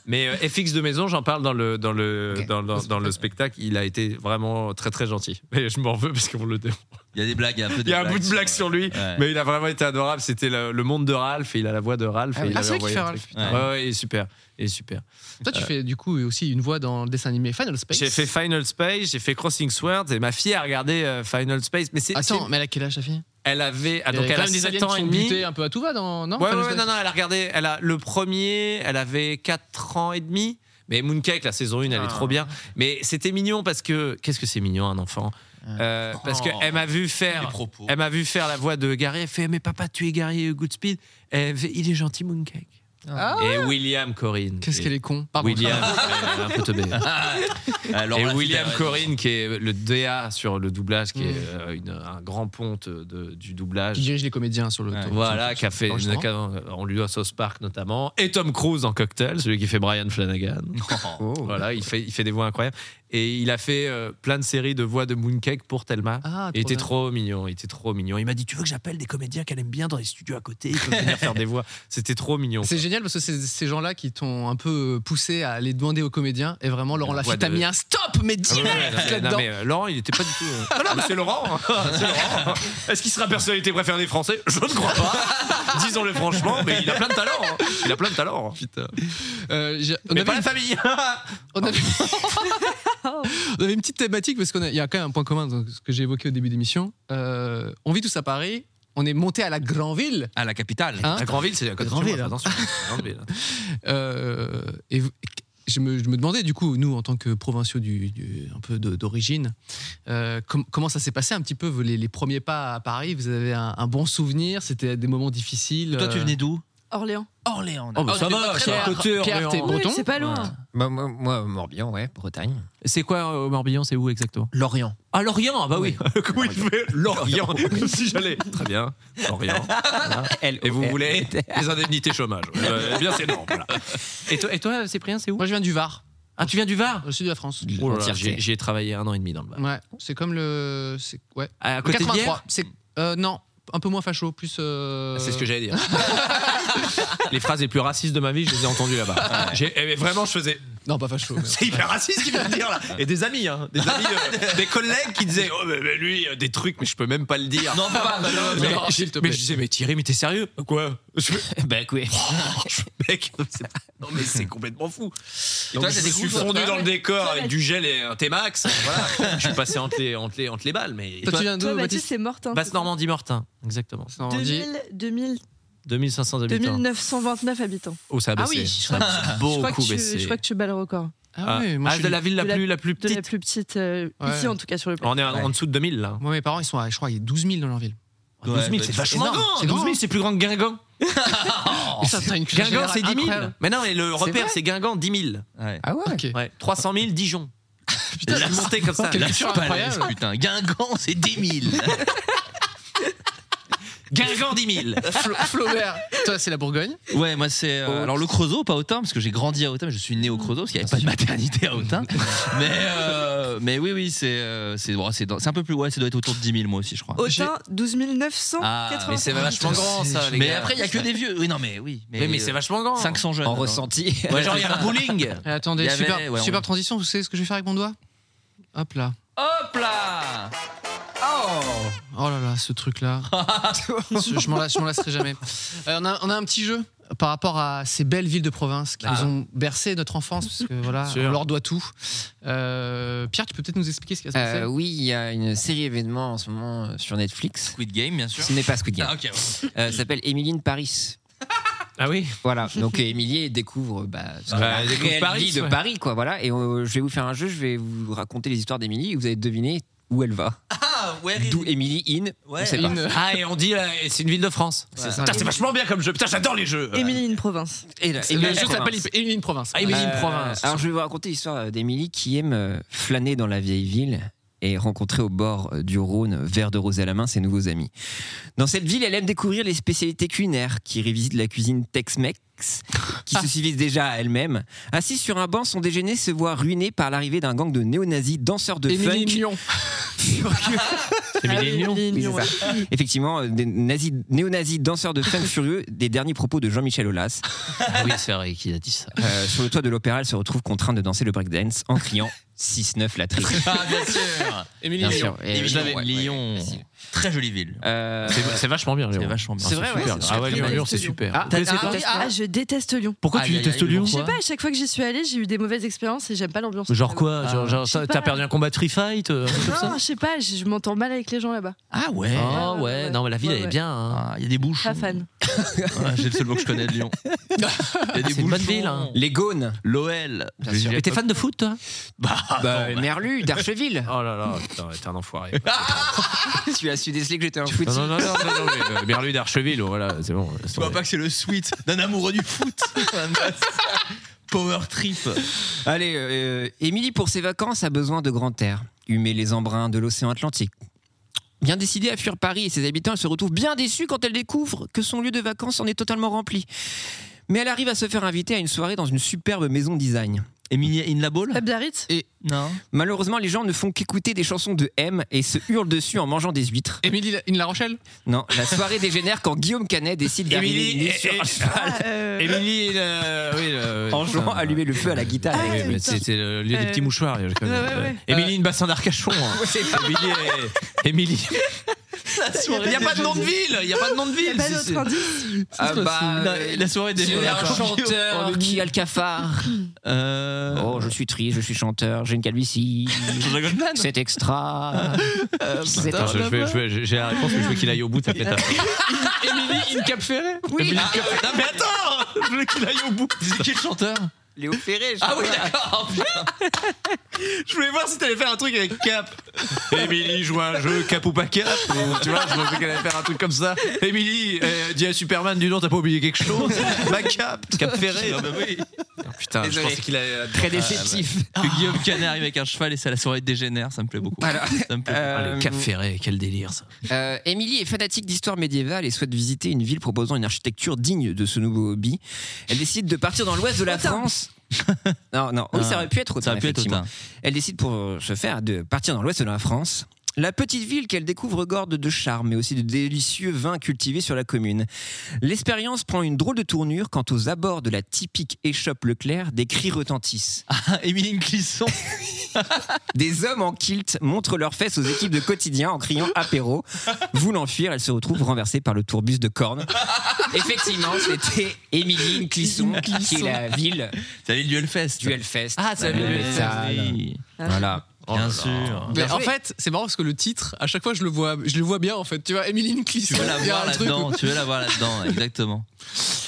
S4: Mais euh, FX de maison, j'en parle dans le, dans, le,
S6: Ok.
S4: dans, dans- dans le spectacle. Il a été vraiment très très gentil. Mais je m'en veux parce qu'on le dé-
S2: Il y a des blagues, il y a un peu
S4: Il y a un bout de blague sur lui,
S2: Ouais.
S4: mais il a vraiment été adorable. C'était le, le monde de Ralph et il a la voix de Ralph.
S1: Ah
S4: et
S1: oui.
S4: il
S1: Ah,
S4: avait
S1: c'est vrai qu'il
S4: envoyé
S1: fait
S4: un
S1: Ralph,
S4: truc.
S1: putain.
S4: Ouais, ouais, il est super. Il est super.
S1: Toi, tu fais du coup aussi une voix dans le dessin animé Final Space.
S4: Euh. J'ai fait Final Space, j'ai fait Crossing Swords et ma fille a regardé euh, Final Space. Mais c'est.
S1: Attends,
S4: c'est-
S1: mais elle a quel âge, la fille
S4: Elle avait. ah,
S1: Il y
S4: donc
S1: avait
S4: elle
S1: quand
S4: a
S1: même des
S4: 7
S1: aliens
S4: ans
S1: qui
S4: et
S1: sont
S4: demi.
S1: butés un peu à tout va dans. Non,
S4: Ouais,
S1: Final
S4: ouais,
S1: Space.
S4: non, non, elle a regardé. Elle a, le premier, elle avait 4 ans et demi. Mais Mooncake, la saison 1, elle est trop bien. Mais c'était mignon parce que. Qu'est-ce que c'est mignon, un enfant Euh, Parce
S2: Oh.
S4: qu'elle m'a vu
S2: Les
S4: faire.
S2: propos.
S4: Elle m'a vu faire la voix de Gary. Elle fait Mais papa, tu es Gary euh, Goodspeed. Elle fait, Il est gentil, Mooncake.
S1: Ah.
S4: Et William Corinne.
S1: Qu'est-ce
S4: Et
S1: qu'elle est con. Pardon.
S4: William, *laughs* euh, un peu teubé.
S2: Alors,
S4: et William Corinne, qui est le DA sur le doublage, qui est euh, une- un grand ponte de- du doublage.
S1: Qui dirige les comédiens sur le.
S4: Ah,
S2: Ouais.
S4: Voilà, qui a fait. euh,
S1: Enregistrement.
S4: qui a- On lui doit South Park notamment. Et Tom Cruise dans Cocktail, celui qui fait Brian *laughs* Flanagan.
S1: Oh.
S4: Voilà, il fait, il fait des voix incroyables. Et il a fait euh, plein de séries de voix de Mooncake pour Thelma.
S1: Ah,
S4: il était
S1: bien.
S4: trop mignon, il était trop mignon. Il m'a dit Tu veux que j'appelle des comédiens qu'elle aime bien dans les studios à côté Ils peuvent venir faire des voix. C'était trop mignon.
S1: C'est génial parce que c'est ces gens-là qui t'ont un peu poussé à aller demander aux comédiens et vraiment Laurent
S4: La
S1: Lafitte
S4: voix
S1: a
S4: de-
S1: mis un stop mais
S4: Ah Ouais,
S1: direct
S4: non, mais- non,
S1: là-dedans.
S4: mais euh, Laurent, il n'était pas du tout. euh, *laughs* Ah non, mais c'est Laurent. hein. *laughs* C'est Laurent. Est-ce qu'il sera personnalité préférée des Français Je ne crois *laughs* pas. Disons-le franchement, mais il a plein de talent. hein. Il a plein de talent. Putain.
S1: Euh, j'ai- on,
S4: Mais
S1: avait
S4: pas la
S1: une,
S4: famille.
S1: on avait- on avait Euh, une petite thématique parce qu'il y a quand même un point commun dans ce que j'ai évoqué au début d'émission. Euh, on vit tous à Paris, on est monté à la grande ville
S2: À la capitale.
S1: Hein
S4: La Grandville, c'est la côté de
S1: Grandville,
S4: chez moi,
S1: hein.
S4: attention. Grandville.
S1: *laughs* Euh, et vous- je me, je me demandais, du coup, nous, en tant que provinciaux du, du- un peu de- d'origine, euh, com- comment ça s'est passé un petit peu vos- les, les premiers pas à Paris Vous avez un, un bon souvenir C'était des moments difficiles
S2: Toi, tu venais d'où
S3: Orléans.
S2: Orléans.
S4: bah, ça
S1: t'es
S4: va,
S1: pas très
S4: c'est à
S1: loin.
S4: côté,
S1: Pierre,
S4: Orléans.
S1: t'es
S3: Oui,
S1: breton
S3: c'est pas loin.
S6: Bah, moi, moi, Morbihan, ouais, Bretagne.
S4: C'est quoi au Morbihan C'est où exactement
S6: Lorient.
S4: Ah, Lorient, bah oui. Comment il fait
S6: *laughs*
S4: Lorient, comme si j'allais. Très bien, Lorient. Voilà. Et vous voulez les indemnités
S6: *laughs*
S4: chômage Euh, Eh bien, c'est non. voilà. Et, toi, et toi, Cyprien, c'est où
S1: Moi, je viens du Var,
S4: Ah, tu viens du Var
S1: au sud de la France.
S4: Oh là là,
S6: Entièreté.
S4: j'ai- J'ai travaillé un an et demi dans le Var.
S1: Ouais, c'est comme le. c'est- Ouais.
S4: À côté de
S1: 83.
S4: Bière
S1: C'est, euh, non, un peu moins facho, plus. euh,
S6: *laughs*
S4: Ah, C'est ce que j'allais dire. les phrases les plus racistes de ma vie, je les ai entendues là-bas.
S1: Ouais.
S4: J'ai- eh, Vraiment, je faisais.
S1: Non, pas facho. mais-
S4: *laughs* C'est hyper raciste ce qu'il vient de dire là. Et des amis, hein. des, amis euh, des collègues qui disaient Oh, mais, mais lui, euh, des trucs, mais je peux même pas le dire.
S1: Non, faut pas, non, non,
S4: mais,
S1: non,
S4: j'ai-
S1: s'il te
S4: mais
S1: plaît.
S4: je disais Mais Thierry, mais t'es sérieux Quoi Oh,
S6: Bah, quoi
S4: Mec, c'est- non, mais c'est complètement fou.
S2: Et
S4: Donc,
S2: toi,
S4: je
S2: t'as
S4: me
S2: des
S4: suis
S2: goûts, toi,
S4: fondu
S2: toi,
S4: dans le
S2: ouais.
S4: décor
S2: Toi,
S4: avec
S2: Mathis.
S4: du gel et un T-Max. Voilà. je suis passé entre les, entre les, entre les balles. Mais
S3: Toi, tu viens d'où, Toi, Mathis, Mathis c'est hein. Mortain,
S4: Bah,
S3: c'est ça
S4: Basse-Normandie-Mortin, exactement.
S3: 2000, 2000,
S4: 2500 habitants.
S3: 2929 habitants.
S4: Oh, ça a
S3: Ah
S4: baissé.
S3: oui,
S4: Ça a *laughs*
S3: je
S4: beaucoup
S3: crois que tu-
S4: baissé.
S3: Je crois que tu bats le record.
S4: Ah oui, Ah, moi, je de suis- la ville la
S3: De
S4: plus- la plus
S3: de la plus petite, euh,
S1: Ouais.
S3: ici en tout cas sur le plan.
S4: On est en, en dessous de 2000 là.
S1: Moi, mes parents, ils sont à, je crois, il y a 12 000 dans leur ville.
S4: 12 000, c'est vachement grand. 12 000, c'est plus grand que Guingamp. Guingamp, Oh, c'est 10 000. Mais non, mais le
S1: C'est
S4: repère,
S1: vrai
S4: c'est Guingamp, 10 000.
S6: Ah ouais,
S4: Ouais. 300 000, Dijon. Putain,
S2: La-
S4: j'ai monté comme ça.
S2: Quelle
S4: La
S2: culture
S4: palaise,
S2: incroyable.
S4: Putain, Guingamp, c'est 10 000. Guingamp, 10 000.
S1: Flo- Flaubert, toi, c'est la Bourgogne.
S2: Ouais, moi c'est. euh, alors le Creusot, pas Autun, parce que j'ai grandi à Autun, mais je suis né au Creusot, parce qu'il n'y avait pas de maternité à Autun. mais, euh, mais oui, oui, c'est euh, c'est bon, c'est dans- c'est un peu plus. Ouais, ça doit être autour de 10 000, moi aussi, je crois.
S3: Autant 12 900.
S2: Ah, mais c'est vachement grand ça, les gars. vieux. Oui, non, mais oui.
S4: Mais, mais c'est vachement grand.
S2: 500 jeunes.
S6: En ressenti.
S4: Ouais, genre, il y *laughs* a un bowling.
S1: Et Eh, attendez,
S4: Il y avait-
S1: super,
S4: ouais, on-
S1: super transition, vous savez ce que je vais faire avec mon doigt Hop là.
S2: Hop là Oh
S1: Oh là là, ce truc-là. je je m'en lasse- je m'en lasserai jamais. Euh, on, a, on a un petit jeu par rapport à ces belles villes de province qui
S4: Ah.
S1: nous ont bercé notre enfance, parce que voilà,
S6: Sûr.
S1: on leur doit tout. Euh, Pierre, tu peux peut-être nous expliquer ce qu'il y a à se passer
S6: Euh, oui, il y a une série événement en ce moment euh, sur Netflix.
S2: Squid Game, bien sûr.
S6: Ce n'est pas Squid Game.
S2: Ah, ok,
S6: Euh, ça s'appelle Emily in Paris.
S4: Ah oui
S6: Voilà, donc euh, Émilie découvre bah, son-
S4: Bah,
S6: la
S4: elle découvre
S6: réelle
S4: Paris,
S6: vie de
S4: ouais.
S6: Paris, quoi. Voilà, et euh, je vais vous faire un jeu, je vais vous raconter les histoires d'Émilie et vous allez deviner où elle va.
S4: Ah, ouais.
S6: D'où Émilie in, on sait pas.
S4: Ah, et on dit, euh, c'est une ville de France.
S6: C'est ça.
S4: Putain, c'est vachement bien comme jeu. Putain, j'adore les jeux.
S3: Émilie, une province.
S6: Et là, Émilie
S1: Le jeu
S6: Province.
S1: s'appelle Émilie une province.
S4: Ah, Émilie in
S6: Euh,
S4: Province.
S6: Alors je vais vous raconter l'histoire d'Émilie qui aime euh, flâner dans la vieille ville et rencontrer au bord euh, du Rhône, verre de rosé à la main, ses nouveaux amis. Dans cette ville, elle aime découvrir les spécialités culinaires, qui révisite la cuisine Tex-Mex, qui se suffisent déjà à elle-même. Assise sur un banc, son déjeuner se voit ruiné par l'arrivée d'un gang de néo-nazis, danseurs de
S1: Émilie
S6: funk,
S1: Mignon.
S4: Émilie Mignon.
S6: oui, c'est ça. *laughs* Effectivement, euh, des nazis, néo-nazis, danseurs de funk furieux, des derniers propos de Jean-Michel Aulas.
S4: Ah oui, c'est vrai qu'il a dit ça.
S6: Euh, sur le toit de l'opéra, elle se retrouve contrainte de danser le breakdance en criant 6-9 la trique.
S2: Ah, bien sûr
S1: Émilie
S6: Bien
S1: Mignon.
S6: sûr. Et
S2: Évidemment,
S6: je l'avais-
S2: ouais,
S6: Lyon.
S2: ouais. Très jolie ville.
S6: Euh,
S4: C'est c'est vachement bien, Lyon.
S2: C'est vachement bien.
S6: C'est vrai, ouais,
S4: Super.
S6: c'est
S4: Ah ouais,
S6: très
S4: Lyon,
S6: bien.
S4: Lyon, c'est super.
S1: Ah,
S4: Vous connaissez
S1: ah,
S4: pas
S1: oui, ah,
S3: Ah, je déteste Lyon.
S4: Pourquoi tu
S2: Aïe, aïe,
S4: détestes
S2: aïe,
S4: Lyon
S3: Je sais
S4: quoi
S3: pas, à chaque fois que j'y suis allée, j'ai eu des mauvaises expériences et j'aime pas l'ambiance.
S4: Genre quoi
S6: Ah.
S4: Genre, genre
S3: Je sais
S4: ça,
S3: pas.
S4: t'as perdu un combat de free fight euh, un truc comme ça
S3: Non, je sais pas, je je m'entends mal avec les gens là-bas.
S2: Ah ouais
S4: Ah
S3: ouais, ouais.
S4: ouais, non mais la ville
S3: Ouais,
S4: elle est
S3: ouais.
S4: bien. hein.
S2: Ah, Il y a des bouches.
S3: Pas fan.
S2: J'ai le seul mot que je
S4: *laughs*
S2: connais de Lyon. Il y a des
S4: C'est une
S2: bouchons.
S4: bonne ville, hein.
S6: Les Gaunes, *laughs*
S2: L'OL.
S6: Bien sûr.
S4: Mais t'es fan de foot toi
S2: Bah,
S6: bah,
S2: attends, bah.
S6: Merlu, d'Archeville.
S4: Oh là là, putain, t'es un enfoiré.
S6: tu as su déceler que j'étais un foot.
S4: non, non, non, non, non, non, mais, euh, Merlu d'Archeville, voilà, c'est bon. laisse
S2: Tu vois
S4: tomber.
S2: pas que c'est le suite d'un amoureux du
S4: *laughs*
S2: foot. Power trip.
S6: Allez, euh, Émilie, pour ses vacances, a besoin de grand air. Humer les embruns de l'océan Atlantique. Bien décidée à fuir Paris et ses habitants, elle se retrouve bien déçue quand elle découvre que son lieu de vacances en est totalement rempli. Mais elle arrive à se faire inviter à une soirée dans une superbe maison design.
S2: Emilia in la Euh,
S3: À
S2: ball
S3: Biarritz
S2: Non.
S6: Malheureusement, les gens ne font qu'écouter des chansons de M et se hurlent dessus en mangeant des huîtres.
S1: Émilie in La Rochelle
S6: Non, la soirée dégénère quand Guillaume Canet décide d'arriver
S4: Émilie,
S6: nu
S4: eh,
S6: sur un
S4: eh,
S6: cheval
S4: Émilie, euh, oui, euh,
S6: en jouant
S4: putain,
S6: allumer le feu à la guitare.
S4: Ah,
S6: Ah,
S4: Oui, mais
S3: putain.
S4: c'était le lieu des
S3: Euh,
S4: petits mouchoirs. je connais.
S3: ouais, ouais.
S4: euh, Émilie, une bassin d'Arcachon.
S2: *laughs*
S4: hein.
S3: *laughs*
S4: Émilie, eh, Émilie. Il n'y a pas de nom de ville. Il n'y a pas de nom de
S3: Il y a
S4: ville.
S3: pas
S4: c'est-
S3: d'autre indice
S6: Ah bah,
S2: La, la soirée des
S6: c'est un chanteur qui a le cafard.
S2: Euh,
S6: Oh, je suis triste, je suis chanteur, j'ai une calvitie.
S2: Goldman.
S6: *laughs* C'est extra. C'est
S4: Attends, je- je vais- je vais- J'ai j'ai la réponse, mais je veux qu'il aille au bout
S2: *laughs*
S4: de sa pétale.
S1: Émilie in Cap Ferret
S6: Oui,
S4: Ah, non, mais attends Je veux qu'il aille au bout.
S2: C'est qui le chanteur
S6: Léo Ferré.
S2: Ah oui, d'accord.
S4: Je voulais voir si t'allais faire un truc avec Cap. Émilie joue à un jeu Cap ou pas Cap. Ou, tu vois, je pensais qu'elle allait faire un truc comme ça. Émilie, euh, dis à Superman, du nom, t'as pas oublié quelque chose Ma Cap, Cap Ferré. Putain,
S6: Désolé.
S4: je pensais qu'il allait.
S6: Très déceptif.
S2: Que *laughs* Guillaume Canet arrive avec un cheval et ça la soirée dégénère, ça me plaît beaucoup.
S6: Alors,
S2: ça me plaît.
S6: euh,
S4: Ah, le Cap Ferré, quel délire ça.
S6: Euh, Émilie est fanatique d'histoire médiévale et souhaite visiter une ville proposant une architecture digne de ce nouveau hobby. Elle décide de partir dans l'ouest de la
S2: *laughs*
S6: France. non, non, oui, ça aurait pu être Autun,
S2: Ah, Ça aurait pu être
S6: effectivement.
S2: Autun.
S6: Elle décide pour se faire de partir dans l'ouest de la France La petite ville qu'elle découvre gorde de charme, mais aussi de délicieux vins cultivés sur la commune. L'expérience prend une drôle de tournure quand aux abords de la typique échoppe Leclerc, des cris retentissent.
S2: *laughs* Émilie
S4: *laughs*
S2: Clisson
S6: Des hommes en kilt montrent leurs fesses aux équipes de quotidien en criant apéro. Voulant fuir, elle se retrouve renversée par le tourbus de corne. Effectivement, c'était Émilie Clisson, qui est la ville.
S2: C'est la ville du Hellfest.
S6: Du Hellfest.
S1: Ah, c'est la ville du Hellfest.
S6: Salle.
S2: Ah,
S6: Voilà.
S4: Oh
S2: Bien sûr.
S1: Mais en fait, c'est marrant parce que le titre, à chaque fois, je le vois, je le vois bien en fait. Tu vois, Emeline Clisson.
S2: Tu veux la
S1: il y a
S2: voir
S1: un truc
S2: là-dedans,
S1: où-
S2: tu veux la voir là-dedans,
S4: *laughs*
S2: exactement.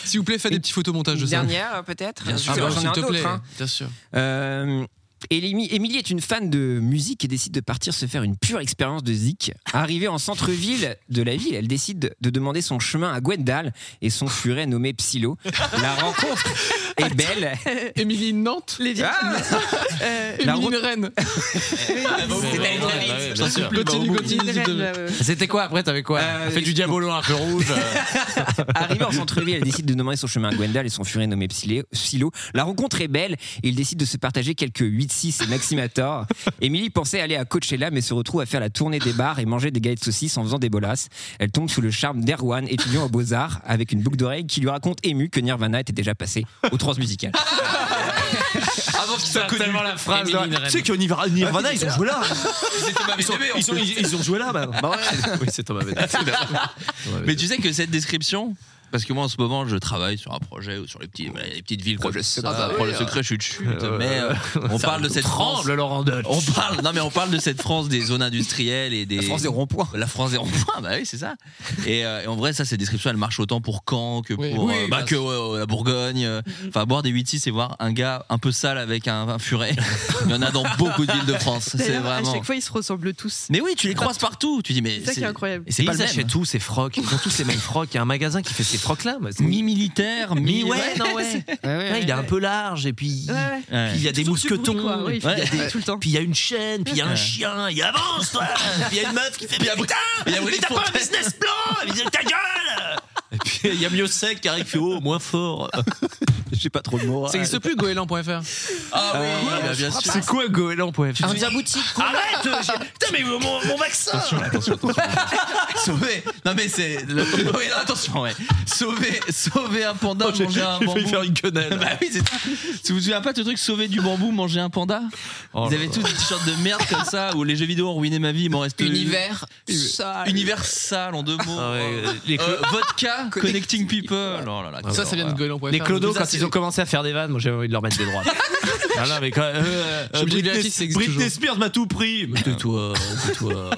S1: S'il vous plaît, faites des petits photomontages de ça.
S6: Dernière, euh, peut-être
S1: Bien sûr,
S6: Ah bah, j'en ai
S1: s'il
S6: un
S1: te
S6: d'autre,
S1: plaît.
S6: hein.
S1: Bien sûr.
S6: Euh, Émilie Émilie est une fan de musique et décide de partir se faire une pure expérience de zik. Arrivée en centre-ville de la ville, elle décide de demander son chemin à Gwendal et son furet nommé Psylo. La rencontre est belle.
S2: Euh,
S1: Émilie Nantes
S3: Les
S6: vieilles. La
S1: Émilie Rennes.
S4: Ah,
S1: Continue, continue. s'il te plaît.
S8: C'était quoi après T'avais quoi
S6: Euh,
S8: Fais du diabolo un peu
S6: *laughs*
S8: rouge.
S6: Arrivée en centre-ville, elle décide de demander son chemin à Gwendal et son furet nommé Psylé- Psylo. La rencontre est belle et ils décident de se partager quelques 8-6 et Maximator. Émilie pensait aller à Coachella mais se retrouve à faire la tournée des bars et manger des galettes de saucisses en faisant des bolasses. Elle tombe sous le charme d'Erwan, étudiant aux Beaux-Arts, avec une boucle d'oreille qui lui raconte ému que Nirvana était déjà passé aux transmusicales.
S4: Avant qu'ils soient tellement la phrase.
S6: Émilie
S4: là.
S6: Rennes.
S4: Tu
S10: sais que Nirvana, Nirvana, ils ont joué là.
S4: Ils sont-
S10: Ils, sont- ils- ils ont joué là, bah.
S4: *laughs* Oui, c'est Thomas Bédard.
S2: Mais tu sais que cette description. Parce que moi en ce moment je travaille sur un projet ou sur les, petits, voilà, les petites villes projet secret,
S4: Ah bah oui,
S2: projet
S4: euh.
S2: secret je suis de chute
S4: Euh,
S2: mais euh, on
S4: ça
S2: parle de
S4: nous
S2: cette France
S4: tremble, Laurent Deutsch.
S2: on parle non mais on parle de cette France des zones industrielles et des
S6: La France des ronds-points.
S2: la France des ronds-points bah oui c'est ça et, euh, et en vrai ça cette description elle marche autant pour Caen que pour
S1: Oui.
S2: euh,
S1: Oui,
S2: bah,
S1: bah,
S2: que euh, la Bourgogne euh.
S3: Mhm.
S2: enfin boire des 8-6 et voir un gars un peu sale avec un, un furet il y en a dans beaucoup de villes de France c'est
S3: D'ailleurs,
S2: vraiment
S3: À chaque fois, ils se ressemblent tous.
S2: mais oui tu les croises partout tu dis mais
S3: C'est ça qui est incroyable.
S2: et c'est
S4: Et
S2: pas
S4: ils
S2: le même
S4: achètent tous ces frocs. Ils ont tous les mêmes frocs. Il y a un magasin qui fait ces frocs là.
S2: mi militaire mi
S4: Mi ouais,
S2: *laughs*
S4: non ouais. Ouais, Il est un peu large et puis
S3: Ouais, ouais.
S2: Ouais.
S4: puis il y a des
S3: Toujours du bruit,
S4: mousquetons.
S3: quoi. Oui, il fait-
S4: Ouais.
S3: il y a des- tout le temps.
S4: Puis il y a une chaîne, puis il y a un
S2: Ouais.
S4: chien, il avance toi. Puis il y a une meuf qui fait
S2: Puis il y a-
S4: putain.
S2: il y a
S4: Mais
S2: Willy
S4: t'as pas un
S2: Fontaine.
S4: business plan. Il dit, Ta gueule. Et puis il y a mieux sec qui arrive qui fait oh moins fort.
S10: *laughs* J'ai pas trop de mots.
S1: Ça existe plus, goéland.fr.
S2: ah oui bah, bien sûr
S1: C'est quoi goéland.fr
S6: Un boutique.
S1: Ah,
S4: Arrête.
S2: euh,
S4: j'ai- Putain mais mon, mon vaccin.
S2: *laughs* sauver non mais c'est le- oui, non, attention ouais sauver sauver un panda manger un
S4: Oh, J'ai failli
S2: bambou
S4: faire une quenelle.
S2: bah oui c'est ça tu vous souvenez pas de ce truc sauver du bambou manger un panda
S4: Oh
S2: vous
S4: là
S2: avez
S4: là.
S2: tous des t-shirts de merde comme ça où les jeux vidéo ont ruiné ma vie il m'en reste
S1: Univers.
S2: sale univers sale en deux mots
S4: Ah ouais,
S2: Euh,
S4: les clo- Ah
S2: euh, vodka connecting people oh là là
S1: Ça, ça vient de goéland.fr.
S4: Les clodos,
S1: Ça,
S4: quand
S1: c'est-
S4: ils ont commencé à faire des vannes, moi j'avais envie de leur mettre des *laughs* droits. Ah non, mais quand même, euh,
S1: Je suis obligé de vérifier si ça existe
S4: Britney
S1: toujours.
S4: Spears m'a tout pris. Mais tais-toi, *laughs* tais-toi.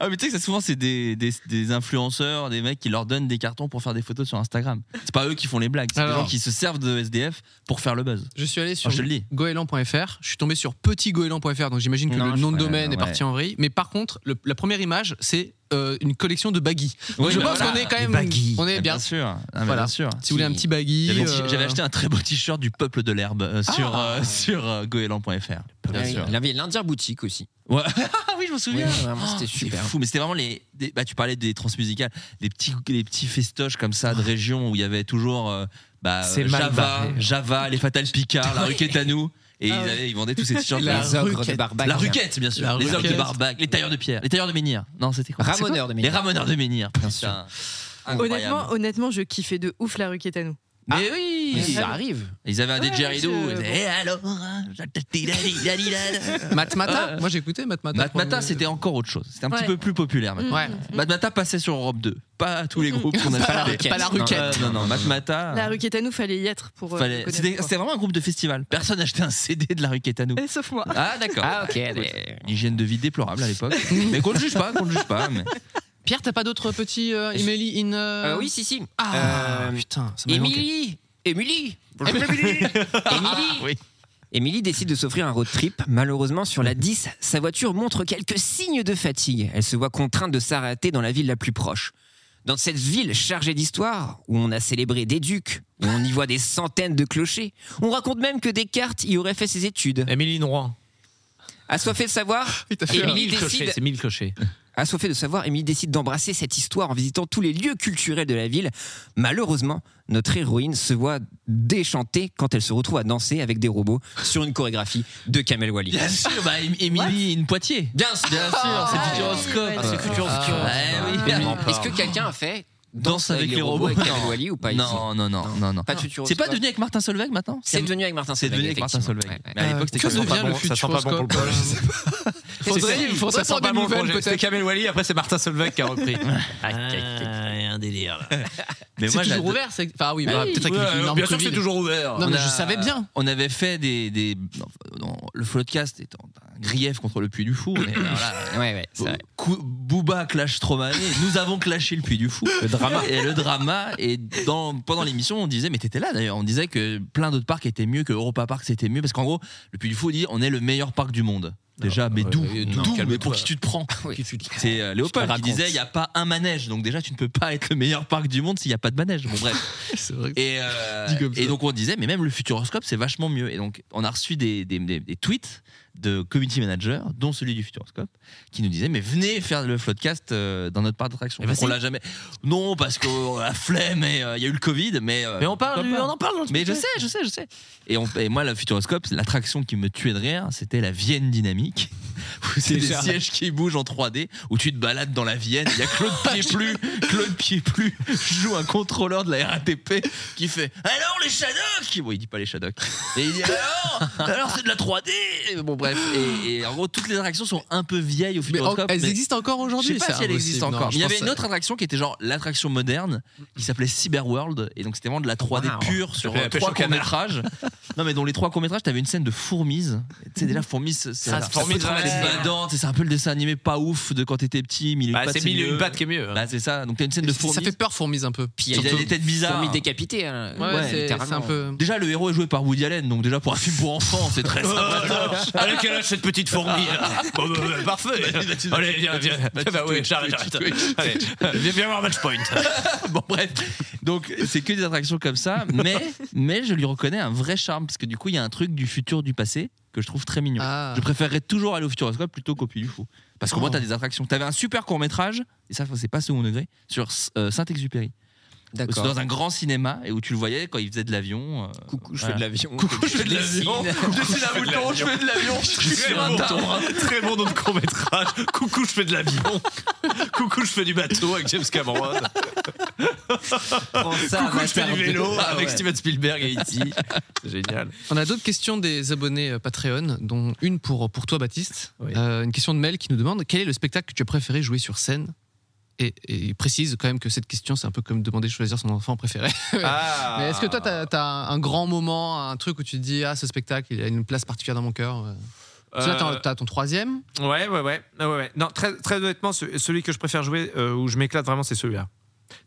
S2: Ah mais tu sais que ça, souvent c'est des, des, des influenceurs, des mecs qui leur donnent des cartons pour faire des photos sur Instagram. C'est pas eux qui font les blagues, c'est des
S1: Alors.
S2: gens qui se servent de SDF pour faire le buzz.
S1: Je suis allé sur
S2: Ah, je te le dis.
S1: goéland.fr, je suis tombé sur petitgoéland.fr, donc j'imagine que
S2: Non,
S1: le
S2: je-
S1: nom de
S2: ouais,
S1: domaine
S2: ouais.
S1: est parti en vrille. Mais par contre, le- la première image, c'est euh, une collection de baggy. Donc
S2: Oui,
S1: je
S2: bah
S1: pense
S2: voilà,
S1: qu'on est quand
S4: les
S1: même.
S4: baggy.
S1: On est
S2: Ah,
S1: bien.
S2: sûr. Ah, mais
S1: Voilà.
S2: bien sûr.
S1: Si vous voulez un petit baggy.
S2: J'avais
S1: euh, Ah.
S2: j'avais acheté un très beau t-shirt du peuple de l'herbe euh, sur, euh, sur euh, goéland.fr. Bien sûr.
S6: Il avait l'Indien boutique aussi.
S2: Ouais. Ah oui, je me souviens.
S6: Oui, vraiment, c'était
S2: Oh,
S6: super.
S2: C'est fou, mais c'était vraiment les. des- bah, tu parlais des transmusicales, les petits, les petits festoches comme ça de région où il y avait toujours euh, bah,
S4: C'est mal
S2: Java,
S4: barré.
S2: Java, les Fatal Picard, la Ruquette à nous. Et ils, avaient- ils vendaient tous ces t-shirts.
S1: La
S2: là.
S6: Les ogres
S1: Ruquette.
S6: de Barbac.
S2: La Ruquette, bien sûr.
S1: La
S2: les ogres de
S1: Ruquette.
S2: Barbac, les tailleurs de pierre, les tailleurs de menhir. Non, c'était quoi
S6: Ramoneurs
S2: C'est quoi
S6: de menhir.
S2: Les ramoneurs de menhir.
S6: Bien
S2: putain.
S3: Honnêtement, honnêtement, je kiffais de ouf la Ruquette à nous.
S2: Mais oui
S6: Ah, Ça arrive.
S2: Ils avaient un
S3: Ouais,
S2: didgeridoo.
S3: je-
S2: Ils disaient, Eh alors hein,
S1: Matmata
S2: euh,
S1: Moi j'écoutais Matmata.
S2: Matmata, c'était encore autre chose. C'était un petit
S3: Ouais. Mm.
S2: peu plus populaire maintenant.
S1: Ouais.
S2: Matmata passait sur Europe 2. Pas tous les groupes qu'on a
S1: Pas la Ruquette. Pas la Ruquette.
S2: Non, non, non, Matmata.
S3: La Ruquette à nous, fallait y être pour. euh,
S2: fallait-
S3: connaître,
S2: C'était
S3: quoi.
S2: c'était vraiment un groupe de festival. Personne n'achetait un CD de la Ruquette à nous.
S3: Eh, Sauf moi.
S2: Ah, d'accord.
S6: Ah, ok.
S2: Hygiène de vie déplorable à l'époque. mais qu'on ne juge pas, qu'on ne juge pas. Mais...
S1: Pierre, t'as pas d'autres petits euh, email in. euh,
S6: Euh, oui, si, si.
S1: Ah
S6: Euh,
S1: putain, ça m'a manqué.
S6: Émilie Émilie *laughs* Émilie
S2: Oui.
S6: Émilie décide de s'offrir un road trip. Malheureusement, sur la 10, sa voiture montre quelques signes de fatigue. Elle se voit contrainte de s'arrêter dans la ville la plus proche. Dans cette ville chargée d'histoire, où on a célébré des ducs, où on y voit des centaines de clochers, on raconte même que Descartes y aurait fait ses études.
S4: Émilie Rouen.
S6: Assoiffée de savoir,
S1: Il t'a fait
S6: Émilie
S2: *laughs*
S4: Mille clochers,
S6: décide
S4: C'est mille clochers.
S6: Assoiffé de savoir, Émilie décide d'embrasser cette histoire en visitant tous les lieux culturels de la ville. Malheureusement, notre héroïne se voit déchantée quand elle se retrouve à danser avec des robots sur une chorégraphie de Kamel Wally.
S2: Bien sûr, bah, Em- Émilie, une poitiers.
S6: Bien sûr,
S2: bien sûr, c'est Futuroscope.
S6: Ah, c'est Futuroscope.
S2: Ah, ouais, oui.
S6: Est-ce que quelqu'un a fait
S2: Danse avec les robots
S6: avec Kamel Wally ou pas ici
S2: Non, non, non, non, non.
S6: Pas de Futuroscope.
S2: C'est pas devenu avec Martin Solveig maintenant
S6: C'est devenu avec Martin
S2: C'est
S6: Solveig.
S2: devenu avec Martin
S6: effectivement.
S2: Solveig. Euh,
S6: Ouais, ouais.
S2: Mais à l'époque, c'était
S6: Que
S2: Kamel
S6: devient
S2: Wally.
S6: le
S2: Ça sent pas bon pour le
S6: futuroscope
S2: projet.
S4: C'est- ça sent pas bon le projet. C'était Kamel Wally, après c'est Martin Solveig qui a
S2: *laughs*
S4: repris. Ah, un délire là.
S2: Mais
S1: C'est
S2: moi,
S1: toujours
S2: j'adore-
S1: ouvert, c'est- enfin oui,
S2: Ah Oui.
S1: bah, peut-être avec
S2: Ouais,
S1: une énorme
S2: bien sûr que
S1: Covid.
S2: c'est toujours ouvert. Bah,
S1: Non, mais
S2: On
S1: je
S2: a-
S1: savais bien.
S2: On avait fait des. des non, non, le Floodcast étant un grief contre le Puy du Fou. mais voilà,
S6: Ouais,
S2: *laughs*
S6: ouais, c'est
S2: Bou-
S6: vrai.
S2: Cou- Booba clash Stromae,
S6: *laughs*
S2: nous avons clashé le Puy du Fou. Le
S6: drama.
S2: Et le drama. Et dans, pendant l'émission, on disait, mais t'étais là d'ailleurs, on disait que plein d'autres parcs étaient mieux, que Europa Park c'était mieux, parce qu'en gros, le Puy du Fou dit, on est le meilleur parc du monde. Déjà,
S6: euh,
S2: mais d'où D'où Mais pour qui tu te prends C'est euh, Léopold qui
S6: raconte.
S2: disait, il n'y a pas un manège, donc déjà, tu ne peux pas être le meilleur parc du monde s'il n'y a pas de manège. Bon, bref. Et, euh,
S1: Dit comme ça.
S2: et donc on disait, mais même le futuroscope, c'est vachement mieux. Et donc on a reçu des, des- des- des tweets de community managers, dont celui du futuroscope, qui nous disait, mais venez faire le floodcast euh, dans notre parc d'attraction.
S4: bah,
S2: on
S4: si.
S2: l'a jamais. Non, parce qu'on a la flemme et euh, il y a eu le Covid, mais. euh,
S4: Mais on parle,
S2: pourquoi
S4: du-
S2: pas
S4: on en parle dans le
S2: Mais je
S4: sujet.
S2: sais, je sais, je sais. Et, on- et moi, le futuroscope, l'attraction qui me tuait de rire, c'était la Vienne dynamique. *laughs* où C'est des
S4: Déjà.
S2: sièges qui bougent en 3D, où tu te balades dans la Vienne. Il y
S1: *laughs*
S2: a Claude
S1: Ah,
S2: Piéplu, Claude Piéplu joue un contrôleur de la RATP qui fait Alors les Shadocks Bon, il dit pas les Shadocks. Et il dit Alors, alors c'est de la 3D Bon, bref. Et, et en gros, toutes les attractions sont un peu vieilles au
S1: Mais en-
S2: futuroscope.
S1: elles
S2: mais-
S1: existent encore aujourd'hui
S2: je sais
S1: c'est
S2: pas si elle existe
S1: impossible. Non,
S2: encore.
S1: je
S2: Mais Il y
S1: pense
S2: avait une
S1: que-
S2: autre attraction qui était genre l'attraction moderne qui s'appelait Cyberworld et donc c'était vraiment de la 3D
S4: Wow.
S2: pure sur
S4: Ça fait
S2: euh, trois
S4: pêche au canard.
S2: courts-métrages. non mais dans les trois courts-métrages, t'avais une scène de fourmise. Tu sais déjà fourmise c'est
S4: Ah,
S2: ça, ça
S4: fourmise,
S2: peut te
S4: ouais.
S2: rendre les badants, tu sais, c'est un peu le dessin animé pas ouf de quand t'étais petit, mais
S4: Bah, c'est Mille et une pattes qui est mieux, hein.
S2: Bah c'est ça. Donc t'as une scène de fourmise.
S1: Ça fait peur fourmise un peu.
S2: Puis il a des têtes bizarres.
S6: Fourmis décapitées. hein.
S1: Ouais, c'est-
S6: littéralement.
S1: c'est un peu-
S2: Déjà le héros est joué par Woody Allen, donc déjà pour un film pour enfants, c'est
S4: *laughs*
S2: très sympa.
S4: Allez, quel âge cette petite fourmi là Bon, bah, bah, Parfait Allez, viens, viens Bah ouais, j'arrête, j'arrête Allez, viens, viens voir Matchpoint
S2: bon bref donc c'est que des attractions comme ça mais mais je lui reconnais un vrai charme parce que du coup il y a un truc du futur du passé que je trouve très mignon
S1: Ah.
S2: je préférerais toujours aller au futuroscope plutôt qu'au puy du fou parce
S4: Oh.
S2: qu'au moins t'as des attractions t'avais un super court métrage et ça c'est pas second degré sur euh, Saint-Exupéry
S6: D'accord.
S2: c'est dans un grand cinéma et où tu le voyais quand il faisait de l'avion. euh. Coucou,
S6: je fais de l'avion.
S2: Coucou, je fais de l'avion. Je dessine un bouton, je fais de l'avion. Je suis sur un tarn.
S4: Très bon nom de court-métrage Coucou, je fais de *laughs* l'avion Coucou, je fais du bateau avec James Cameron Coucou, je fais du vélo avec Steven Spielberg
S2: *laughs*
S4: et E.T. C'est
S1: *laughs*
S4: génial
S1: On a d'autres questions des abonnés euh, Patreon, dont une pour, pour toi, Baptiste. Euh, une question de Mel qui nous demande quel est le spectacle que tu as préféré jouer sur scène et, et il précise quand même que cette question, c'est un peu comme demander de choisir son enfant préféré.
S4: Ah.
S1: *laughs* Mais est-ce que toi, tu as, un grand moment, un truc où tu te dis Ah, ce spectacle, il a une place particulière dans mon cœur euh. Parce que Là, t'as-
S4: Euh,
S1: t'as ton troisième.
S4: Ouais, ouais, ouais. ouais, ouais. Non, très, très honnêtement, ce- celui que je préfère jouer, euh, où je m'éclate vraiment, c'est celui-là.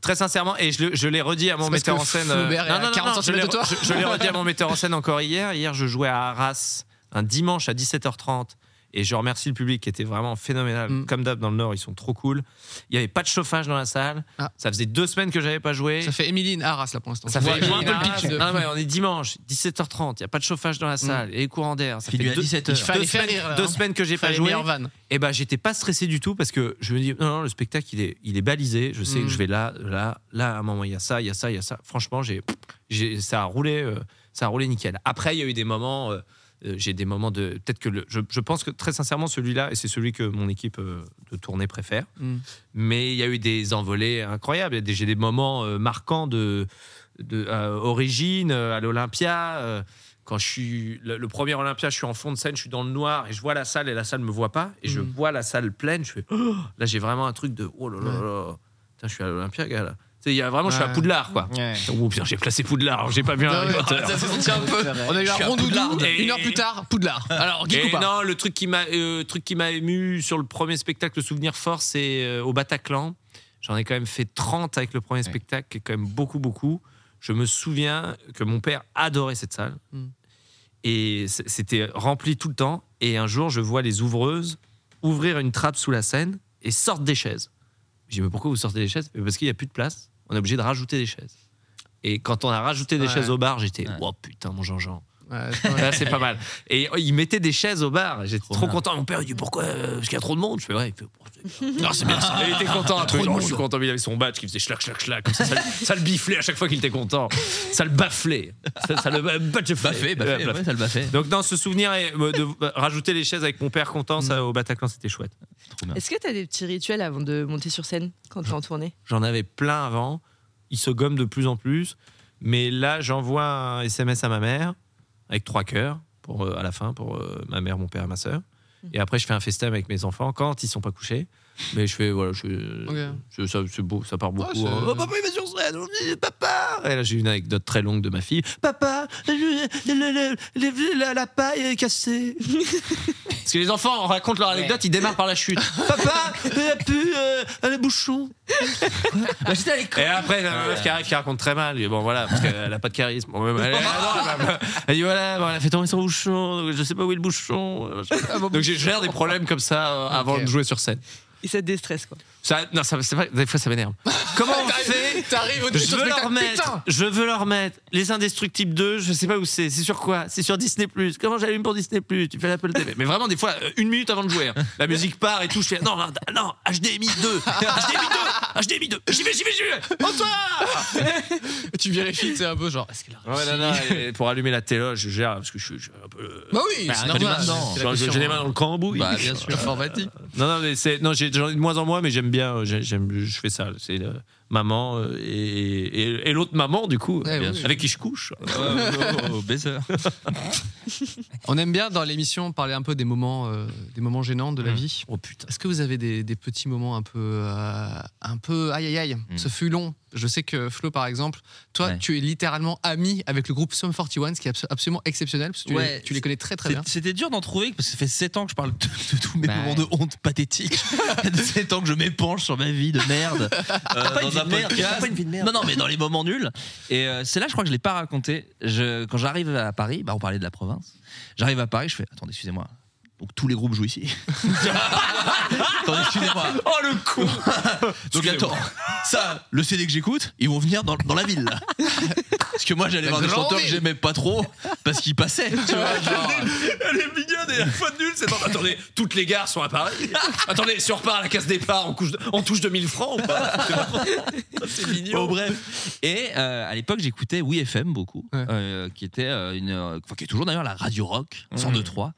S4: Très sincèrement, et je, le- je l'ai redit à mon
S1: C'est parce
S4: metteur
S1: que
S4: en scène. euh,
S1: Flaubert est à 40
S4: je l'ai
S1: centimètres de
S4: re-
S1: toi.
S4: je- je l'ai redit à mon metteur en scène encore hier. Hier, je jouais à Arras un dimanche à 17h30. Et je remercie le public qui était vraiment phénoménal.
S1: Mm.
S4: Comme d'hab, dans le Nord, ils sont trop cool. Il n'y avait pas de chauffage dans la salle. Ça faisait deux semaines que j'avais pas joué.
S1: Ah. Ça fait Émilie in Arras, là, pour l'instant.
S4: Ça
S1: On
S4: fait
S1: voit
S4: loin
S1: Émilie
S4: de
S1: in
S4: le
S1: Arras
S4: pitch.
S1: de- Mm.
S4: Ah ouais, on est dimanche, 17h30, il n'y a pas de chauffage dans la salle, et les courants d'air. Ça
S2: Fini à
S4: deux,
S2: 17h.
S4: il fallait
S1: Deux
S4: faire
S1: semaines-
S4: rire, là,
S1: deux
S4: hein.
S1: semaines que j'ai pas
S4: Fallait
S1: joué.
S4: meilleures vannes. Et ben j'étais pas stressé du tout parce que je me dis non, non le spectacle il est il est balisé, je sais
S1: Mm.
S4: que je vais là là là à un moment il y a ça, il y a ça, il y a ça. Franchement, j'ai j'ai- ça a roulé euh, ça a roulé nickel. Après il y a eu des moments euh, euh, j'ai des moments de peut-être que le- je, je pense que très sincèrement celui-là et c'est celui que mon équipe euh, de tournée préfère mais il y a eu des envolées incroyables. Il y a des- J'ai des moments euh, marquants de, de euh, origine euh, à l'Olympia. euh, quand je suis le, le premier Olympia, je suis en fond de scène, je suis dans le noir et je vois la salle et la salle me voit pas et je
S1: Mm.
S4: vois la salle pleine. Je fais Oh là, j'ai vraiment un truc de oh là là là. Putain, je suis à l'Olympia, gars. Là. Tu sais, Il y a vraiment, je suis à
S1: Ouais.
S4: Poudlard, quoi. Oh putain, j'ai placé Poudlard, j'ai pas vu un
S1: Ah ouais,
S4: Harry Potter.
S1: ça s'est senti un peu. On a eu
S4: Je
S1: un
S4: suis à
S1: rondoudou,
S4: Poudlard.
S1: une heure
S4: Et-
S1: plus tard, Poudlard. Alors, Guy
S4: Et
S1: Coupard.
S4: non, le truc qui m'a euh, truc qui m'a ému sur le premier spectacle, le souvenir fort, c'est euh, au Bataclan. J'en ai quand même fait 30 avec le premier spectacle, qui est quand même beaucoup beaucoup. Je me souviens que mon père adorait cette salle
S1: Mm.
S4: et c- c'était rempli tout le temps. Et un jour, je vois les ouvreuses ouvrir une trappe sous la scène et sortent des chaises. Je dis mais pourquoi vous sortez des chaises Parce qu'il n'y a plus de place. On est obligé de rajouter des chaises. Et quand on a rajouté des
S1: Ouais.
S4: chaises au bar, j'étais oh putain mon Jean-Jean. *laughs* Là, c'est pas mal. Et euh, ils mettaient des chaises au bar. J'étais trop, content. Mon père, il dit Pourquoi euh, Parce qu'il y a trop de monde. Je fais Ouais, il fait, Bon, c'est bien. Non, c'est bien ça. Il était content.
S7: Il y a
S4: Un
S7: trop
S4: peu,
S7: de
S4: genre,
S7: monde.
S4: je suis content. mais Il avait son badge qui faisait schlac, schlac, schlac. Comme ça, ça, le- ça le biflait à chaque fois qu'il était content. Ça le bafflait. Ça, ça le badge
S2: Baffait, baffait, ouais, ça le baffait.
S4: Donc, dans ce souvenir, et, euh, de euh, rajouter les chaises avec mon père content, ça, au Bataclan, c'était chouette.
S3: Est-ce que t'as des petits rituels avant de monter sur scène quand t'es en tournée
S4: J'en avais plein avant. Ils se gomment de plus en plus. Mais là, j'envoie un SMS à ma mère avec trois cœurs pour, euh, à la fin pour euh, ma mère, mon père et ma sœur. Et après, je fais un FaceTime avec mes enfants quand ils sont pas couchés. Mais je fais, voilà, je,
S7: Ok.
S4: je- ça, c'est beau, ça part beaucoup. hein.
S7: Oh, papa, il va sur scène. Oh, Papa.
S4: Et là, j'ai une anecdote très longue de ma fille. Papa, le- le- le- le- la, la paille est cassée. Parce que les enfants racontent leur anecdote, ils démarrent par la chute. Papa, elle a pu euh, le bouchon.
S7: j'étais à l'école.
S4: Et après, la meuf qui arrive, qui raconte très mal. Et Bon, voilà, parce qu'elle a pas de charisme. Bon, même, elle, elle- elle- elle- elle dit voilà, bon, elle a fait tomber son bouchon. donc Je sais pas où est le bouchon.
S1: Ah,
S4: Donc, j'ai gère des problèmes comme ça euh, avant de jouer sur scène.
S3: Et ça te déstresse quoi.
S4: Ça, non, ça, c'est pas- des fois, ça m'énerve. Comment
S1: *laughs*
S4: on fait
S1: T'arrives au-dessus de
S4: je
S1: ton
S4: veux leur
S1: spectacle,
S4: mettre,
S1: putain
S4: je veux leur mettre les Indestructibles 2, je sais pas où c'est, c'est sur quoi C'est sur Disney Plus. Comment j'allume pour Disney Plus Tu fais l'Apple TV. Mais vraiment des fois euh, une minute avant de jouer, hein. la musique part et tout, je fais non, non, non, HDMI 2, HDMI 2, HDMI 2. J'y vais, j'y vais, j'y vais. Antoine
S1: Tu vérifies, c'est un peu genre, est-ce qu'il a
S4: Ah Ouais, non, non, et pour allumer la télé, je gère parce que je suis je suis un peu le-
S1: Bah oui,
S4: Bah,
S1: c'est
S4: j'ai
S1: normal.
S4: les mains dedans.
S1: C'est la
S4: Genre, J'ai
S1: question,
S4: j'ai les mains dans le cambouis.
S1: Bah, bien sûr. Informatique.
S4: *laughs* Non, non, mais c'est. Non, j'ai- j'en ai de moins en moins, mais j'aime bien. euh, j'ai- J'aime, je fais ça. C'est euh, maman euh, et, et- et l'autre maman, du coup,
S1: Ouais, Eh
S4: bien
S1: oui.
S4: sûr, avec qui je couche.
S2: baiser.
S1: On aime bien dans l'émission parler un peu des moments, euh, des moments gênants de la vie.
S4: Oh putain.
S1: Est-ce que vous avez des, des petits moments un peu, euh, un peu aïe aïe aïe Ce fut long. Je sais que Flo, par exemple, toi, tu es littéralement ami avec le groupe Sum 41, ce qui est abso- absolument exceptionnel parce que tu,
S2: Ouais.
S1: les, tu les connais très très
S2: C'est-
S1: bien.
S2: C'était dur d'en trouver parce que ça fait 7 ans que je parle de, de tous mes
S1: Bah
S2: moments de honte
S7: *laughs*
S2: pathétique. Ça fait 7 ans que je m'épanche sur ma vie de merde. euh,
S7: Pas une vie
S2: dans un
S7: de merde,
S2: podcast.
S7: pas une vie de merde.
S2: Non, non, mais dans les moments nuls. Et euh, c'est là, je crois que je l'ai pas raconté. Je- quand j'arrive à Paris, bah, on parlait de la province. J'arrive à Paris, je fais Attendez, excusez-moi. Donc tous les groupes
S7: *laughs*
S2: jouent ici. Attendez, excusez-moi.
S4: Oh le con
S2: *laughs* Donc attends, ça, le CD que j'écoute, ils vont venir dans, dans la
S7: *laughs*
S2: ville. là. Parce que moi j'allais
S7: La
S2: voir des
S7: grande
S2: chanteurs que
S7: ville.
S2: j'aimais pas trop parce qu'ils passaient.
S7: *laughs*
S2: Tu vois, genre.
S4: Elle est mignonne et la fois nulle, c'est dans- Attendez, toutes les gares sont à Paris.
S1: *laughs*
S4: Attendez, si on repart à la case départ, on, couche- on touche 2000 francs ou pas C'est mignon.
S2: Oh, bref. Et euh, à l'époque, j'écoutais Oui FM beaucoup, euh, qui était euh, une, euh, enfin, qui est toujours d'ailleurs la radio rock 102.3.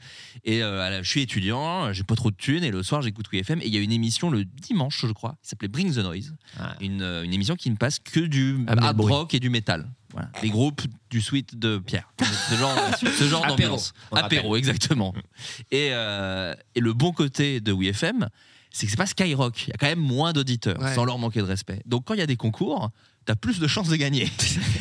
S2: Et euh, à la- je suis étudiant, j'ai pas trop de thunes et le soir j'écoute Oui FM. Et il y a une émission le dimanche, je crois, qui s'appelait Bring the Noise, une, euh, une émission qui ne passe que du
S4: le
S2: hard
S4: bruit.
S2: rock et du métal. Voilà. Les groupes du suite de Pierre. Ce genre, ce genre
S4: Apéro,
S2: d'ambiance.
S4: on rappelle.
S2: Apéro, exactement. Et, euh, et le bon côté de WeFM, c'est que c'est pas Skyrock. Il y a quand même moins d'auditeurs,
S4: Ouais.
S2: sans leur manquer de respect. Donc quand il y a des concours, t'as plus de chances
S1: *laughs*
S2: de gagner.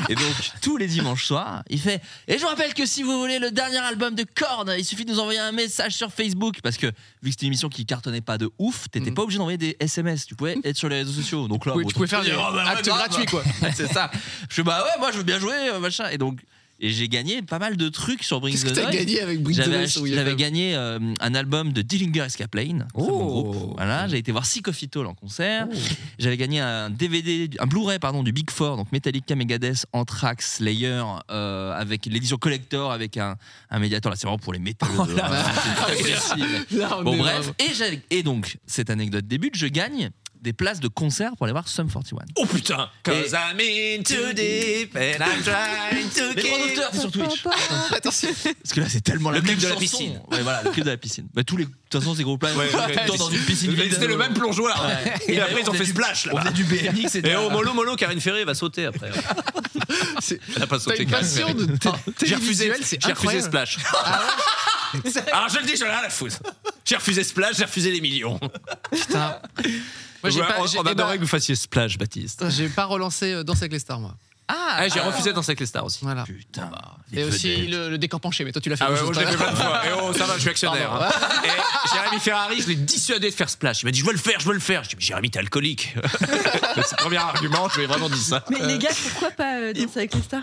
S2: et donc tous les dimanches soirs, il fait. Et je vous rappelle que si vous voulez le dernier album de Korn, il suffit de nous envoyer un message sur Facebook parce que vu que c'était une émission qui cartonnait pas de ouf, t'étais pas obligé d'envoyer des SMS. Tu pouvais être sur les réseaux sociaux. Donc là,
S1: pouvais- Mm. tu pouvais faire
S2: t'es
S1: des
S2: dit, bah
S1: actes
S2: grave.
S1: gratuits, quoi.
S2: c'est ça. Je fais bah ouais, moi je veux bien jouer, euh, machin. Et donc. Et j'ai gagné pas mal de trucs sur Bring
S1: Qu'est-ce
S2: the
S1: que t'as
S2: Noise.
S1: gagné avec Bring the
S2: J'avais
S1: Noise
S2: ach-
S1: sur WFM?
S2: J'avais gagné euh, un album de Dillinger Escaplane. Oh. groupe. Voilà, j'ai été voir Sico Fitol en concert. J'avais gagné un DVD, un Blu-ray pardon du Big Four, donc Metallica, Megadeth, Anthrax, Slayer, euh, avec l'édition collector avec un, un médiator. Là, c'est vraiment pour les métalleux. de- c'est accessible.
S7: Là, on
S2: bon
S7: est
S2: bref.
S7: vraiment-
S2: Et, j'avais- et donc cette anecdote débute. Je gagne des places de concert pour aller voir Sum 41.
S4: Oh putain Cause I'm in too deep and I'm trying to
S2: Les
S4: keep-
S2: producteurs, c'est sur Twitch.
S1: Attention.
S2: Parce que là, c'est tellement
S4: Le
S2: la
S4: clip
S2: même
S4: de la
S2: chanson.
S4: piscine.
S2: Ouais, voilà, le clip de la piscine. Bah, tous les, de toute façon, ces groupes-là, ils
S4: Ouais,
S2: étaient tout
S4: ouais,
S2: le temps
S4: ouais.
S2: dans une piscine.
S4: Mais
S2: vide.
S4: C'était le même plongeoir.
S2: Ouais.
S4: Et, après, ils ont fait splash là.
S2: On faisait
S4: *laughs*
S2: du BMX.
S4: Et oh, mollo, mollo, Karine Ferré va sauter
S2: *laughs*
S4: après. Elle a pas
S1: T'as
S4: sauté.
S1: une
S4: Karine
S1: passion
S4: Ferré.
S1: de
S4: Ah, J'ai refusé,
S1: télévisuel, c'est
S4: j'ai
S1: incroyable.
S4: refusé
S1: Ah
S4: splash. *laughs* Alors je le dis, j'en ai rien à la foutre. J'ai refusé splash, j'ai refusé les millions.
S1: Putain. Moi, j'ai
S4: Ouais,
S1: pas-
S4: on-
S1: j'ai-
S4: on
S1: eh ben-
S4: adorait que vous fassiez splash, Baptiste.
S1: J'ai pas relancé euh, Danse avec les stars, moi.
S4: Ah, j'ai refusé dans avec les stars aussi.
S1: Voilà.
S2: Putain.
S1: Bah, Et aussi le, le décor penché, mais toi tu l'as fait.
S4: Ah ouais,
S1: dans
S4: moi, je
S1: ce
S4: l'ai fait
S1: style.
S4: plein de fois. Et oh, ça va, je suis actionnaire.
S1: Pardon.
S4: hein. Et Jérémy Ferrari, je l'ai dissuadé de faire splash. Il m'a dit, je veux le faire, je veux le faire. Je dis, mais Jérémy, t'es *laughs* alcoolique. C'est le premier argument, je lui ai vraiment dit ça.
S3: Mais les gars, pourquoi pas euh, danser avec les stars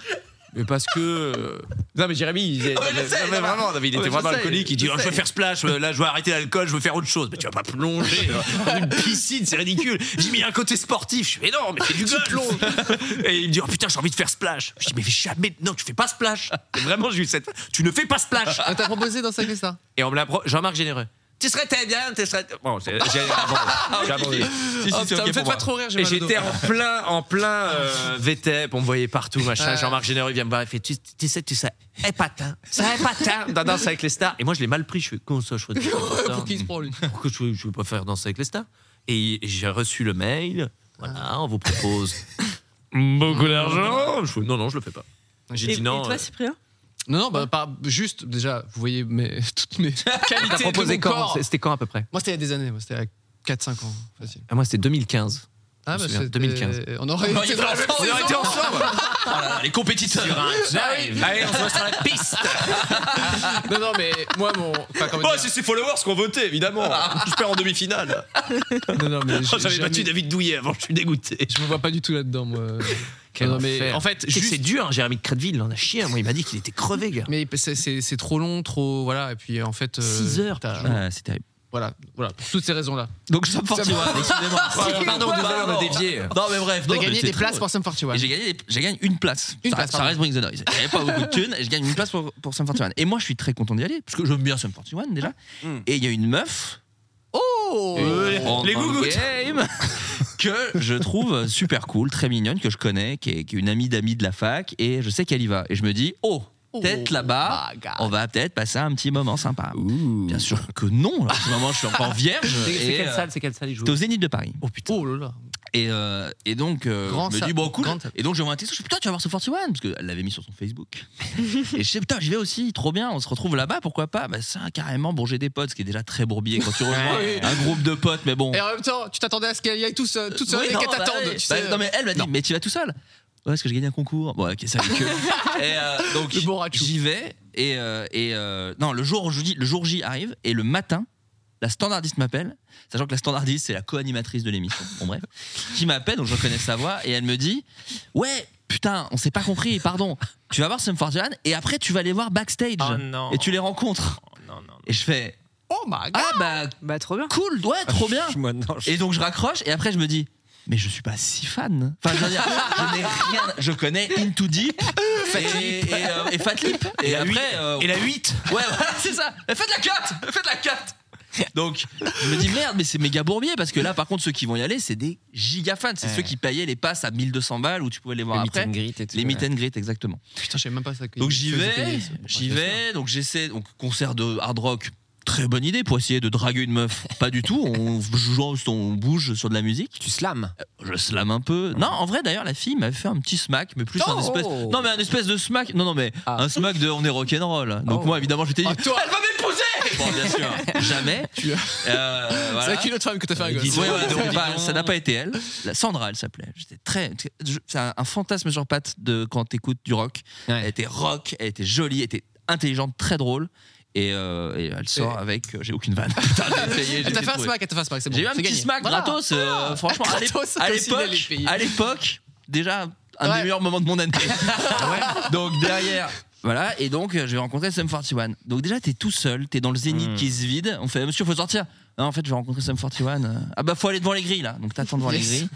S4: Mais parce que. euh, Non, mais Jérémy, il, il-
S7: Ah, mais je
S4: non,
S7: sais,
S4: mais
S7: non,
S4: vraiment,
S7: mais-
S4: non, mais il
S7: non,
S4: était
S7: mais je
S4: vraiment
S7: sais,
S4: alcoolique. Il
S7: je
S4: dit oh, Je
S7: sais.
S4: veux faire splash, euh, là, je veux arrêter l'alcool, je veux faire autre chose. Mais tu vas pas plonger euh, dans une piscine, c'est ridicule. Je dis Mais il y a un côté sportif. Je fais Mais non, mais
S7: *laughs*
S4: c'est du golf. Et il me dit Oh putain, j'ai envie de faire splash. Je dis Mais jamais. Non, tu fais pas splash. Et vraiment, j'ai eu cette. Tu ne fais pas splash.
S8: On t'a Ah, proposé dans sa que ça
S4: Et on me l'approche. Jean-Marc Généreux. Tu serais très bien, tu serais. Bon, c'est- j'ai abandonné. J'ai
S7: Ah,
S4: abandonné.
S1: Si, si,
S4: Oh,
S1: c'est
S4: putain,
S1: ok
S4: me faites
S1: pour moi.
S4: pas trop rire, j'ai
S1: Et
S4: mal au dos.
S1: j'étais en
S4: plein, en plein euh, VTEP, on me voyait partout, machin.
S1: Ouais.
S4: Jean-Marc Généreux vient me voir, il fait Tu, tu sais, tu sais, Eh, patin, ça eh, patin, dans Danse avec les stars. Et moi, je l'ai mal pris, je suis con, ça, je *laughs* ferais des trucs comme ça.
S1: Pour qui il se prend lui
S4: *laughs* Pourquoi je, je veux pas faire danser avec les stars Et j'ai reçu le mail, voilà, on vous propose Ah. *laughs* beaucoup d'argent. Je fais, non, non, je le fais pas. J'ai
S3: Et-
S4: dit non. euh,
S3: Et toi, Cyprien
S8: Non, non, bah, pas- juste, déjà, vous voyez mes, *laughs* toutes mes qualités. de
S4: proposé
S8: mon
S4: quand
S8: corps.
S4: C'est- C'était quand à peu près
S8: Moi, c'était il y a des années, moi, c'était à 4-5 ans, facile.
S4: Ah, Moi, c'était 2015.
S8: Ah, bah,
S4: Je me souviens,
S8: c'était-
S4: 2015.
S8: On aurait
S4: Non,
S8: été
S4: il y
S8: dans
S4: a pas
S8: la même
S4: longtemps, on aurait été
S8: saison.
S4: ensemble. Oh là là, les compétiteurs. *laughs* Allez, on se voit sur la piste.
S8: non, non, mais moi, mon.
S4: Oh,
S7: Bon, Bah, c'est ses followers qui ont voté,
S4: *laughs*
S7: évidemment. Je perds en demi-finale.
S8: Non, non, mais
S4: Oh,
S8: j'ai
S7: J'avais
S8: jamais-
S7: battu David Douillet avant, je suis dégoûté.
S8: Je me vois pas du tout là-dedans, moi.
S4: Quel
S8: Non, non, mais
S4: enfer.
S8: en fait,
S4: Tu sais que
S8: juste-
S4: c'est dur, hein, Jérémy de Crédville, on a chié. hein. Moi, il m'a dit qu'il était crevé, gars.
S8: Mais c'est- c'est c'est trop long, trop. Voilà, et puis en fait.
S4: 6 heures
S2: Ah,
S4: par jour.
S8: c'est terrible. Voilà, voilà, pour toutes ces raisons-là.
S2: Donc, Sum 41,
S8: Ça me-
S2: *laughs* décidément.
S8: Voilà, Pardon,
S2: Ouais,
S8: désolé, on a
S2: pardon.
S8: dévié.
S2: Non, mais bref,
S8: T'as
S2: non, mais
S8: gagné
S2: c'est
S8: des
S2: trop
S8: places
S2: drôle.
S8: pour Sum 41.
S2: Et j'ai gagné, des- j'ai gagné une place.
S8: Une
S2: ça,
S8: place,
S2: ça
S8: pardon.
S2: reste Brings the Noise. Il n'y avait pas beaucoup
S8: *laughs*
S2: de thunes et je gagne une place pour, pour Sum 41. Et moi, je suis très content d'y aller parce que j'aime bien Sum 41 déjà. Et il y a une meuf.
S8: Oh
S7: les gougouttes.
S2: game Que je trouve super cool, très mignonne, que je connais, qui est, qui est une amie d'amis de la fac et je sais qu'elle y va. Et je me dis, oh Peut-être là-bas, on va peut-être passer un petit moment sympa. Bien sûr que non. là. En ce moment, je
S8: *laughs*
S2: suis encore vierge.
S4: C'est- c'est
S2: et,
S4: quelle
S2: euh,
S4: salle, c'est quelle salle il joue
S2: T'es au Zénith de Paris.
S8: Oh putain. Oh là là.
S2: Et, euh, et donc, euh,
S4: Grand
S2: je me
S4: sa-
S2: dis, bon, cool.
S4: grand sa-
S2: Et donc, j'envoie un texto, je dis, putain, tu vas voir ce 41 Parce qu'elle l'avait mis sur son
S4: *laughs*
S2: Facebook. et je dis, putain, j'y vais aussi, trop bien, on se retrouve là-bas, pourquoi pas Bah, ça, carrément, bon, j'ai des potes, ce qui est déjà très bourbier quand tu rejoins
S8: Ouais.
S2: un groupe de potes, mais bon.
S8: Et en même temps, tu t'attendais à ce qu'elle y aille tous, euh, toute seule
S2: Oui,
S8: et
S2: non,
S8: qu'elle
S2: bah,
S8: t'attende.
S2: ouais.
S8: tu
S2: Bah,
S8: sais.
S2: non, mais elle m'a dit, mais tu vas tout seul Ouais, est-ce que j'ai gagné un concours Bon, ok,
S8: *laughs*
S2: ça, que. et euh, donc, j'y vais, et, euh, et euh, non, le jour, où je dis, le jour J arrive, et le matin, la standardiste m'appelle, sachant que la standardiste, c'est la co-animatrice de l'émission, bon bref, qui m'appelle, donc je reconnais sa voix, et elle me dit Ouais, putain, on s'est pas compris, pardon, tu vas voir Sum 41 et après tu vas les voir backstage, et tu les rencontres. Et je fais
S8: Oh my god
S2: Ah bah,
S3: trop bien.
S2: Cool,
S6: Ah,
S2: ouais, trop bien Et donc je raccroche, et après je me dis mais je suis pas si fan. Enfin, je veux dire, je n'ai rien. Je connais Into Deep Fat et, et, euh, et Fat Lip. Et, après. et la
S4: 8
S2: Ouais, voilà, c'est ça. Faites la 4 Faites la 4 donc, je me dis merde, mais c'est méga bourbier parce que là, par contre, ceux qui vont y aller, c'est des giga fans. C'est
S6: Ouais.
S2: ceux qui payaient les passes à 1200 balles où tu pouvais les voir
S6: Le meet
S2: après.
S6: and greet et tout,
S2: les meet
S6: ouais.
S2: and greet, exactement.
S8: Putain, je savais même pas ça. que-
S2: Donc j'y
S8: que
S2: vais,
S8: c'était payé, ça.
S2: j'y vais, donc j'essaie, donc concert de hard rock, très bonne idée pour essayer de draguer une meuf. Pas du tout, on, juste, on bouge sur de la musique.
S6: Tu slams
S2: Je slame un peu. Non, en vrai d'ailleurs la fille m'avait fait un petit smack, mais plus un
S7: Oh
S2: espèce, non mais un espèce de smack, non non mais
S8: Ah.
S2: un smack de on est rock'n'roll.
S8: Oh.
S2: Donc moi évidemment je t'ai dit,
S7: Toi, elle va m'épouser
S2: Bon,
S8: *laughs*
S2: bien sûr, jamais. Euh, voilà.
S8: C'est avec une autre femme que t'as fait hein, un
S2: Euh,
S8: gosse.
S2: dis- ouais, ouais, donc,
S8: Dis
S2: bah,
S8: donc.
S2: ça n'a pas été elle. La Sandra, elle s'appelait. J'étais très. je- C'est un, un fantasme sur pattes de quand t'écoutes du rock. Elle était rock, elle était jolie, elle était intelligente, très drôle. Et, euh, et elle sort avec. euh, j'ai aucune vanne. *laughs* Putain, j'ai essayé, j'ai
S8: Elle t'a
S2: essayé
S8: fait
S2: de
S8: un
S2: trouver.
S8: smack, elle t'a fait un smack, c'est bon.
S2: J'ai eu un
S8: c'est
S2: petit
S8: gagné.
S2: smack
S8: Voilà. Ah.
S2: gratos. euh, franchement, à l'é-
S8: Gratos,
S2: à
S8: comme s'il allait
S2: l'époque,
S8: payer.
S2: à l'époque, déjà un des meilleurs moments de
S8: *laughs*
S2: mon année. Donc derrière. Voilà, et donc euh, je vais rencontrer Sum 41. Donc déjà, t'es tout seul, t'es dans le zénith
S6: Hmm.
S2: qui se vide. On fait, monsieur, faut sortir. Non, en fait, je vais rencontrer Sum 41. euh, Ah bah, faut aller devant les grilles là. Donc t'attends devant
S8: *laughs*
S2: les grilles.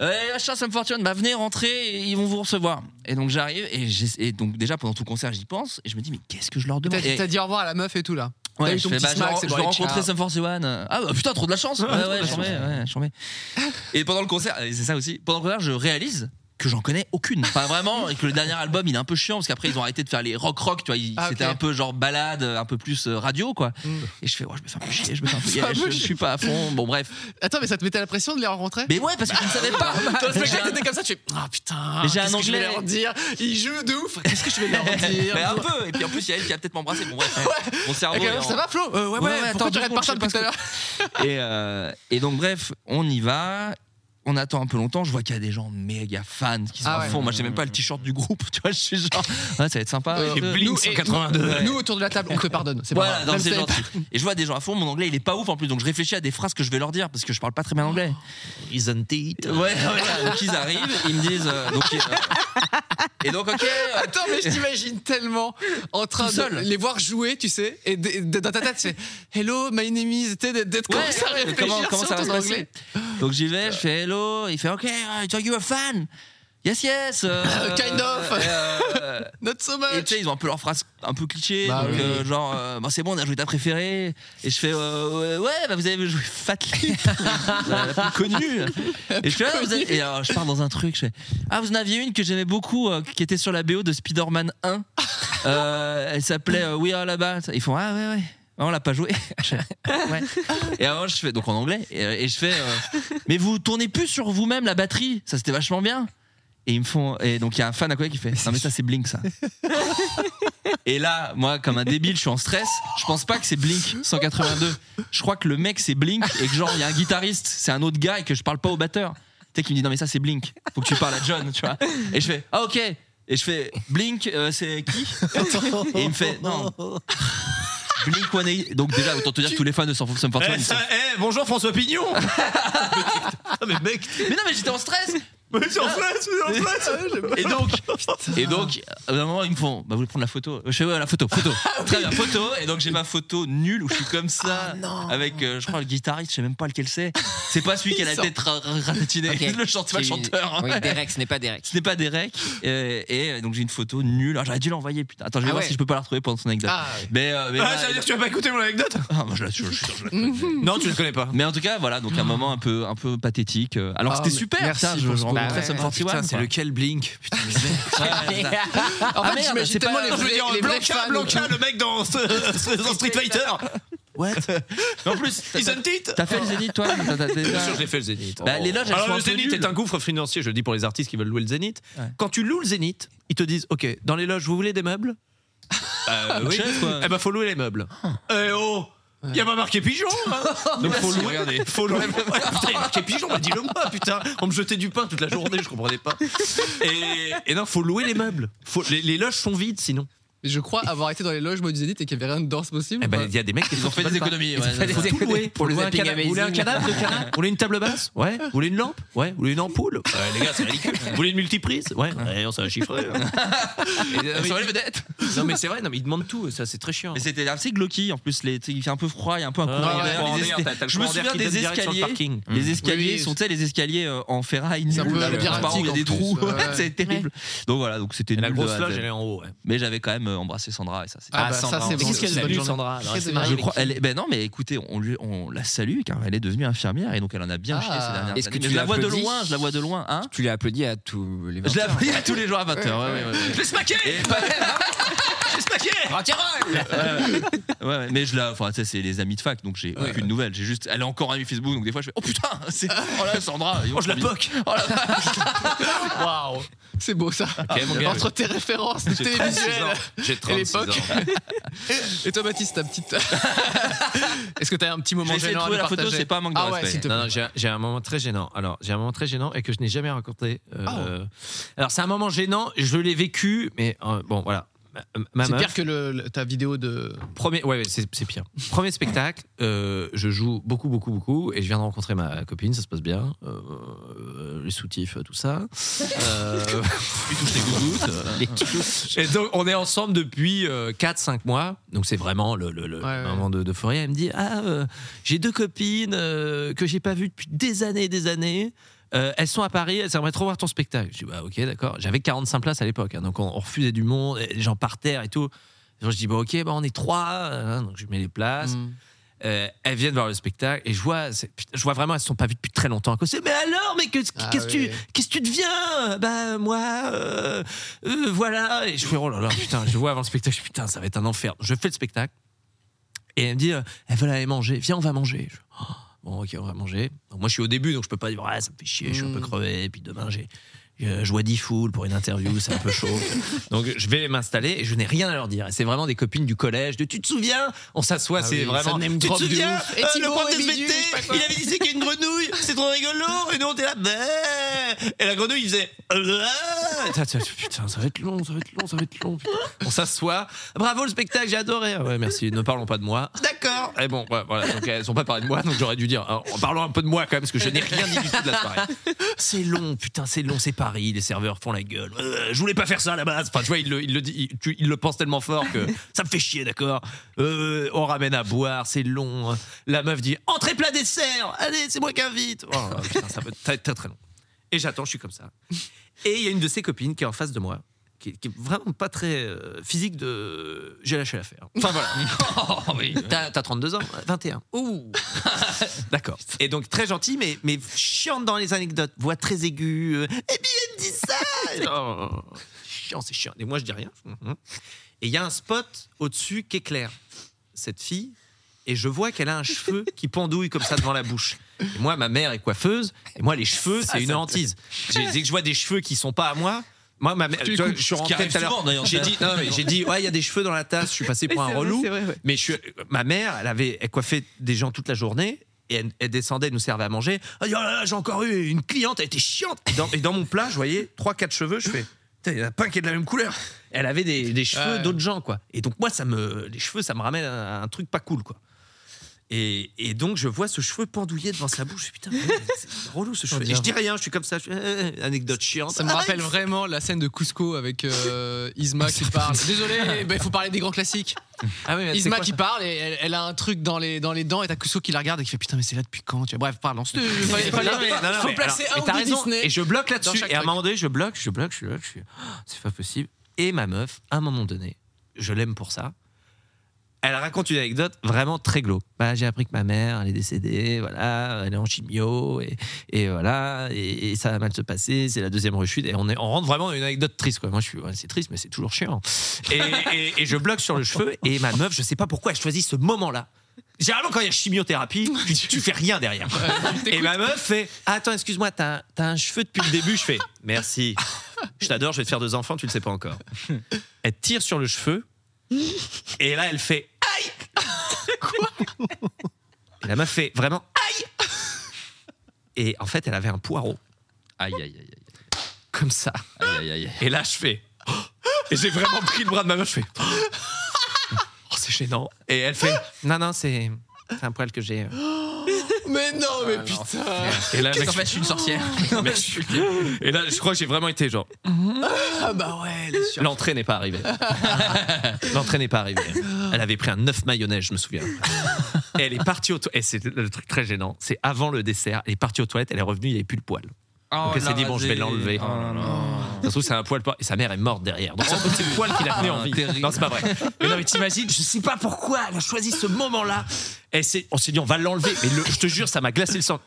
S2: Euh, achat Sum 41, bah venez rentrer, et ils vont vous recevoir. Et donc j'arrive, et, j'essa- et donc déjà pendant tout le concert, j'y pense, et je me dis, mais qu'est-ce que je leur demande
S8: T'as
S2: Et-
S8: t'as dit au revoir à la meuf et tout là. T'as
S2: Ouais,
S8: eu
S2: je
S8: ton
S2: fais,
S8: petit
S2: bah, je vais
S8: smack, c'est
S2: je
S8: bon.
S2: vais
S8: allez, ciao.
S2: rencontrer Sum 41. euh, Ah bah putain, trop de la chance. Ouais,
S8: Ouais, trop de
S2: ouais,
S8: la
S2: j'en mets,
S8: chance.
S2: ouais, j'en mets. Et pendant le concert, et c'est ça aussi, pendant le concert, je réalise que j'en connais aucune. Enfin vraiment, et que le dernier album, il est un peu chiant parce qu'après ils ont arrêté de faire les rock rock, tu vois, ils-
S8: Ah, ok.
S2: c'était un peu genre balade, un peu plus euh, radio quoi. Et je fais ouais, je me fais un peu chier, je me fais un peu chier, je, je suis pas à fond. Bon bref.
S8: Attends, mais ça te mettait la pression de les rencontrer
S2: Mais ouais, parce que je ne savais pas.
S8: Toi, le spectacle, t'étais comme ça, tu fais Ah putain,
S2: Mais j'ai un
S8: qu'est-ce que je vais
S2: anglais.
S8: leur dire Ils jouent de ouf, qu'est-ce que je vais
S2: *laughs*
S8: leur
S1: *laughs*
S8: dire
S2: Mais un peu, et puis en plus il y a elle qui a peut-être m'embrasser. Bon bref. Mon cerveau.
S8: Ah, quand
S2: est
S8: même,
S2: en-
S8: Ça va, Flo Euh, Ouais,
S2: Ouais,
S8: ouais,
S2: ouais,
S8: pourquoi
S2: attends,
S8: tu
S2: deux
S8: regardes par ça depuis tout à l'heure
S2: et, euh, et donc bref on y va on attend un peu longtemps, je vois qu'il y a des gens méga fans qui sont
S1: Ah
S2: à
S1: ouais.
S2: fond. Moi, j'ai même pas le t-shirt du groupe, *laughs* tu vois, je suis genre, ouais, ça va être sympa.
S1: Euh, nous- et- Nous, nous, autour de la table, on te pardonne. C'est pas
S2: Voilà,
S1: grave.
S2: non,
S1: Même
S2: c'est
S1: si-
S2: gentil. *laughs* Et je vois des gens à fond, mon anglais il est pas ouf en plus, donc je réfléchis à des phrases que je vais leur dire parce que je parle pas très bien anglais. Isn't it Ouais, *laughs* voilà, donc ils arrivent, ils me disent. euh, donc, euh, et donc, ok. euh,
S1: *laughs* Attends, mais je t'imagine tellement en train
S2: Tout
S1: de
S2: seul.
S1: les voir jouer, tu sais, et d- d- dans ta tête, c'est Hello, my name is. t'es- d'être d'être
S2: Ouais,
S1: comme ça,
S2: ouais,
S1: réfléchir
S2: comment, comment
S1: sur
S2: ça va
S1: ton
S2: se passer
S1: anglais.
S2: Donc j'y vais, je fais hello, il fait ok, uh, so you a fan Yes, yes euh,
S1: *laughs* Kind of. Not so much
S2: Et tu sais, ils ont un peu leurs phrases un peu clichés,
S1: Bah
S2: donc,
S1: oui.
S2: euh, genre, euh, Bah, c'est bon, on a joué ta préférée. Et je fais, euh, ouais, ouais, bah, vous avez joué Fat Lip, *laughs* la la plus connue. Et je fais, ah, vous avez- et alors, je pars dans un truc, je fais, ah, vous en aviez une que j'aimais beaucoup, euh, qui était sur la BO de Spider-Man
S1: *laughs*
S2: 1. Euh, elle s'appelait euh, We Are là-bas. Ils font, ah, ouais, ouais. Ah, on l'a
S1: *laughs*
S2: pas joué. Je fais, Ouais. Et avant, je fais donc en anglais et, euh, et je fais euh, mais vous tournez plus sur vous-même la batterie, ça c'était vachement bien. Et ils me font et donc il y a un fan à côté qui fait non mais ça c'est Blink ça. et là, moi comme un débile, je suis en stress, je pense pas que c'est Blink 182. Je crois que le mec c'est Blink et que genre il y a un guitariste, c'est un autre gars et que je parle pas au batteur. Tu sais qui me dit non mais ça c'est Blink, faut que tu parles à John, tu vois. Et je fais ah OK. Et je fais Blink euh, c'est qui Et il me fait non. Blink 182. Donc déjà autant te dire que tous les fans de Sum 41
S4: Eh,
S2: ils sont
S4: ça- eh, bonjour François
S2: *laughs*
S4: Pignon Ah, mais mec
S2: Mais non, mais j'étais en stress
S4: Mais j'étais
S1: Ah.
S4: en stress, j'étais en stress
S2: Et donc, et donc, à un moment, ils me font, bah, vous voulez prendre la photo Je fais, ouais, la photo,
S6: *laughs*
S2: photo.
S6: Ah
S2: Très bien, photo. Et donc, j'ai ma photo nulle où je suis comme
S6: Ah
S2: ça, avec, euh, je crois, le guitariste, je sais même pas lequel c'est. C'est pas celui qui a la
S6: Ils
S2: tête
S6: sont-
S2: ra- ra- ratatinée.
S4: *laughs*
S6: Ok.
S2: *laughs* Le chanteur, le
S6: C'est-
S2: chanteur. hein.
S4: hein.
S6: Oui, Derek, ce n'est pas Derek. *laughs*
S2: Ce n'est pas Derek. Euh, et euh, donc, j'ai une photo nulle. Ah, J'aurais dû l'envoyer, putain. Attends, je vais
S6: Ah
S2: voir
S6: ouais.
S2: si je peux pas la retrouver pendant son anecdote.
S6: Ah
S4: ouais.
S2: mais, euh, mais
S4: Ah,
S2: là,
S4: ça veut dire que tu vas pas écouter mon anecdote
S2: Ah, moi, je, la- je- je suis sûr que je la
S6: Mhm.
S4: Non, tu le connais pas.
S2: Mais en tout cas, voilà, donc
S6: Ah.
S2: un moment un peu, un peu pathétique. euh, Alors que
S1: Ah,
S2: c'était
S1: mais
S2: super,
S1: merci
S2: tiens, je,
S1: pour
S2: je
S1: ce
S2: rencontrais
S1: moment.
S2: Sum
S1: Ouais,
S2: 41.
S1: putain, c'est
S2: lequel Blink Putain, *laughs* mais merde.
S1: En
S2: Ah,
S1: fait,
S2: merde,
S1: j'imagine
S2: c'est
S1: tellement
S2: pas-
S1: les
S2: je veux
S1: vrais-
S2: dire,
S1: les vrais
S4: Blanca,
S1: fans.
S4: Blanca, Ah, le mec dans,
S2: *laughs*
S4: dans Street Fighter
S2: What
S4: En plus, ils ont titre
S2: T'as fait le Zénith, toi T'as- t'as- t'as-
S4: Bien sûr, j'ai fait le Zénith.
S2: Bah, les loges, elles
S4: Alors,
S2: sont un
S4: le
S2: peu
S4: Zénith
S2: nulles.
S4: est un gouffre financier, je le dis pour les artistes qui veulent louer le Zénith.
S2: Ouais.
S4: Quand tu loues le Zénith, ils te disent Ok, dans les loges, vous voulez des meubles Euh,
S2: Une
S4: oui.
S2: chaise, quoi.
S4: Eh ben, faut louer les meubles. Eh oh il y a pas marqué pigeon!
S2: *laughs*
S4: hein. Donc faut louer. Faut louer. Putain, il y a marqué pigeon, bah dis-le moi, putain! On me jetait du pain toute la journée, je comprenais pas. Et, et non, faut louer les meubles. Faut- les, les loges sont vides sinon.
S1: Je crois avoir été dans les loges, moi, du Zénith et qu'il n'y avait rien de danse possible.
S4: Eh ben,
S1: Enfin,
S4: il y a des mecs qui
S2: Ils ont fait des économies. ouais.
S4: Faut tout louer.
S1: Pour le
S4: Vous voulez un
S1: zapping
S4: canapé- vous voulez un
S1: amazing.
S6: *laughs*
S4: canapé de canapé Vous voulez une table basse Ouais. Vous voulez une lampe Ouais. Vous voulez une ampoule Ouais, les gars, c'est ridicule. Vous voulez une multiprise Ouais. Ouais, on s'est chiffré.
S2: Ça va, les vedettes
S4: Non, mais c'est vrai, non, mais ils demandent tout, ça c'est très chiant.
S2: Mais c'était assez glocky en plus, les, tu sais, il fait un peu froid, il y a un peu un courant
S4: Ah ouais,
S2: d'air,
S4: courant
S2: les
S4: d'air,
S2: esca-
S4: t'as- t'as le
S2: Je me
S4: courant d'air
S2: souviens
S4: qui
S2: des
S4: donne direction
S2: escaliers.
S4: le parking.
S2: Les escaliers
S1: Oui,
S2: sont, tu sais, les escaliers euh, en ferraille,
S1: C'est un peu
S2: nuls, là,
S1: labyrinthique,
S2: transparents, il y a
S1: en
S2: des
S1: plus,
S2: trous,
S1: ouais.
S2: *laughs* c'est terrible. Donc voilà, donc c'était
S4: Et la
S2: nul de
S4: grosse
S2: A à Z.
S4: loge, elle est en haut. ouais.
S2: Mais j'avais quand même euh, embrassé Sandra et ça, c'est.
S1: Ah, bah, ça, c'est bon. Ah,
S4: Qu'est-ce qu'elle
S1: C'est
S4: a
S1: bonne
S4: lu,
S1: journée.
S4: Sandra Alors,
S1: Qu'est-ce
S4: c'est
S1: qu'elle a
S4: marrant.
S1: lu
S2: Je crois, elle est- ben non, mais écoutez, on, lui, on la salue car elle est devenue infirmière et donc elle en a bien
S1: Ah.
S2: chié ces dernières
S6: Est-ce que
S2: années.
S6: tu
S2: Mais je la vois de
S6: l'applaudis
S2: loin, je la vois de loin, hein
S6: Tu l'as applaudi à tous les
S2: Je l'applaudis à tous les jours à 20h.
S4: Je l'ai smaqué
S6: hein.
S4: *laughs* Je l'ai smaqué
S2: Ouais, ouais, mais je la, enfin, tu sais, c'est les amis de fac, donc j'ai aucune nouvelle. J'ai juste, elle est encore amie Facebook, donc des fois je fais, oh putain, *laughs* c'est, oh là, Sandra, ils vont
S4: Oh, je la
S2: combiner.
S4: poque
S2: Oh là
S4: *laughs*
S2: là.
S1: Waouh C'est beau ça
S4: mon gars.
S1: Entre tes références de
S4: J'ai 36
S1: télévisuelles
S4: ans. J'ai
S1: et
S4: 36 ans.
S1: l'époque. *laughs* et toi, Baptiste, ta petite. *laughs* Est-ce que t'as un petit moment
S2: J'ai essayé de
S1: gênant à
S2: trouver
S1: nous
S2: la photo,
S1: partager
S2: c'est pas un manque de
S1: Ah ouais,
S2: respect.
S1: s'il te
S4: Non,
S1: plaît.
S4: non, j'ai un- j'ai un moment très gênant. Alors, j'ai un moment très gênant et que je n'ai jamais raconté. Euh,
S2: Oh.
S4: Alors, c'est un moment gênant, je l'ai vécu, mais euh, bon, voilà. Ma- ma
S1: C'est
S4: meuf-
S1: pire que le- le- ta vidéo de.
S4: Premier, ouais, ouais, c'est c'est pire. Premier spectacle, euh, je joue beaucoup, beaucoup, beaucoup, et je viens de rencontrer ma copine, ça se passe bien, euh, euh, les soutifs, euh, tout ça. *laughs* Euh, lui touche les gougouttes, euh. Et donc, on est ensemble depuis 4-5 mois, donc c'est vraiment le, le- le
S1: Ouais, ouais.
S4: moment de d'euphorie. Elle me dit Ah, euh, j'ai deux copines euh, que j'ai pas vues depuis des années et des années. Euh, elles sont à Paris, elles aimeraient trop voir ton spectacle. Je dis bah ok d'accord. J'avais 45 places à l'époque, hein, donc on, on refusait du monde, et les gens par terre et tout. Donc, je dis bon ok, bah, on est trois, hein, donc je mets les
S2: Ah,
S4: places.
S1: Mm. Hmm.
S4: Euh, elles viennent voir le spectacle et je vois, c'est- putain, je vois vraiment elles se sont pas vues depuis très longtemps. à cause de- Mais alors, mais que- qu'est-ce
S1: Ah
S4: que
S1: oui.
S4: tu, qu'est-ce que tu deviens Bah moi, euh, euh, voilà. Et je fais oh là là putain, je vois avant le spectacle, je dis, putain ça va être un enfer. Je fais le spectacle et elle me dit euh, elles veulent aller manger, viens on va manger. Je fais, Oh, bon ok on va manger. Donc, moi je suis au début donc je peux pas dire ouais ça me fait chier, je suis un peu crevé. Et puis demain j'ai euh, je vois 10 foules pour une interview, c'est un peu chaud. Donc je vais m'installer et je n'ai rien à leur dire. Et c'est vraiment des copines du collège, de tu te souviens On s'assoit,
S11: Ah
S4: c'est
S11: oui, ça
S4: vraiment.
S11: name
S4: Tu te
S11: drop de
S4: souviens
S11: ouf. Et
S4: euh, Le
S11: Thibaut
S4: prof
S11: et
S4: de
S11: Bidu,
S4: SVT,
S11: je sais pas quoi.
S4: il avait dit c'est qu'il y a une grenouille, c'est trop rigolo. Et nous on était là, Bleh et la grenouille il faisait. Bleh Et ça, tu- Putain, ça va être long, ça va être long, ça va être long. putain. On s'assoit. Bravo le spectacle, j'ai adoré. Ouais, merci. Ne parlons pas de moi. D'accord. Et Eh bon, ouais, voilà. Donc elles ont pas parlé de moi, donc j'aurais dû dire. hein, En parlant un peu de moi quand même, parce que je n'ai rien dit du tout de la soirée. *laughs* C'est long, putain, c'est long, c'est Paris. Les serveurs font la gueule. Euh, je voulais pas faire ça à la base. Enfin, tu vois, il le, il le dit, il, tu- il le pense tellement fort *laughs* que ça me fait chier, d'accord. Euh, on ramène à boire, c'est long. La meuf dit entrée plat dessert. Allez, c'est moi qui invite. Oh, putain, ça va être très très, très long. Et j'attends, je suis comme ça. Et il y a une de ses copines qui est en face de moi, qui, qui est vraiment pas très euh, physique de. J'ai lâché l'affaire. Enfin voilà. Oh, oui. *laughs* T'as t'as 32 ans 21. Ouh *laughs* D'accord. Et donc très gentil, mais, mais chiante dans les anecdotes, voix très aiguë. euh, Eh bien, elle me dit ça Non. Chiant, c'est chiant. Et moi, je dis rien. Mhm. Et il y a un spot au-dessus qui éclaire cette fille. Et je vois qu'elle a un cheveu qui pendouille comme ça devant la bouche. Et moi, ma mère est coiffeuse. Et moi, les cheveux,
S11: Ah,
S4: c'est une
S11: ça-
S4: hantise. J'ai- Dès que je vois des cheveux qui sont pas à moi, moi, ma mère,
S11: Tu les
S4: tu vois,
S11: coupes,
S4: je suis
S11: ce qui
S4: rentré
S11: arrive
S4: tout à
S11: souvent,
S4: l'heure.
S11: d'ailleurs.
S4: J'ai dit, non, mais j'ai dit, ouais, il y a des cheveux dans la tasse. Je suis passé
S11: Oui,
S4: pour un
S11: c'est vrai,
S4: relou.
S11: c'est vrai, ouais.
S4: Mais je suis- ma mère, elle avait, elle coiffait des gens toute la journée. Et elle, elle descendait, elle nous servait à manger. Elle dit, oh là là, j'ai encore eu une cliente, elle était chiante. Et dans, et dans mon plat, je voyais trois, quatre cheveux. Je fais, Putain, il n'y en a pas un qui est de la même couleur. Elle avait des, des cheveux
S11: Ouais.
S4: d'autres gens, quoi. Et donc, moi, ça me, les cheveux, ça me ramène à un truc pas cool, quoi. Et, et donc, je vois ce cheveu pendouillé devant sa bouche. Je fais, Putain, mais c'est relou ce cheveu. Et je dis rien, je suis comme ça. je fais, Euh, euh, anecdote chiante.
S1: Ça me rappelle vraiment la scène de Cusco avec euh, Isma qui
S4: *laughs*
S1: parle. Désolé, ben, il faut parler des grands classiques.
S4: Ah
S2: Eh,
S4: oui, mais c'est
S1: Isma
S4: quoi,
S1: qui
S4: ça
S1: parle et elle, elle a un truc dans les, dans les dents et t'as Cusco qui la regarde et qui fait putain mais c'est là depuis quand tu vois. Bref parle. Il faut, il faut-
S4: Non, mais- non, non,
S1: faut
S4: mais
S1: placer
S4: alors,
S1: un
S4: mais t'as
S1: ou deux
S4: raison.
S1: Disney
S4: Et je bloque
S1: dans
S4: là-dessus.
S1: chaque
S4: Et à un
S1: truc.
S4: moment donné, je bloque, je bloque, je suis là, je suis. Oh, c'est pas possible. Et ma meuf, à un moment donné, je l'aime pour ça. Elle raconte une anecdote vraiment très glauque. Bah, j'ai appris que ma mère, elle est décédée, voilà, elle est en chimio, et, et voilà, et, et ça va mal se passer, c'est la deuxième rechute, et on, est, on rentre vraiment dans une anecdote triste, quoi. Moi, je suis, ouais, c'est triste, mais c'est toujours chiant. Et, et- et je bloque sur le cheveu, et ma meuf, je sais pas pourquoi elle choisit ce moment-là. Généralement, quand il y a chimiothérapie, tu, tu fais rien derrière. Et ma meuf fait Ah, Attends, excuse-moi, t'as un- t'as un cheveu depuis le début Je fais Merci. Je t'adore, je vais te faire deux enfants, tu le sais pas encore. Elle tire sur le cheveu. Et là, elle fait Aïe Et la meuf fait vraiment Aïe Et en fait, elle avait un poireau. Aïe, aïe, aïe, aïe. Comme ça. Et là, je fais *gasps* Oh Et j'ai vraiment pris le bras de ma meuf, je fais Oh, c'est gênant. Et elle fait Non, non, c'est c'est un poil que j'ai. euh,
S1: Mais non mais putain.
S4: et là, mec,
S1: en fait je suis une
S6: *laughs*
S1: sorcière.
S4: Non, mais je suis- Et là, je crois que j'ai vraiment été genre.
S1: ah bah ouais. les-
S4: L'entrée n'est
S1: *laughs*
S4: pas arrivée. L'entrée n'est pas arrivée. Elle avait pris un œuf mayonnaise, je me souviens. Et elle est partie au to- Et c'est le truc très gênant. C'est avant le dessert. Elle est partie aux toilettes, elle est revenue, il n'y avait plus le poil. Donc elle s'est dit, bon, je vais l'enlever. Ça se trouve, c'est un poil. pas- Et sa mère est morte derrière. Donc ça se trouve, c'est le poil qui l'a tenue en vie. Non, c'est pas vrai. Mais non, mais t'imagines, je sais pas pourquoi elle a choisi ce moment-là. Et c'est- on s'est dit, on va l'enlever. Mais le- je te jure, ça m'a glacé le sang.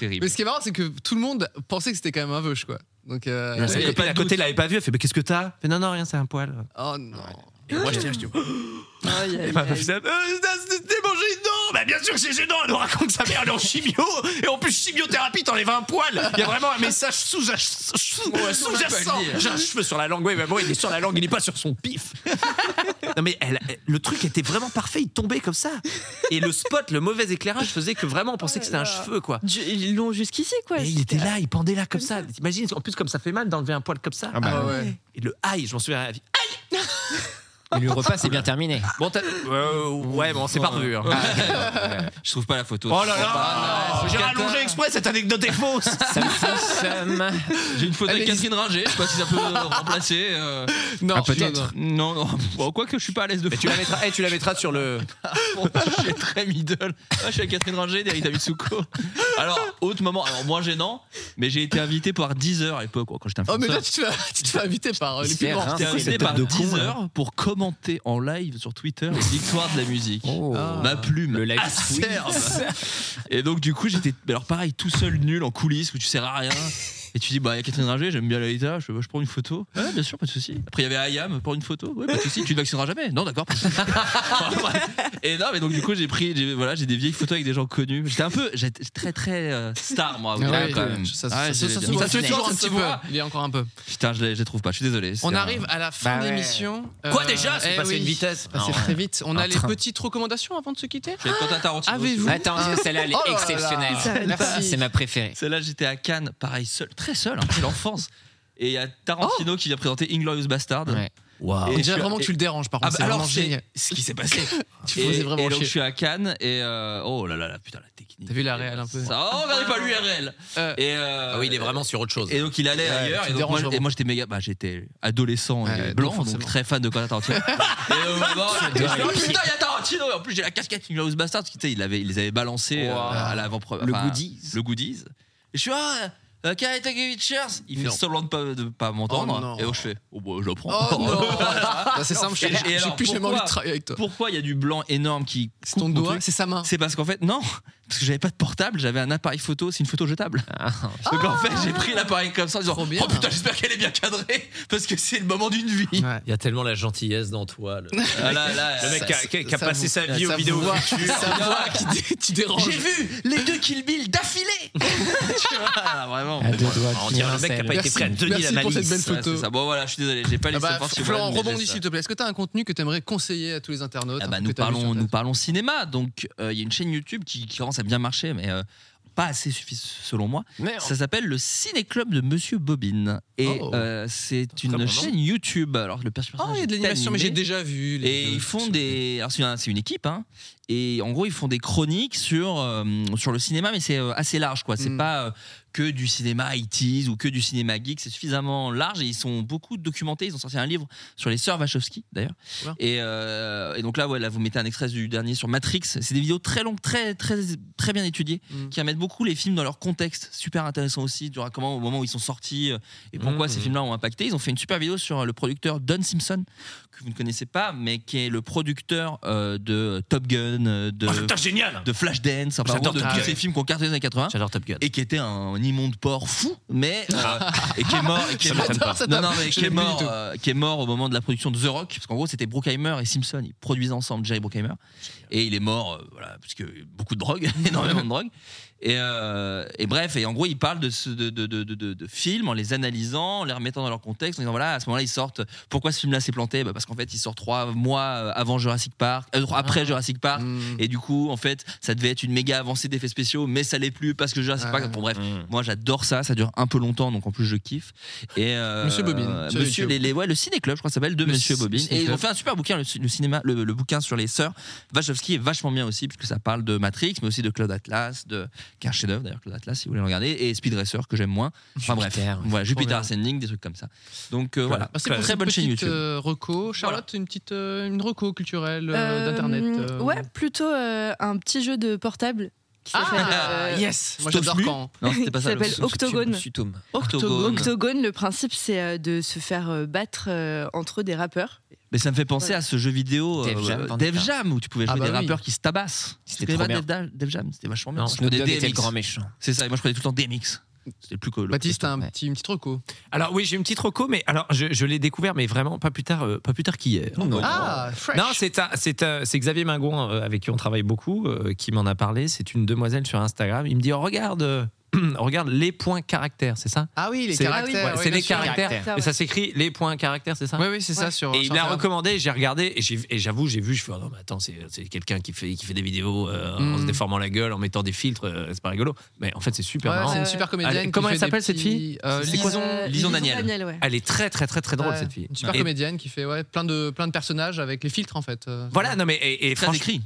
S1: Mais ce qui est marrant c'est que tout le monde pensait que c'était quand même un veuche quoi. Donc euh,
S4: Et sa
S1: et-
S4: copine à côté l'avait pas vu. Elle fait, mais qu'est-ce que t'as Elle fait, Non, non, rien, c'est un poil.
S1: Oh non.
S4: Et moi, je tiens, je dis, Et ma meuf, c'est- Euh, c'est- c'était mangé non bah, Bien sûr que c'est gênant, elle nous raconte sa mère, elle est en chimio, et en plus chimiothérapie, t'enlèves un poil Il y a vraiment un message sous- sous-
S11: Ouais, sur la
S4: sous-jacent
S11: palier.
S4: J'ai un cheveu sur la langue, ouais, mais bon, il est sur la langue, il est pas sur son pif Non mais elle- elle- le truc était vraiment parfait, il tombait comme ça Et le spot, le mauvais éclairage faisait que vraiment on pensait que c'était un cheveu, quoi
S3: Du- Ils l'ont jusqu'ici, quoi.
S4: Et il était là, il pendait là comme ça. T'imagines, en plus comme ça fait mal d'enlever un poil comme ça.
S6: Ah bah Ah ouais.
S4: Et le aïe, je m'en souviens à la vie.
S6: Mais le repas, c'est bien
S4: *laughs*
S6: terminé.
S4: Bon, t'as- Euh, ouais, bon, c'est pas revu. hein.
S2: Je trouve pas la photo.
S4: Oh là là J'ai rallongé exprès, cette anecdote est fausse
S6: Ça me fout somme.
S2: J'ai une photo avec
S1: Elle est-
S2: Catherine Ringer, je sais pas si ça peut remplacer. euh,
S1: Non,
S6: Ah, peut-être.
S2: Non, non, *laughs* bon, quoique je suis pas à l'aise de
S4: Tu la mettras, eh, tu la mettras sur le.
S2: Bon, je suis très middle. Moi, Ah, je suis avec Catherine Ringer derrière Mitsuko. Alors, autre moment, alors moins gênant, mais j'ai été invité par 10 heures à l'époque, quoi, quand j'étais
S1: Oh mais là
S2: influenceur.
S1: tu te fais, tu te fais inviter par euh, les
S6: Il se fait
S1: plus
S6: rincer.
S2: J'étais
S6: c'est
S2: invité
S6: quoi,
S2: par
S6: cette tête de con,
S2: 10
S6: là
S2: heures pour commenter en live sur Twitter les victoires de la musique.
S6: Oh.
S2: Ma plume.
S6: Le
S4: Ah,
S6: live
S2: *laughs* acerbe. Et donc, du coup, j'étais, alors pareil, tout seul, nul, en coulisses, où tu sers à rien. Et tu dis, bah, il y a Catherine Ringer, j'aime bien Lolita, je, je prends une photo. Ah, ouais, bien sûr, pas de souci. Après, il y avait Ayam, prends une photo. Ouais, pas de souci, tu ne vaccineras jamais. Non, d'accord, pas de souci. *laughs* Et non, mais donc, du coup, j'ai pris, j'ai- voilà, j'ai des vieilles photos avec des gens connus. J'étais un peu, j'étais très, très euh, star,
S1: Ah
S2: moi. vraiment,
S1: ouais,
S2: quand
S1: ouais,
S2: même.
S1: ça-
S2: Ah ouais,
S1: ça-
S2: j'aimais
S1: ça-
S2: bien.
S1: ça-
S2: Ça
S1: ça-
S2: se
S1: ça-
S2: toujours
S1: ça-
S2: un petit
S1: ça-
S2: peu.
S1: Il est encore un peu.
S2: Putain, je les, je les trouve pas, je suis désolé.
S1: On
S2: c'est un-
S1: arrive à la fin
S2: Bah
S1: de
S2: ouais.
S1: l'émission.
S2: Quoi, déjà C'est
S1: eh
S2: passé une vitesse.
S1: C'est passé
S2: Ah ouais.
S1: très vite. On
S2: Un
S1: a les
S2: train.
S1: petites recommandations avant de se quitter.
S2: Je vais être Quentin Tarantino,
S1: Avez-vous
S2: si vous voulez.
S1: un- Oh là là. Merci.
S6: préférée.
S2: Celle-là, j'étais à Cannes, pareil, seul, très seul, hein, c'est l'enfance. Et il y a Tarantino qui vient présenter Inglorious Bastard.
S1: Oh On dirait vraiment que tu le déranges, par contre, c'est
S2: Ah bah alors,
S1: vraiment génial.
S2: ce qui s'est passé.
S1: *laughs* Tu
S2: et,
S1: faisais vraiment
S2: et donc,
S1: chier.
S2: je suis à Cannes et. euh, oh là là là, putain, la technique.
S1: T'as vu la réelle un peu
S2: Ça, oh, regardez pas l'URL et euh,
S4: Ah oui, il est vraiment sur autre chose.
S2: Et donc il allait
S4: Ouais,
S2: ailleurs.
S4: tu
S2: Et, donc,
S4: déranges
S2: moi,
S4: vraiment.
S2: et moi j'étais méga, bah j'étais adolescent
S4: Ouais,
S2: et blanc,
S4: donc,
S2: donc,
S4: forcément.
S2: très fan de
S1: *laughs*
S2: Quentin Tarantino. et au moment,
S4: Tu es
S2: et je fais,
S4: dingue.
S2: oh, putain, il y a Tarantino. Et en plus j'ai la casquette Inglourious Bastard parce qu'ils avaient, ils les avaient balancé euh, à l'avant-première.
S6: Le
S2: enfin,
S6: goodies.
S2: Le goodies. Et je suis ah. Euh, Karate Witchers, il fait
S6: Non.
S2: semblant de pas, de pas
S6: Oh
S2: m'entendre.
S6: non.
S2: et donc je fais, oh bah, je le prends. *laughs*
S1: Oh non. Bah, c'est
S2: Et
S1: simple,
S2: en
S1: j'ai-
S2: fait-
S1: j'ai
S2: et alors,
S1: plus jamais
S2: pourquoi-
S1: envie de travailler avec toi.
S2: Pourquoi il y a du blanc énorme qui. C'est
S1: ton doigt, c'est sa main.
S2: C'est parce qu'en fait, non, parce que j'avais pas de portable, j'avais un appareil photo, c'est une photo jetable. Donc en fait, j'ai pris l'appareil comme ça en disant, oh putain, j'espère qu'elle est bien cadrée, parce que c'est le moment d'une vie.
S4: Il y a tellement la gentillesse dans toi. Le,
S2: Ah là là,
S4: le mec
S2: ça-
S4: qui a, qui a- qui a
S2: ça
S4: passé
S2: vous-
S4: sa vie
S2: ça
S4: aux vidéos
S2: vous voit.
S4: futures.
S2: Ça vous voit qui
S1: dé- tu déranges.
S2: J'ai vu les deux Kill Bill d'affilée. *laughs* tu vois, vraiment.
S6: Ah,
S4: À deux doigts de Oh, On dirait le mec qui a pas
S1: Merci. été pris à Denis Merci Lavalisse. pour cette belle photo.
S2: Ouais, c'est ça. Bon voilà, je suis désolé, j'ai pas
S1: Ah
S2: les
S1: bah,
S2: savoir si vous
S1: Florent,
S2: voulez, mais j'ai
S1: rebondis
S2: ça.
S1: s'il te plaît. Est-ce que tu as un contenu que tu aimerais conseiller à tous les internautes
S2: Ah bah,
S1: un truc
S2: nous
S1: que t'as vu
S2: parlons,
S1: sur ta-
S2: nous parlons cinéma. Donc euh, il y a une chaîne YouTube qui, qui commence à bien marcher, mais euh, pas assez suffisant selon moi.
S1: Merde.
S2: Ça s'appelle le Ciné Club de Monsieur Bobine et euh, c'est
S1: Oh. bon
S2: une
S1: nom.
S2: chaîne YouTube. Alors le personnage
S1: Oh, il y a de
S2: est
S1: l'animation, mais
S2: animé.
S1: j'ai déjà vu. les
S2: Et
S1: deux.
S2: ils font des. Alors c'est un- c'est une équipe, hein. Et en gros, ils font des chroniques sur, euh, sur le cinéma, mais c'est euh, assez large, quoi. C'est
S1: Hmm.
S2: pas euh, que du cinéma 80s ou que du cinéma geek. C'est suffisamment large et ils sont beaucoup documentés. Ils ont sorti un livre sur les sœurs Wachowski, d'ailleurs.
S1: Oula.
S2: Et, euh, et donc là, ouais, là, vous mettez un extrait du dernier sur Matrix. C'est des vidéos très longues, très, très, très bien étudiées, qui remettent beaucoup les films dans leur contexte. Super intéressant aussi, durant comment, au moment où ils sont sortis euh, et pourquoi
S4: Mhm.
S2: ces films-là ont impacté. Ils ont fait une super vidéo sur le producteur Don Simpson, que vous ne connaissez pas, mais qui est le producteur euh, de Top Gun, euh, de,
S4: Oh, putain, génial
S2: de Flashdance, enfin,
S4: J'adore
S2: vraiment de
S4: Top
S2: tous
S4: Gun.
S2: ces films qu'on cartonné dans les années 80.
S4: J'adore Top Gun.
S2: Et qui était un immonde porc fou, mais euh, et qui est mort, et qui est
S4: Ah. Ça
S2: mort,
S4: m'étonne pas.
S2: non, non, mais
S4: Je
S2: qui
S4: l'ai
S2: est
S4: plus
S2: mort,
S4: du tout.
S2: euh, qui est mort au moment de la production de The Rock, parce qu'en gros c'était Brookheimer et Simpson, ils produisaient ensemble Jerry Brookheimer, et il est mort, euh, voilà, parce que beaucoup de drogue, *laughs* énormément de drogue. Et, euh, et bref, et en gros, ils parlent de, ce- de, de, de, de- de- de films en les analysant, en les remettant dans leur contexte, en disant voilà, à ce moment-là, ils sortent. Pourquoi ce film-là s'est planté Bah, Parce qu'en fait, il sort trois mois avant Jurassic Park, euh,
S4: Ah.
S2: après Jurassic
S4: Mm.
S2: Park, et du coup, en fait, ça devait être une méga avancée d'effets spéciaux, mais ça l'est plus parce que Jurassic
S1: Ah.
S2: Park. Bon, bref,
S4: Mmh.
S2: moi j'adore ça, ça dure un peu longtemps, donc en plus, je kiffe. Et, euh,
S1: Monsieur Bobine,
S2: euh,
S1: sur
S2: Monsieur,
S1: YouTube.
S2: les, les- ouais, le Ciné-Club, je crois, que ça s'appelle de
S1: Le
S2: Monsieur
S1: ci-
S2: Bobine. Et ils ont
S1: ciné-club.
S2: fait un super bouquin, le, le cinéma, le, le bouquin sur les sœurs. Wachowski est vachement bien aussi, puisque ça parle de Matrix, mais aussi de Claude Atlas, de, qui est un chef-d'œuvre d'ailleurs, Claude Atlas, si vous voulez le regarder, et Speed Racer, que j'aime moins.
S4: Ah,
S2: Enfin
S6: *laughs*
S2: bref, voilà, Jupiter Ascending, des trucs comme ça. Donc euh, voilà,
S1: Bah, c'est pour
S2: très
S1: cette
S2: bonne chaîne
S1: petite,
S2: YouTube.
S1: euh, reco. Charlotte, une petite euh, une reco culturelle euh,
S3: Euh,
S1: d'internet. euh,
S3: Ouais, plutôt euh, un petit jeu de portable qui
S1: Ah,
S3: s'appelle. euh,
S1: yes Moi j'adore quand.
S2: Non, c'était pas
S3: qui
S2: ça. le-
S3: s'appelle
S2: ce- ce-
S3: Octogone.
S6: Sutome.
S2: Octogone.
S3: Octogone, le principe c'est euh, de se faire euh, battre euh, entre eux des rappeurs.
S2: Mais ça me fait penser à ce jeu vidéo euh,
S6: Def
S2: Def
S6: Jam,
S2: Jam,
S6: Vendetta.
S2: où tu pouvais
S6: Ah
S2: jouer
S6: bah
S2: des
S6: oui.
S2: rappeurs qui se tabassent.
S6: C'était
S2: Tu connais
S6: trop
S2: pas
S6: bien.
S2: Def, Def Jam, c'était vachement bien.
S6: Non, Snoop
S2: Des
S6: Dogg était le
S2: DMX.
S6: grand méchant.
S2: C'est ça, et moi je prenais tout le temps DMX. C'était le plus cool.
S1: Baptiste, un petit, une petite reco.
S4: Alors oui, j'ai une petite reco, mais alors je, je l'ai découvert, mais vraiment pas plus tard, euh, pas plus tard qu'hier.
S1: non. Ah, fresh.
S4: Non, c'est un- c'est un- c'est Xavier Mingon euh, avec qui on travaille beaucoup, euh, qui m'en a parlé. C'est une demoiselle sur Instagram. Il me dit oh, regarde, euh, *clears throat* regarde les points caractères, c'est ça
S1: Ah oui, les
S4: C'est-
S1: caractères,
S4: ouais,
S1: oui,
S4: c'est
S1: bien
S4: les
S1: sûr.
S4: caractères. Et ça s'écrit les points caractères, c'est ça
S1: Oui, oui, c'est ça, sur-
S4: Et il
S1: sur
S4: me l'a
S1: Instagram.
S4: recommandé, j'ai regardé, et j'ai- et j'avoue, j'ai vu, je fais, oh non, mais attends, c'est c'est quelqu'un qui fait, qui fait des vidéos euh, en
S1: Mm.
S4: se déformant la gueule, en mettant des filtres, euh, c'est pas rigolo. Mais en fait, c'est super
S1: Ouais,
S4: marrant.
S1: c'est une super comédienne
S4: Allez,
S1: qui
S4: comment
S1: fait
S4: elle s'appelle
S1: des
S4: cette fille
S1: petits- euh,
S4: C'est
S1: Lison-
S4: quoi
S1: Euh, Lison Daniel. Daniel, ouais.
S4: Elle est très, très, très, très drôle,
S1: Ouais,
S4: cette fille.
S1: Une super
S4: Et-
S1: comédienne qui fait ouais, plein, de, plein de personnages avec les filtres en fait. euh.
S4: Voilà, non mais et, et
S1: Très
S4: franchement-
S1: écrit.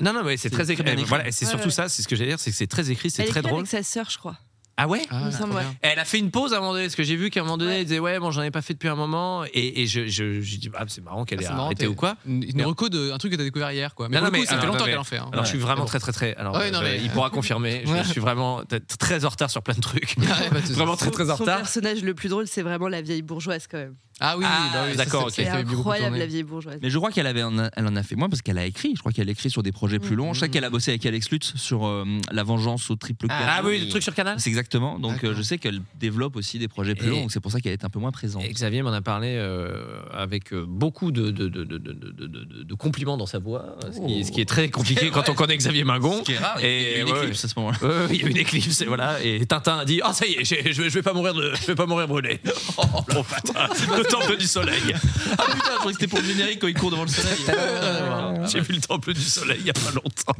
S4: Non non mais c'est
S1: C'est
S4: très
S1: très
S4: écrit.
S1: bien
S4: Et
S1: écrit.
S4: Voilà, et c'est
S3: Ouais,
S4: surtout
S3: ouais.
S4: ça, c'est ce que j'allais dire, c'est que c'est très écrit, c'est
S3: Elle
S4: très
S3: écrit
S4: drôle.
S3: avec sa sœur, je crois.
S4: Ah ouais
S3: Il me semble, ouais.
S4: Elle a fait une pause à un moment donné parce que j'ai vu qu'à un moment donné elle disait ouais, bon j'en ai pas fait depuis un moment et, et je je, je dis ah c'est marrant qu'elle
S1: Ah,
S4: ait
S1: c'est marrant,
S4: arrêté
S1: t'es-
S4: ou quoi.
S1: Une, une
S4: Mais-
S1: reco de un truc que t'as découvert hier quoi. Mais,
S4: Non, non,
S1: pour le coup, ça
S4: alors,
S1: fait longtemps
S4: mais-
S1: qu'elle en fait. hein.
S4: Alors je suis
S1: Ouais.
S4: vraiment
S1: Mais bon.
S4: très très très. Alors
S1: Ouais, non,
S4: euh,
S1: mais-
S4: il pourra confirmer. Je, je suis vraiment t- très en retard sur plein de trucs.
S1: *laughs* Ah,
S4: *laughs*
S1: Ouais, pas de soucis.
S4: vraiment très très en
S3: Son
S4: retard.
S3: personnage le plus drôle, c'est vraiment la vieille bourgeoise quand même.
S1: Ah oui, bah oui, ça,
S4: d'accord,
S1: c'est-
S4: ok.
S1: ça a été beaucoup
S3: Incroyable
S1: tourné.
S3: la vieille bourgeoise.
S2: Mais je crois qu'elle avait, en a- elle en a fait moins parce qu'elle a écrit. Je crois qu'elle a écrit sur des projets plus longs.
S4: Mm-hmm.
S2: Je sais qu'elle a bossé avec Alex Lutz sur euh, la vengeance au triple
S4: Ah,
S2: canal.
S4: ah oui, le truc sur Canal
S2: C'est exactement. Donc euh, je sais qu'elle développe aussi des projets plus
S4: Et-
S2: longs. donc C'est pour ça qu'elle est un peu moins présente.
S4: Et Xavier m'en a parlé euh, avec euh, beaucoup de, de, de- de- de- de- de- de compliments dans sa voix, euh, ce qui, ce qui est très compliqué quand on connaît Xavier Mingon.
S2: Oh. Ce qui est rare, il y a eu une
S4: ouais,
S2: éclipse à ce moment-là.
S4: ouais, ouais, il y a eu une éclipse, et voilà. Et Tintin a dit Ah, ça y est, j'ai- je vais, je vais pas mourir, de- je vais pas mourir
S2: *laughs*
S4: brûlé. *laughs* Oh, putain, le temple du soleil.
S2: Ah putain, je croyais que c'était pour le générique quand il court devant le soleil.
S4: J'ai vu le temple du soleil il y a pas longtemps.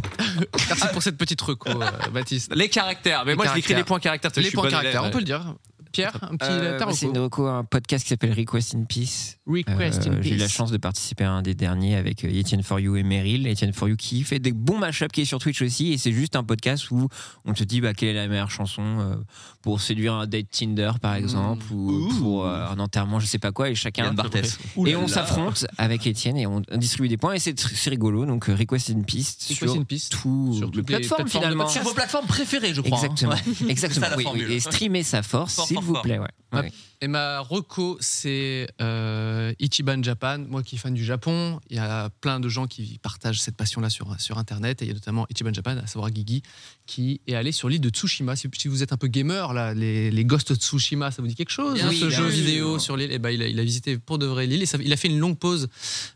S1: Merci Ah, pour cette petite reco,
S4: *laughs*
S1: euh, Baptiste.
S4: Les caractères, mais
S1: Les
S4: moi je l'écris
S1: caractères.
S4: les points caractères.
S1: Les points caractères, on
S4: caractères.
S1: peut le dire. Pierre, un petit
S6: Euh,
S1: ta
S6: bah, c'est
S1: reco.
S6: une reco, un podcast qui s'appelle Request in Peace.
S1: Request in
S6: Euh, J'ai eu la
S1: peace.
S6: chance de participer à un des derniers avec euh, Etienne For You et Meryl. Etienne For You qui fait des bons mashups qui est sur Twitch aussi. Et c'est juste un podcast où on te dit bah, quelle est la meilleure chanson euh, pour séduire un date Tinder par
S1: Mmh.
S6: exemple ou pour euh, un enterrement, je sais pas quoi. Et chacun.
S2: Yann Barthès.
S6: Et on s'affronte avec Etienne et on distribue des points. Et c'est tr- c'est rigolo. Donc euh, Request in Peace sur
S1: Request in Peace.
S6: tout
S1: Sur toutes les
S6: plateformes
S1: plateformes de
S6: finalement.
S1: podcast.
S2: Sur vos plateformes préférées, je crois. hein.
S6: Exactement.
S2: Ouais.
S6: Exactement.
S2: C'est ça la
S6: oui, oui.
S2: formule.
S6: Et streamer sa force,
S2: Fort,
S6: s'il
S2: fort,
S6: vous
S2: fort.
S6: plaît.
S2: *laughs*
S6: ouais.
S1: Ma-
S6: Ouais.
S1: Et ma reco, c'est euh, Ichiban Japan. Moi qui suis fan du Japon, il y a plein de gens qui partagent cette passion-là sur, sur Internet. Et il y a notamment Ichiban Japan, à savoir Guigui, qui est allé sur l'île de Tsushima. Si, si vous êtes un peu gamer, là, les, les Ghosts de Tsushima, ça vous dit quelque chose
S2: Bien
S1: hein, Ce
S2: sûr.
S1: jeu vidéo sur l'île, Eh ben, il, a, il a visité pour de vrai l'île. Et ça- il a fait une longue pause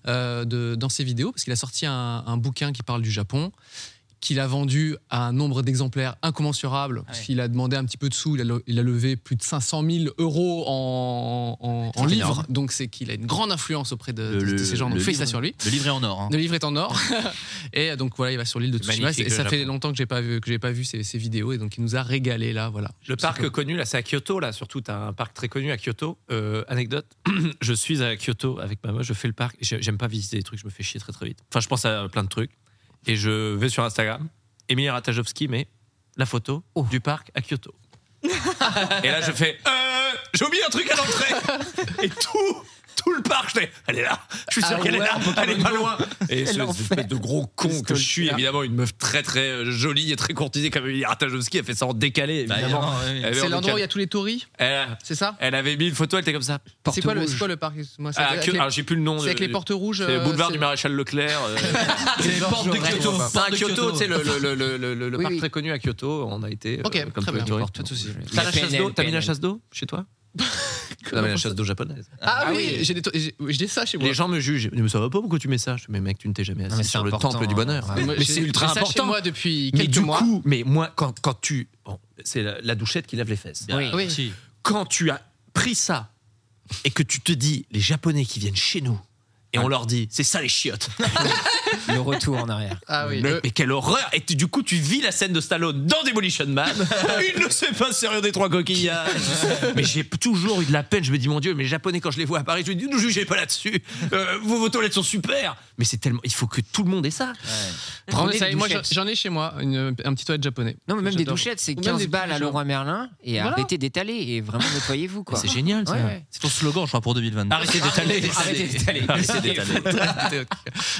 S1: euh, de- dans ses vidéos parce qu'il a sorti un, un bouquin qui parle du Japon qu'il a vendu à un nombre d'exemplaires incommensurable.
S2: Ah ouais.
S1: Il a demandé un petit peu de sous, il a, le- il a levé plus de 500 000 euros en, en- en livres.
S4: hein.
S2: énorme.
S1: Donc c'est qu'il a une grande influence auprès de,
S2: Le-
S1: de- de
S2: le-
S1: ces gens. Donc
S2: le
S1: faites ça
S2: livre-
S1: sur lui.
S2: Le livre est en or. hein.
S1: Le livre est en or. *laughs* et donc voilà, il va sur l'île de Tsushima.
S4: Magnifique,
S1: Et ça
S4: le
S1: fait
S4: Japon.
S1: longtemps que j'ai pas vu, que j'ai pas vu ces, ces vidéos. Et donc il nous a régalé là, voilà.
S4: Le parc connu, là, c'est à Kyoto, là, surtout. T'as un parc très connu à Kyoto. Euh, anecdote, *clears throat* je suis à Kyoto avec ma meuf, je fais le parc. J'ai- J'aime pas visiter les trucs, je me fais chier très très vite. Enfin, je pense à plein de trucs. Et je vais sur Instagram, Emilia Ratajowski met la photo
S6: Oh.
S4: du parc à Kyoto. et là, je fais euh, J'ai oublié un truc à l'entrée Et tout tout le parc, je fais, elle est là, je suis sûr
S6: Ah
S4: qu'elle
S6: ouais,
S4: est là, elle est pas loin.
S6: *laughs*
S4: Et ce
S6: l'enfer.
S4: espèce de gros con que je suis,
S6: Stalker.
S4: évidemment, une meuf très très euh, jolie et très courtisée comme Emilia Ratajowski, elle fait ça en décalé,
S2: Bah,
S4: évidemment.
S2: évidemment, oui.
S4: Elle avait
S1: C'est
S4: en
S1: l'endroit où il y
S4: décalé.
S1: a tous les tories,
S4: elle,
S1: c'est ça
S4: elle avait mis une photo, elle était comme ça.
S1: C'est quoi, le- c'est quoi le parc Excuse-moi, c'est
S4: Ah,
S1: avec
S4: que-
S1: les-
S4: alors, j'ai plus le nom.
S1: c'est
S4: de-
S1: avec les portes rouges.
S4: C'est le
S1: euh,
S4: boulevard
S1: c'est-
S4: du maréchal Leclerc.
S1: *laughs*
S4: euh,
S2: C'est les portes de
S1: Kyoto.
S2: Kyoto.
S4: c'est à Kyoto, tu sais, le, le- le- le- le- le
S1: Oui,
S4: parc
S1: oui.
S4: très connu à Kyoto. On a été. euh,
S1: Ok,
S4: comme
S1: très
S4: tous les
S1: bien.
S4: touristes.
S1: Pas de souci.
S4: T'as la
S6: PNL,
S4: chasse d'eau T'as mis la
S6: PNL.
S4: chasse d'eau chez toi *laughs* Non, mais la chasse d'eau japonaise.
S1: Ah,
S6: Ah
S1: oui,
S6: oui.
S1: j'ai des to- j'ai- oui, je dis ça chez moi.
S4: Les gens me jugent. Mais ça va pas, pourquoi tu mets ça Je fais, mais mec, tu ne t'es jamais
S6: mais
S4: assis
S6: c'est
S4: sur le
S6: important,
S4: temple du bonheur.
S6: hein.
S4: Mais,
S1: Moi,
S4: c'est
S1: j'ai-
S4: ultra
S1: j'ai ça chez
S4: important.
S1: moi depuis
S4: Mais
S1: quelques
S4: du
S1: mois.
S4: coup, mais moi, quand, quand tu. bon, c'est la, la douchette qui lave les fesses.
S6: Oui.
S1: Ah Oui.
S4: Quand tu as pris ça et que tu te dis, les Japonais qui viennent chez nous, et on leur dit, c'est ça les chiottes.
S6: Le retour en arrière.
S1: Ah oui.
S4: Mec,
S1: le-
S4: mais quelle horreur Et tu- du coup, tu vis la scène de Stallone dans Demolition Man.
S1: *laughs*
S4: Il ne sait pas sérieux des trois coquillages. mais j'ai toujours eu de la peine. Je me dis, mon Dieu, mais les Japonais, quand je les vois à Paris, je me dis, ne jugez pas là-dessus. Euh, vos, vos toilettes sont super. Mais c'est tellement. Il faut que tout le monde ait ça.
S1: Prenez
S6: des
S1: ça, et moi j'en
S6: douchettes.
S1: j'en ai chez moi, une- un petit toilette japonais.
S6: Non, mais même des
S1: J'adore.
S6: douchettes, c'est
S1: Ou même
S6: 15
S1: des
S6: balles à
S1: douchettes. *laughs*
S6: Leroy Merlin et
S1: Voilà.
S6: arrêtez d'étaler et vraiment nettoyez-vous quoi.
S4: C'est génial, ça.
S6: Ouais, ouais.
S2: C'est ton slogan, je crois, pour 2022.
S4: Arrêtez
S2: *laughs*
S4: d'étaler.
S6: Arrêtez d'étaler.
S4: Arrêtez d'étaler.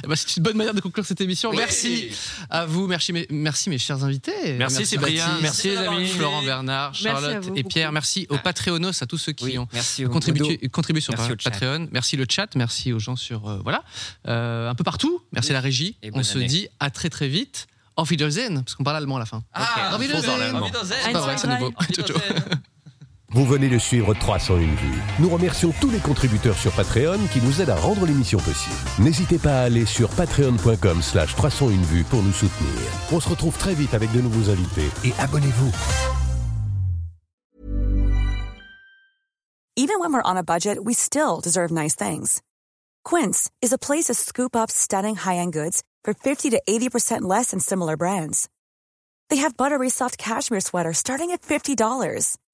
S1: Eh ben, c'est une bonne manière de conclure cette émission. Merci à vous, merci mes, merci mes chers invités.
S4: Merci, Cyprien.
S1: Baptiste,
S4: Merci, les amis.
S1: Florent Bernard,
S3: Merci à
S1: Charlotte
S3: vous
S1: et Pierre. Merci aux Patreonos, à tous ceux qui
S6: Ah. Oui,
S1: ont
S6: merci au
S1: contribué,
S6: Modo.
S1: contribué sur euh,
S6: Merci au chat.
S1: Patreon. Merci le chat, merci aux gens sur euh, voilà euh, un peu partout. Merci à la régie.
S6: Et
S1: On
S6: bonne
S1: se
S6: année.
S1: dit à très très vite. Auf Wiedersehen, parce qu'on parle allemand à la fin.
S2: Ah,
S1: Auf
S2: faut
S1: Wiedersehen.
S2: parler allemand.
S1: C'est pas vrai, c'est nouveau. *laughs* Ciao, ciao.
S5: Vous venez de suivre 301 vues. Nous remercions tous les contributeurs sur Patreon qui nous aident à rendre l'émission possible. N'hésitez pas à aller sur patreon.com slash 301 vues pour nous soutenir. On se retrouve très vite avec de nouveaux invités et abonnez-vous.
S12: Even when we're on a budget, we still deserve nice things. Quince is a place to scoop up stunning high-end goods for 50 to 80% less than similar brands. They have buttery soft cashmere sweaters starting at $50,